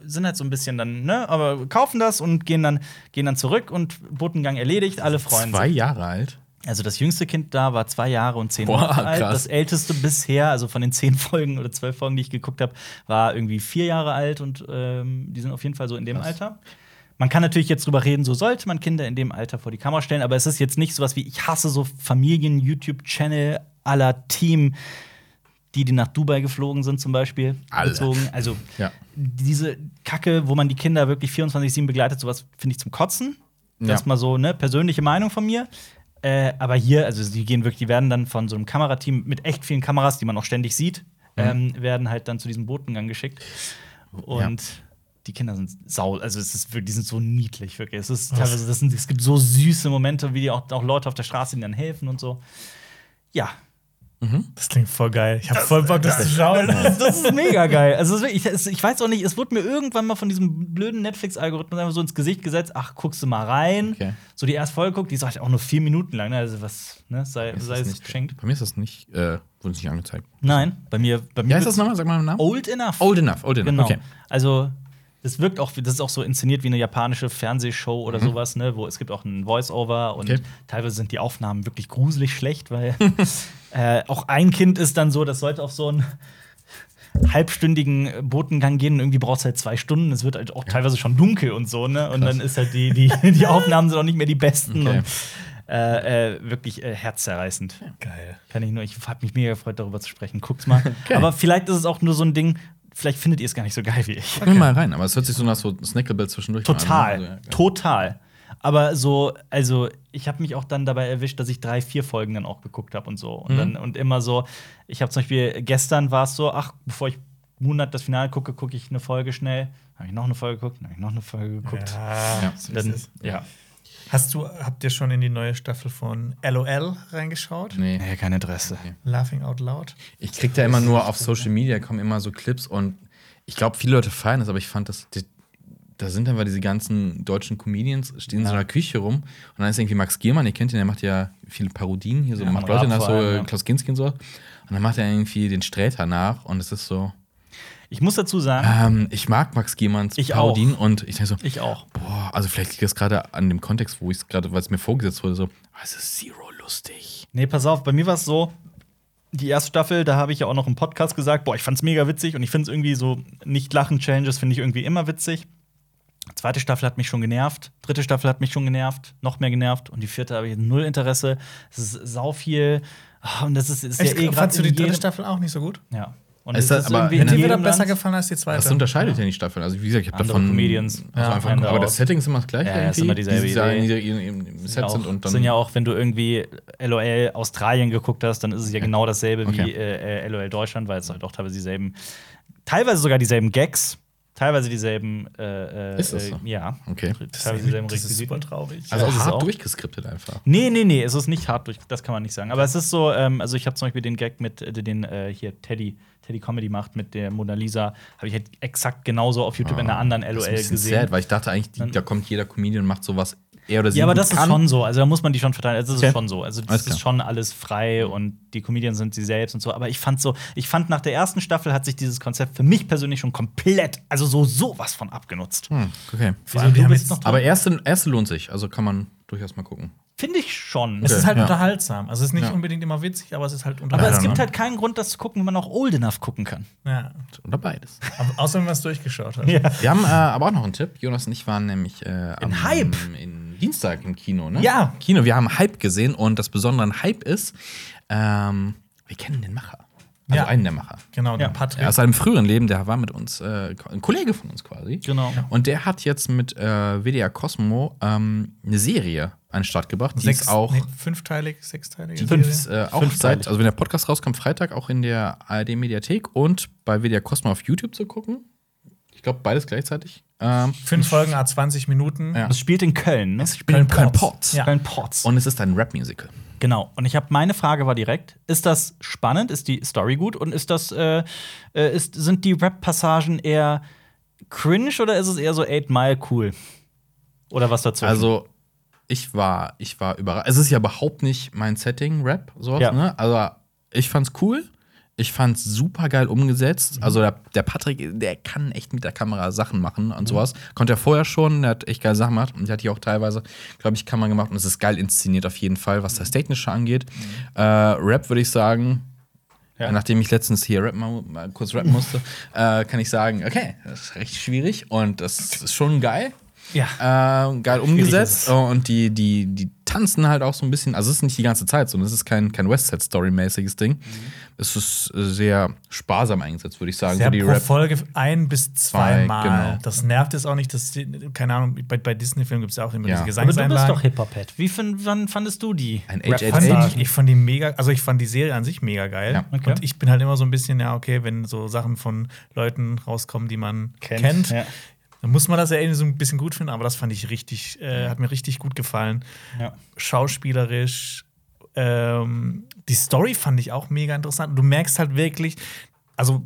A: sind halt so ein bisschen dann, ne, aber kaufen das und gehen dann, gehen dann zurück und Botengang erledigt, alle freuen
B: Zwei
A: sich.
B: Jahre alt?
A: Also das jüngste Kind da war zwei Jahre und zehn
B: Boah,
A: Monate alt.
B: krass.
A: Das älteste bisher, also von den zehn Folgen oder zwölf Folgen, die ich geguckt habe, war irgendwie vier Jahre alt und ähm, die sind auf jeden Fall so in dem Alter. Man kann natürlich jetzt drüber reden, so sollte man Kinder in dem Alter vor die Kamera stellen, aber es ist jetzt nicht sowas wie, ich hasse so Familien-YouTube-Channel aller Team, die, die nach Dubai geflogen sind zum Beispiel.
B: Alle.
A: Gezogen. Also
B: Ja.
A: diese Kacke, wo man die Kinder wirklich 24-7 begleitet, sowas finde ich zum Kotzen. Das
B: Ja.
A: mal so, ne, persönliche Meinung von mir. Äh, aber hier, also die gehen wirklich, die werden dann von so einem Kamerateam mit echt vielen Kameras, die man auch ständig sieht, ähm, werden halt dann zu diesem Botengang geschickt. Und die Kinder sind sau, also es ist wirklich, die sind so niedlich, wirklich. Es ist teilweise, das sind, es gibt so süße Momente, wie die auch, auch Leute auf der Straße ihnen dann helfen und so. Ja,
C: Das klingt voll geil. Ich habe voll Bock, das, zu schauen.
A: das ist mega geil. Also es ist wirklich- ich, ich weiß auch nicht, es wurde mir irgendwann mal von diesem blöden Netflix-Algorithmus einfach so ins Gesicht gesetzt, ach, guckst du mal rein.
B: Okay.
A: So die erste Folge guckt, die ist halt auch nur vier Minuten lang, ne? also was, ne, sei,
B: Ist
A: sei
B: das
A: es
B: nicht-
A: geschenkt.
B: Bei mir ist das nicht, äh, wurde nicht angezeigt.
A: Nein, bei mir, bei mir
B: Wie heißt
A: wird's
B: das nochmal? Sag mal den Namen.
A: old enough.
B: Old enough, old enough.
A: Genau.
B: Okay.
A: Also das wirkt auch, das ist auch so inszeniert wie eine japanische Fernsehshow oder sowas, ne, wo es gibt auch einen Voice-Over und
B: Mhm. Okay.
A: teilweise sind die Aufnahmen wirklich gruselig schlecht, weil äh, auch ein Kind ist dann so, das sollte auf so einen halbstündigen äh, Botengang gehen und irgendwie braucht es halt zwei Stunden. Es wird halt auch teilweise schon dunkel und so, ne? Und
B: Krass.
A: dann ist halt die, die, die Aufnahmen sind auch nicht mehr die besten
B: Okay.
A: und äh, äh, wirklich äh, herzzerreißend.
C: geil.
A: Kann ich nur, ich habe mich mega gefreut, darüber zu sprechen. Guckt's mal. Aber vielleicht ist es auch nur so ein Ding, vielleicht findet ihr es gar nicht so geil wie ich.
B: Gucken wir mal rein, aber es hört sich so nach so Snackable zwischendurch mal an, ne?
A: Total,
B: Also, ja, geil.
A: total. Aber so, also ich habe mich auch dann dabei erwischt, dass ich drei, vier Folgen dann auch geguckt habe und so. Und, dann, und immer so, ich habe zum Beispiel gestern war es so, ach, bevor ich Monat das Finale gucke, gucke ich eine Folge schnell. Habe ich noch eine Folge geguckt, habe ich noch eine Folge geguckt.
C: Ja. so ist
A: Dann,
C: es.
A: ja.
C: Hast du, habt ihr schon in die neue Staffel von LOL reingeschaut?
B: Nee.
A: Nee, kein Interesse.
C: Laughing Out Loud?
B: Ich krieg da immer nur auf Social Media kommen immer so Clips und ich glaube, viele Leute feiern das, aber ich fand das. Die, da sind einfach diese ganzen deutschen Comedians, stehen in so einer Küche rum und dann ist irgendwie Max Giermann, ihr kennt ihn, der macht ja viele Parodien hier, so
A: Ja,
B: macht
A: Rap
B: Leute nach,
A: vor
B: so
A: allem, ja.
B: Klaus Kinski und so. Und dann macht er irgendwie den Sträter nach und es ist so,
A: Ich muss dazu sagen,
B: ähm, ich mag Max Giermanns
A: Ich
B: Parodien und ich denke so,
A: ich auch.
B: boah, also vielleicht liegt das gerade an dem Kontext, wo ich es gerade, weil es mir vorgesetzt wurde, so, ah, es ist zero lustig.
A: Nee, pass auf, bei mir war es so, die erste Staffel, da habe ich ja auch noch im Podcast gesagt, boah, ich fand's mega witzig und ich find's irgendwie so nicht lachen Challenges finde ich irgendwie immer witzig. Zweite Staffel hat mich schon genervt, dritte Staffel hat mich schon genervt, noch mehr genervt und die vierte habe ich null Interesse. Es ist sau viel Ah, und das ist, ist ja eh grad
C: fandst du
A: in
C: die dritte
A: jedem-
C: Staffel auch nicht so gut?
A: Ja. Und
B: Ist das- aber
A: irgendwie
B: wenn
A: in
C: Mir wird er
A: jedem
C: besser
A: Land-
C: gefallen als die zweite.
B: Das unterscheidet ja die Staffeln. Also, wie gesagt, ich habe
A: Andere
B: davon.
A: Comedians.
B: Also
A: Ja,
B: einfach,
A: Ende
B: aber
A: auch.
B: das Setting ist immer das gleiche.
A: Ja, ja, ist
B: irgendwie,
A: immer dieselbe
B: die, die da in
A: Idee.
B: ihrem- ihrem- im Set
A: auch,
B: sind und dann.
A: sind ja auch, wenn du irgendwie LOL Australien geguckt hast, dann ist es ja genau dasselbe wie
B: Okay.
A: äh, äh, LOL Deutschland, weil es halt auch teilweise dieselben, teilweise sogar dieselben Gags, teilweise dieselben. Äh, äh,
B: Ist das so?
A: äh, Ja.
B: Okay.
A: Teilweise dieselben
C: das ist super
A: Requisiten.
C: traurig.
B: also
A: ist es auch.
B: hart durchgeskriptet einfach.
A: Nee, nee, nee, es ist nicht hart durch, das kann man nicht sagen. Aber es ist so, ähm, also ich habe zum Beispiel den Gag mit äh, den äh, hier Teddy, Teddy Comedy macht mit der Mona Lisa, habe ich halt exakt genauso auf YouTube in einer anderen
B: Ah,
A: LOL
B: Das ist ein bisschen
A: gesehen.
B: sad, weil ich dachte eigentlich, die, da kommt jeder Comedian und macht sowas er oder sie
A: Ja, aber
B: gut
A: das ist
B: kann.
A: schon so. Also da muss man die schon verteilen. Also, das
B: Okay.
A: ist schon so. Also das
B: Alles
A: ist
B: klar.
A: schon alles frei und die Comedians sind sie selbst und so. Aber ich fand so, ich fand nach der ersten Staffel hat sich dieses Konzept für mich persönlich schon komplett, also so sowas von abgenutzt.
B: Hm, okay.
A: Wieso,
C: allem, wir haben jetzt-
A: noch dran?
B: Aber erste, erste lohnt sich, also kann man durchaus mal gucken.
A: Finde ich schon.
C: Es
B: Okay,
C: ist halt
B: ja.
C: unterhaltsam. Also es ist nicht
B: Ja.
C: unbedingt immer witzig, aber es ist halt
A: aber
C: unterhaltsam.
A: es
B: ne?
A: gibt halt keinen Grund, das zu gucken, wenn man auch old enough gucken kann.
C: Ja.
B: Oder beides.
C: Aber Außer wenn man es durchgeschaut hat.
B: Wir haben äh, aber auch noch einen Tipp. Jonas und ich waren nämlich äh, am
A: Hype.
B: in Dienstag im Kino, ne?
C: Ja.
B: Kino, wir haben Hype gesehen und das Besondere an Hype ist, ähm, wir kennen den Macher. Also
C: Ja.
B: einen der Macher.
C: Genau, der
A: Ja.
C: Patrick.
B: Ja, aus seinem früheren Leben, der war mit uns, äh, ein Kollege von uns quasi.
A: Genau.
B: Und der hat jetzt mit äh, WDR Cosmo ähm, eine Serie an den Start gebracht. Die ist auch
C: nee, fünfteilig, sechsteilig.
B: Fünf, äh, auch
A: Fünfteilig.
B: seit, also wenn der Podcast rauskommt, Freitag auch in der ARD Mediathek und bei WDR Cosmo auf YouTube zu gucken. Ich glaube, beides gleichzeitig. Ähm,
C: Fünf Folgen, a 20 Minuten.
B: Ja.
A: Es spielt in Köln, ne?
B: ich bin in
C: Köln-Porz. Ja.
A: Köln-Ports.
B: Und es ist ein Rap-Musical.
A: Genau. Und ich habe meine Frage war direkt: Ist das spannend? Ist die Story gut? Und ist das äh, äh, ist, sind die Rap-Passagen eher cringe oder ist es eher so 8 Mile cool? Oder was dazu?
B: Also, ich war, ich war überrascht. Es ist ja überhaupt nicht mein Setting, Rap, sowas,
A: Ja.
B: ne? Also, ich fand's cool. Ich fand's super geil umgesetzt.
A: Mhm.
B: Also, der, der Patrick, der kann echt mit der Kamera Sachen machen
A: Mhm.
B: und sowas. Konnte er vorher schon, der hat echt geile Sachen gemacht. Und der hat hier auch teilweise, glaube ich, Kamera gemacht. Und es ist geil inszeniert auf jeden Fall, was
A: Mhm.
B: das Technische angeht. Äh, Rap würde ich sagen,
A: Ja.
B: Nachdem ich letztens hier rappen, mu- mal kurz rappen musste, äh, kann ich sagen, okay, das ist recht schwierig und das ist schon geil.
A: ja.
B: Äh, geil
A: ist es.
B: umgesetzt. Und die, die, die tanzen halt auch so ein bisschen. Also es ist nicht die ganze Zeit so. Es ist kein, kein West Side Story-mäßiges Ding. Es ist äh, sehr sparsam eingesetzt, würde ich sagen,
C: Mhm. Sehr
B: für die
C: pro
B: Rap.
C: Folge ein bis zweimal.
B: genau.
C: Das nervt es auch nicht. Dass, die- keine Ahnung, bei, bei Disney-Filmen gibt es auch immer
B: Ja.
C: diese
A: Aber du
C: Gesangseinlagen.
A: bist doch Hip-Hop-Head. Wie fin- wann fandest du die?
B: Ein
C: fand
B: Age.
C: ich, ich fand die mega, also ich fand die Serie an sich mega geil.
B: Ja.
A: Okay.
C: Und ich bin halt immer so ein bisschen, ja, okay, wenn so Sachen von Leuten rauskommen, die man kennt,
A: Ja.
C: dann muss man das ja irgendwie so ein bisschen gut finden, aber das fand ich richtig, äh, hat mir richtig gut gefallen.
A: Ja.
C: Schauspielerisch, ähm, die Story fand ich auch mega interessant. Du merkst halt wirklich, also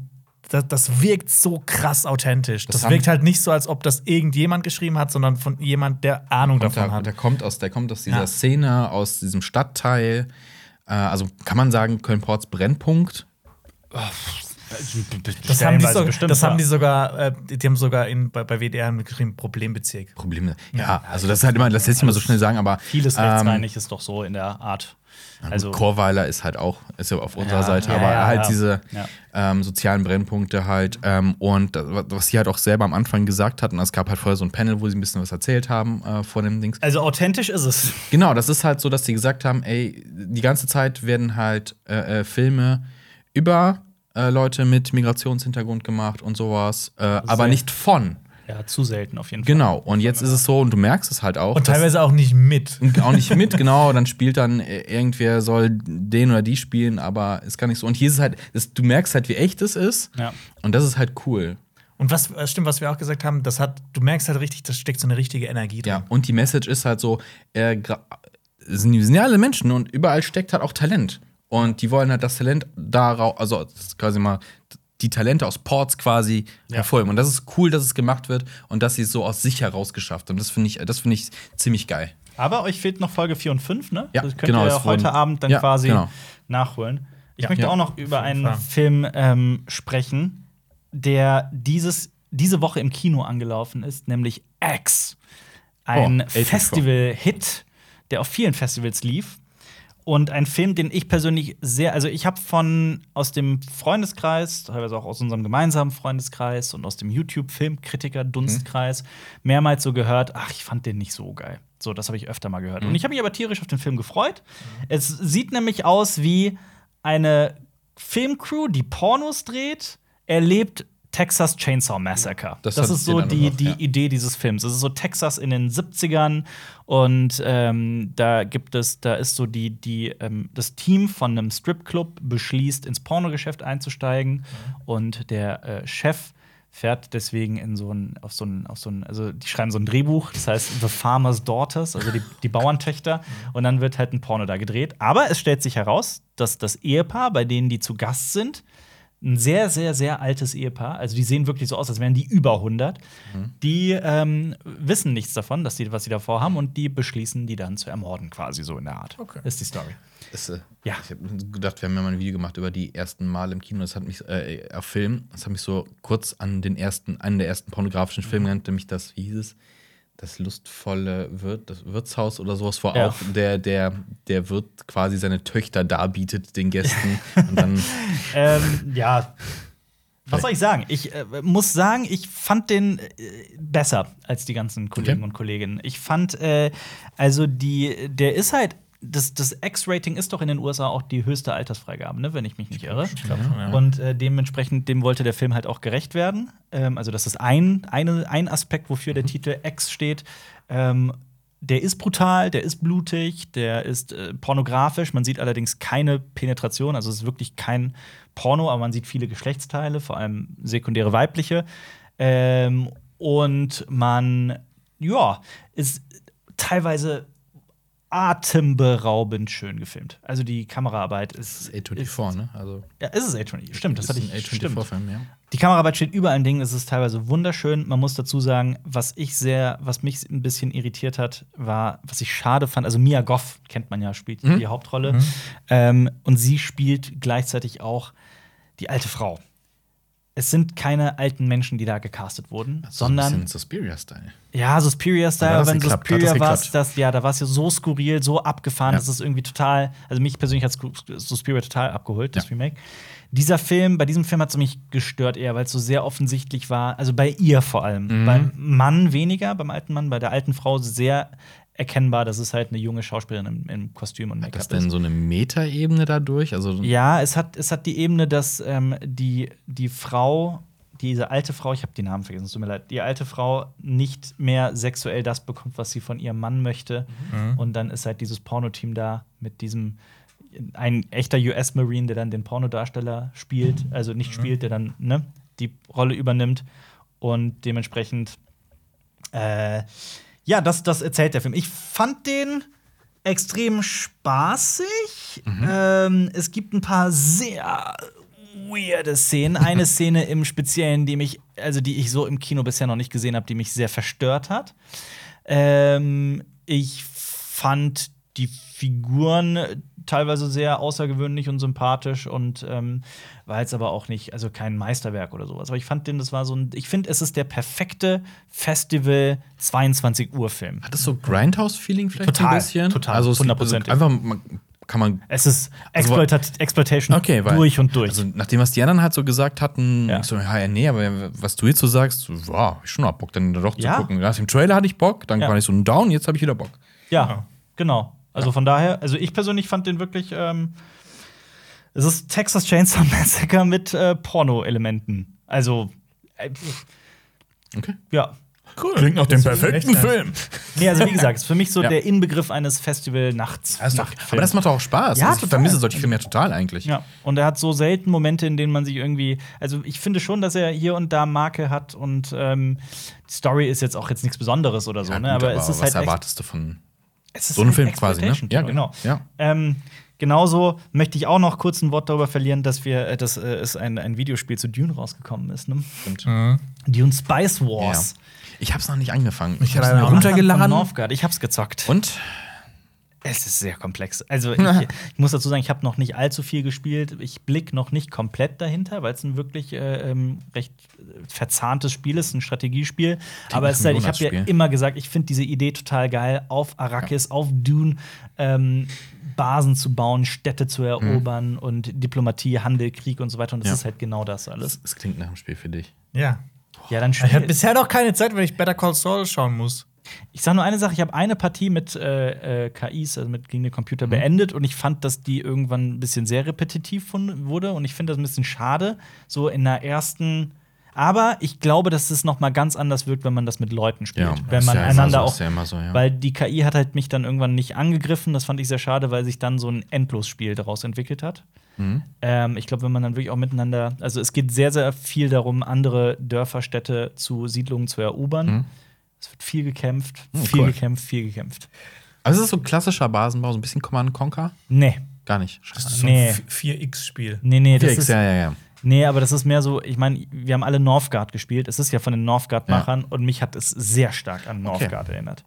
C: das, das wirkt so krass authentisch. Das,
B: haben-
C: wirkt halt nicht so, als ob das irgendjemand geschrieben hat, sondern von jemand, der Ahnung
B: Und
C: davon
B: der,
C: hat.
B: der, kommt aus, der kommt aus dieser
C: Ja.
B: Szene, aus diesem Stadtteil. Äh, also kann man sagen, Köln-Ports Brennpunkt.
C: Das haben, die
A: Stellenweise
C: so,
A: bestimmt,
C: das haben
A: ja.
C: die sogar, äh, die die haben sogar in, bei, bei WDR geschrieben, Problembezirk.
B: Probleme. Ja, also das ist halt immer, das lässt sich immer so schnell sagen, aber
A: Vieles
B: ähm,
A: rechtsreinig ist doch so in der Art.
B: Also
A: Also
B: Chorweiler ist halt auch, ist ja auf unserer
A: Ja,
B: Seite,
A: ja,
B: aber
A: ja,
B: halt
A: ja.
B: diese
A: Ja.
B: ähm, sozialen Brennpunkte halt. Ähm, und das, was sie halt auch selber am Anfang gesagt hatten, es gab halt vorher so ein Panel, wo sie ein bisschen was erzählt haben äh, vor dem Dings.
A: also authentisch ist es.
B: Genau, das ist halt so, dass sie gesagt haben, ey, die ganze Zeit werden halt äh, äh, Filme über äh, Leute mit Migrationshintergrund gemacht und sowas, äh, aber
A: sehr-
B: nicht von.
A: Ja, zu selten auf jeden Fall.
B: Genau, und jetzt ist es so, und du merkst es halt auch.
C: Und
B: dass-
C: teilweise auch nicht mit.
B: und auch nicht mit, genau. Dann spielt dann äh, irgendwer soll den oder die spielen, aber ist gar nicht so. Und hier ist es halt, das, du merkst halt, wie echt es ist.
A: Ja.
B: Und das ist halt cool.
C: Und was äh, stimmt, was wir auch gesagt haben, das hat, du merkst halt richtig, das steckt so eine richtige Energie drin.
B: Ja. Und die Message ist halt so, äh, gra- sind, wir sind ja alle Menschen und überall steckt halt auch Talent. Und die wollen halt das Talent darauf, also das ist quasi mal die Talente aus Ports quasi hervorheben. Und das ist cool, dass es gemacht wird und dass sie es so aus sich heraus geschafft haben. Das finde ich, das finde ich ziemlich geil.
A: Aber euch fehlt noch Folge 4 und 5, ne?
B: Ja,
A: das könnt
B: genau,
A: ihr
B: es wurden-
A: heute Abend dann
B: Ja,
A: quasi
B: genau.
A: nachholen. Ich möchte
B: Ja.
A: auch noch über einen
C: jeden Fall.
A: Film ähm, sprechen, der dieses, diese Woche im Kino angelaufen ist, nämlich X. Ein
B: Oh, 84.
A: Festival-Hit, der auf vielen Festivals lief. Und ein Film, den ich persönlich sehr, also ich habe von aus dem Freundeskreis, teilweise auch aus unserem gemeinsamen Freundeskreis und aus dem YouTube-Filmkritiker-Dunstkreis
B: Mhm.
A: mehrmals so gehört, ach, ich fand den nicht so geil. So, das habe ich öfter mal gehört.
B: Mhm.
A: Und ich habe mich aber tierisch auf den Film gefreut. Es sieht nämlich aus wie eine Filmcrew, die Pornos dreht, erlebt Texas Chainsaw Massacre. Das,
B: Das hat
A: ist so
B: den
A: die,
B: Eindruck,
A: die
B: ja.
A: Idee dieses Films. Es ist so Texas in den 70ern und ähm, da gibt es, da ist so die, die, ähm, das Team von einem Stripclub beschließt, ins Pornogeschäft einzusteigen und der äh, Chef fährt deswegen in so ein, auf so ein, auf so ein, also die schreiben so ein Drehbuch, das heißt The Farmer's Daughters, also die, die Bauerntöchter, und dann wird halt ein Porno da gedreht. Aber es stellt sich heraus, dass das Ehepaar, bei denen die zu Gast sind, ein sehr, sehr, sehr altes Ehepaar. Also die sehen wirklich so aus, als wären die über 100. Die ähm, wissen nichts davon, dass die, was sie da vorhaben und die beschließen, die dann zu ermorden, quasi so in der Art.
C: Okay.
A: Ist die Story.
B: Ist, äh,
A: Ja.
B: Ich habe gedacht, wir haben ja mal ein Video gemacht über die ersten Mal im Kino. Das hat mich äh, auf Film. Das hat mich so kurz an den ersten, einen der ersten pornografischen
A: Mhm.
B: Filme erinnert, nämlich das, wie hieß es, das lustvolle Wirt, das Wirtshaus oder sowas, wo
A: Ja.
B: auch der, der, der Wirt quasi seine Töchter darbietet den Gästen und dann
A: ähm, ja.
B: Vielleicht-
A: Was soll ich sagen? Ich äh, muss sagen, ich fand den äh, besser als die ganzen Kollegen
B: Okay.
A: und Kolleginnen. Ich fand, äh, also die, der ist halt, das, das X-Rating ist doch in den USA auch die höchste Altersfreigabe, ne, wenn ich mich nicht irre. Und äh, dementsprechend, dem wollte der Film halt auch gerecht werden. Ähm, also, das ist ein, eine, ein Aspekt, wofür der Titel X steht. Ähm, der ist brutal, der ist blutig, der ist äh, pornografisch. Man sieht allerdings keine Penetration, also es ist wirklich kein Porno, aber man sieht viele Geschlechtsteile, vor allem sekundäre weibliche. Ähm, und man, ja, ist teilweise atemberaubend schön gefilmt. Also die Kameraarbeit ist.
B: A24, ne? Also,
A: Ja, ist es A24. Stimmt, das
B: ist
A: hatte
B: ein E
A: ich. Stimmt.
B: A24-Film, ja.
A: Die Kameraarbeit steht über allen Dingen, es ist teilweise wunderschön. Man muss dazu sagen, was ich sehr, was mich ein bisschen irritiert hat, war, was ich schade fand. Also Mia Goff kennt man ja, spielt
B: Mhm.
A: die Hauptrolle. Ähm, und sie spielt gleichzeitig auch die alte Frau. Es sind keine alten Menschen, die da gecastet wurden,
B: So ein
A: sondern
B: bisschen Suspiria-Style.
A: ja, Suspiria-Style,
B: Hat
A: aber
B: das
A: wenn
B: geklappt? Hat
A: Suspiria
B: das
A: war,
B: geklappt?
A: das, ja, da war es ja so skurril, so abgefahren,
B: Ja.
A: dass es irgendwie total, also mich persönlich hat Suspiria total abgeholt, das
B: Ja.
A: Remake. Dieser Film, bei diesem Film hat es mich gestört eher, weil es so sehr offensichtlich war, also bei ihr vor allem.
B: Mhm.
A: Beim Mann weniger, beim alten Mann, bei der alten Frau sehr erkennbar, dass es halt eine junge Schauspielerin im, im Kostüm und
B: Hat das
A: Make-up ist.
B: denn so eine Meta-Ebene dadurch? Also,
A: Ja, es hat, es hat die Ebene, dass ähm, die, die Frau, diese alte Frau, ich habe den Namen vergessen, es tut mir leid, die alte Frau nicht mehr sexuell das bekommt, was sie von ihrem Mann möchte. Und dann ist halt dieses Porno-Team da mit diesem ein echter US-Marine, der dann den Pornodarsteller spielt, also nicht spielt, der dann ne, die Rolle übernimmt. Und dementsprechend, äh, ja, das, das erzählt der Film. Ich fand den extrem spaßig. Ähm, es gibt ein paar sehr weirde Szenen. Eine Szene im Speziellen, die mich, also die ich so im Kino bisher noch nicht gesehen habe, die mich sehr verstört hat. Ähm, ich fand die Figuren teilweise sehr außergewöhnlich und sympathisch und ähm, war jetzt aber auch nicht, also kein Meisterwerk oder sowas. Aber ich fand den, das war so ein, ich finde, es ist der perfekte Festival 22 Uhr Film.
B: hat das so Grindhouse-Feeling vielleicht
A: Total,
B: ein bisschen?
A: total,
B: also, es gibt- also
A: hundertprozentig.
B: einfach man, kann man
A: Es ist
B: Also,
A: Exploitat Exploitation
B: Okay, weil,
A: durch und durch.
B: Also nachdem, was die anderen halt so gesagt hatten,
A: Ja.
B: ich so, ja, ja, nee, aber was du jetzt so sagst, so, wow, ich schon hab Bock, dann doch
A: Ja.
B: zu gucken. Nach dem Trailer hatte ich Bock, dann
A: Ja.
B: war ich so ein Down, jetzt habe ich wieder Bock.
A: Ja, genau. Also von daher, also ich persönlich fand den wirklich. Ähm, es ist Texas Chainsaw Massacre mit äh, Porno-Elementen. Also, äh, pff,
B: Okay.
A: ja.
C: Cool.
B: Klingt nach dem
C: Das ist
B: perfekten
C: echt nice.
B: Film.
A: Nee, also wie gesagt, ist für mich so
B: Ja.
A: der Inbegriff eines Festival-Nachts.
B: Also,
A: Nachtfilms.
B: aber das macht doch auch Spaß.
A: Ja,
B: Also,
A: total.
B: ich vermisse solche Filme ja total eigentlich.
A: Ja, und er hat so selten Momente, in denen man sich irgendwie. Also, ich finde schon, dass er hier und da Marke hat und ähm, die Story ist jetzt auch jetzt nichts Besonderes oder so,
B: Ja,
A: ne?
B: gut,
A: Aber, es ist
B: was
A: halt. ex-
B: erwartest du von
A: Es ist
B: so einem
A: halt
B: Film quasi, ne?
A: Exploitation, genau.
B: Ja.
A: Ähm, genauso möchte ich auch noch kurz ein Wort darüber verlieren, dass wir, äh, dass äh, es ein, ein Videospiel zu Dune rausgekommen ist, ne?
B: Stimmt.
A: Dune Spice
B: ja.
A: Wars.
B: Ich hab's noch nicht angefangen.
C: Ich
B: hab's
C: leider
B: mir
C: auch nicht.
A: Von
B: runtergeladen.
A: Northgard. Ich hab's gezockt.
B: Und?
A: Es ist sehr komplex. Also ich, ich muss dazu sagen, ich habe noch nicht allzu viel gespielt. Ich blick noch nicht komplett dahinter, weil es ein wirklich äh, ähm, recht äh, verzahntes Spiel ist, ein Strategiespiel. Aber es ist
B: nach einem
A: halt, ich habe ja
B: Donuts-Spiel.
A: immer gesagt, ich finde diese Idee total geil, auf Arrakis, auf Dune ähm, Basen zu bauen, Städte zu erobern und Diplomatie, Handel, Krieg und so weiter. Und das
B: Ja.
A: ist halt genau das alles.
B: Das, das klingt nach dem Spiel für dich.
C: Ja.
A: Ja, dann
C: Ich hatte
A: spiel.
C: bisher noch keine Zeit, weil ich Better Call Saul schauen muss.
A: Ich sage nur eine Sache, ich habe eine Partie mit äh, äh, KIs, also mit gegen den
B: Mhm.
A: Computer, beendet und ich fand, dass die irgendwann ein bisschen sehr repetitiv fun- wurde und ich finde das ein bisschen schade, so in der ersten aber ich glaube, dass es noch mal ganz anders wirkt, wenn man das mit Leuten spielt,
B: Ja,
A: wenn
B: ist
A: man
B: ja also immer
A: einander
B: so,
A: auch,
B: ist ja immer so, ja.
A: weil die KI hat halt mich dann irgendwann nicht angegriffen. Das fand ich sehr schade, weil sich dann so ein Endlosspiel daraus entwickelt hat.
B: Mhm.
A: Ähm, ich glaube, wenn man dann wirklich auch miteinander, also es geht sehr, sehr viel darum, andere Dörfer, Städte zu Siedlungen zu erobern. Es wird viel gekämpft,
B: Oh,
A: viel
B: Mhm. cool.
A: gekämpft, viel gekämpft.
B: Aber es ist so klassischer Basenbau, so ein bisschen Command Conquer?
A: Nee,
B: Gar nicht. Schade.
C: So
A: Nee.
C: ein 4X-Spiel.
A: nee, nee, das
B: 4X,
A: ist,
B: ja, ja, ja.
A: Nee, aber das ist mehr so, ich meine, wir haben alle Northgard gespielt. Es ist ja von den Northgard-Machern und mich hat es sehr stark an Northgard erinnert.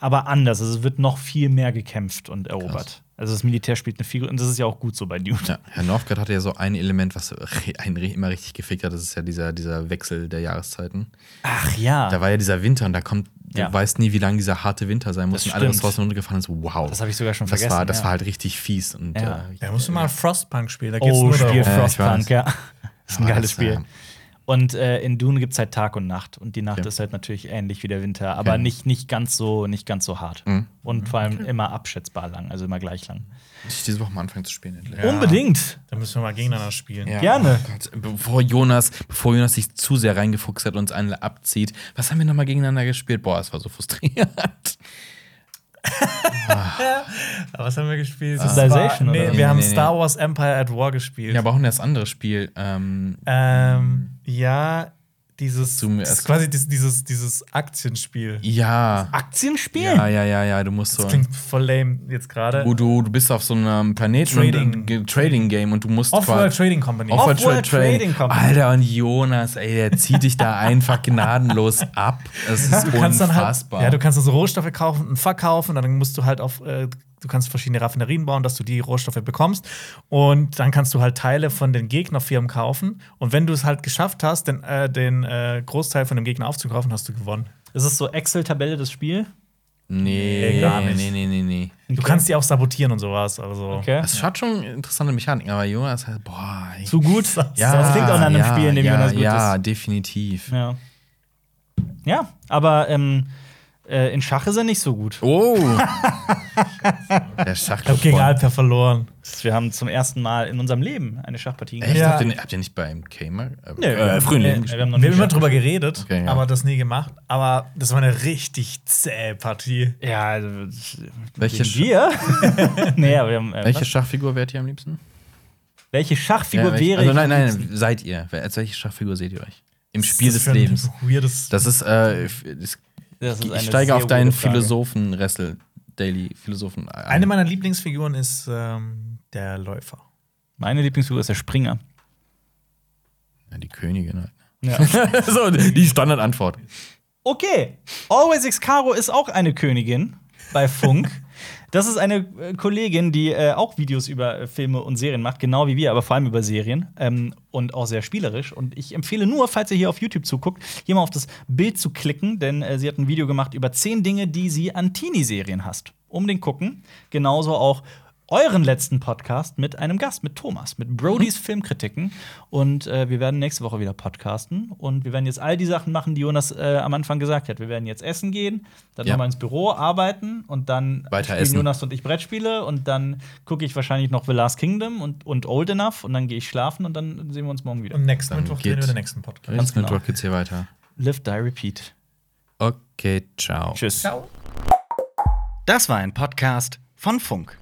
A: Aber anders. Also es wird noch viel mehr gekämpft und erobert. Also das Militär spielt eine Figur und das ist ja auch gut so bei Dune.
B: Ja, Herr Northgard hatte ja so ein Element, was re- einen re- immer richtig gefickt hat. Das ist ja dieser, dieser Wechsel der Jahreszeiten.
A: Ach ja.
B: Da war ja dieser Winter und da kommt, du
A: Ja.
B: weißt nie, wie lange dieser harte Winter sein muss.
A: Das
B: und alle
A: stimmt.
B: Ressourcen runtergefahren ist. Wow.
A: Das habe ich sogar schon
B: das
A: vergessen,
B: War, das
A: ja.
B: war halt richtig fies. Und,
A: Ja.
B: äh,
C: Da musst du mal Frostpunk spielen. Da geht's
A: Oh,
C: nur darum.
A: Spiel
B: Ja, ich
A: Frostpunk,
B: weiß.
A: ja. Das ist ein
B: Aber
A: geiles
B: das,
A: Spiel.
B: äh,
A: Und äh, in Dune gibt es halt Tag und Nacht. Und die Nacht
B: Ja.
A: ist halt natürlich ähnlich wie der Winter, aber
B: Ja.
A: nicht, nicht, ganz so, nicht ganz so hart. Und vor allem immer abschätzbar lang, also immer gleich lang.
B: muss ich diese Woche mal anfangen zu spielen. endlich.
A: Unbedingt!
C: Da müssen wir mal gegeneinander spielen.
B: Ja.
A: Gerne.
B: Oh Gott, bevor Jonas, bevor Jonas sich zu sehr reingefuchst hat und uns einen abzieht, was haben wir nochmal gegeneinander gespielt? Boah, es war so frustrierend.
C: Aber Was haben wir gespielt?
A: Civilization,
C: war, nee,
A: oder?
C: wir haben
B: Nee, nee, nee.
C: Star Wars Empire at War gespielt.
B: Ja, aber auch in das andere Spiel. Ähm,
C: ähm, ja dieses
B: Zoom
C: das ist
B: erst.
C: quasi dieses, dieses, dieses Aktienspiel.
B: ja.
A: Aktienspiel?
B: Ja, ja, ja, ja, du musst so.
C: Das klingt voll lame jetzt gerade.
B: Du, du, du bist auf so einem Planeten
C: Trading.
B: und, äh, Trading Game und du musst
C: Off-World
B: quasi-
C: Trading Company.
B: Off-World
A: Off-World
B: Trading.
A: Trading Company.
B: Alter, und Jonas, ey, der zieht dich da einfach gnadenlos ab. Es ist
C: du kannst dann halt,
B: unfassbar.
C: ja, du kannst dann so Rohstoffe kaufen und verkaufen, dann musst du halt auf, äh, du kannst verschiedene Raffinerien bauen, dass du die Rohstoffe bekommst und dann kannst du halt Teile von den Gegnerfirmen kaufen und wenn du es halt geschafft hast, den, äh, den äh, Großteil von dem Gegner aufzukaufen, hast du gewonnen.
A: Ist es so Excel-Tabelle, das Spiel?
B: nee,
C: Nee, gar nicht.
B: nee, nee, nee, nee.
C: Du kannst die auch sabotieren und sowas, also
A: Okay.
B: Das hat schon interessante Mechaniken, aber Jonas, halt, boah, ey.
A: Zu gut.
B: Ja,
A: das klingt auch nach einem
B: ja,
A: Spiel, in dem
B: ja,
A: Jonas gut
B: ja,
A: ist.
B: definitiv.
A: Ja. Ja, aber ähm, äh, in Schach ist er nicht so gut.
B: Oh! der Schach.
C: ich habe gegen Alper verloren.
A: Wir haben zum ersten Mal in unserem Leben eine Schachpartie
B: Echt?
C: Ja.
B: Habt, ihr, habt ihr nicht beim Gamer? Äh,
A: Nee,
B: äh, frühen Leben
A: äh,
B: gespielt?
A: wir haben noch
C: Wir haben
A: nie
C: immer drüber geredet,
B: Okay, ja.
C: aber das nie gemacht. Aber das war eine richtig zähe Partie.
A: Ja, also, das-
B: Welche
A: gegen wir? nee, aber wir haben, äh,
B: Welche
A: was?
B: Schachfigur wärt ihr am liebsten?
A: welche Schachfigur
B: Ja, welche-
A: wäre
B: Also
A: ich
B: nein,
A: am
B: nein,
A: liebsten?
B: seid ihr. Wer- Als welche Schachfigur seht ihr euch? Im Spiel
C: Das
B: des
C: ist für ein
B: Lebens.
C: Weirdes.
B: Das ist, äh, f- das,
A: Das ist eine
B: ich steige auf
A: sehr
B: deinen
A: gute Frage.
B: Philosophen-Wrestle, Daily Philosophen.
C: Eine meiner Lieblingsfiguren ist ähm, der Läufer.
A: Meine Lieblingsfigur ist der Springer.
B: ja, die Königin halt.
A: Ja.
B: so, die Standardantwort.
A: Okay, Always Excaro ist auch eine Königin bei Funk. Das ist eine äh, Kollegin, die äh, auch Videos über äh, Filme und Serien macht, genau wie wir, aber vor allem über Serien ähm, und auch sehr spielerisch. Und ich empfehle nur, falls ihr hier auf YouTube zuguckt, hier mal auf das Bild zu klicken, denn äh, sie hat ein Video gemacht über zehn Dinge, die sie an Teenie-Serien hasst. Um den gucken. Genauso auch euren letzten Podcast mit einem Gast, mit Thomas, mit Brodys
B: Mhm.
A: Filmkritiken. Und äh, wir werden nächste Woche wieder podcasten. Und wir werden jetzt all die Sachen machen, die Jonas äh, am Anfang gesagt hat. Wir werden jetzt essen gehen, dann
B: Ja.
A: nochmal ins Büro arbeiten und dann
B: Weiter
A: spielen
B: essen.
A: Jonas und ich Brettspiele. Und dann gucke ich wahrscheinlich noch The Last Kingdom und, und Old Enough. Und dann gehe ich schlafen und dann sehen wir uns morgen wieder.
C: Und nächsten
B: Dann
C: Mittwoch
B: geht's.
C: reden wir den nächsten Podcast.
B: Ganz
A: genau.
B: genau. geht's hier weiter.
A: Live, die, repeat.
B: Okay, ciao.
A: Tschüss. Das war ein Podcast von Funk.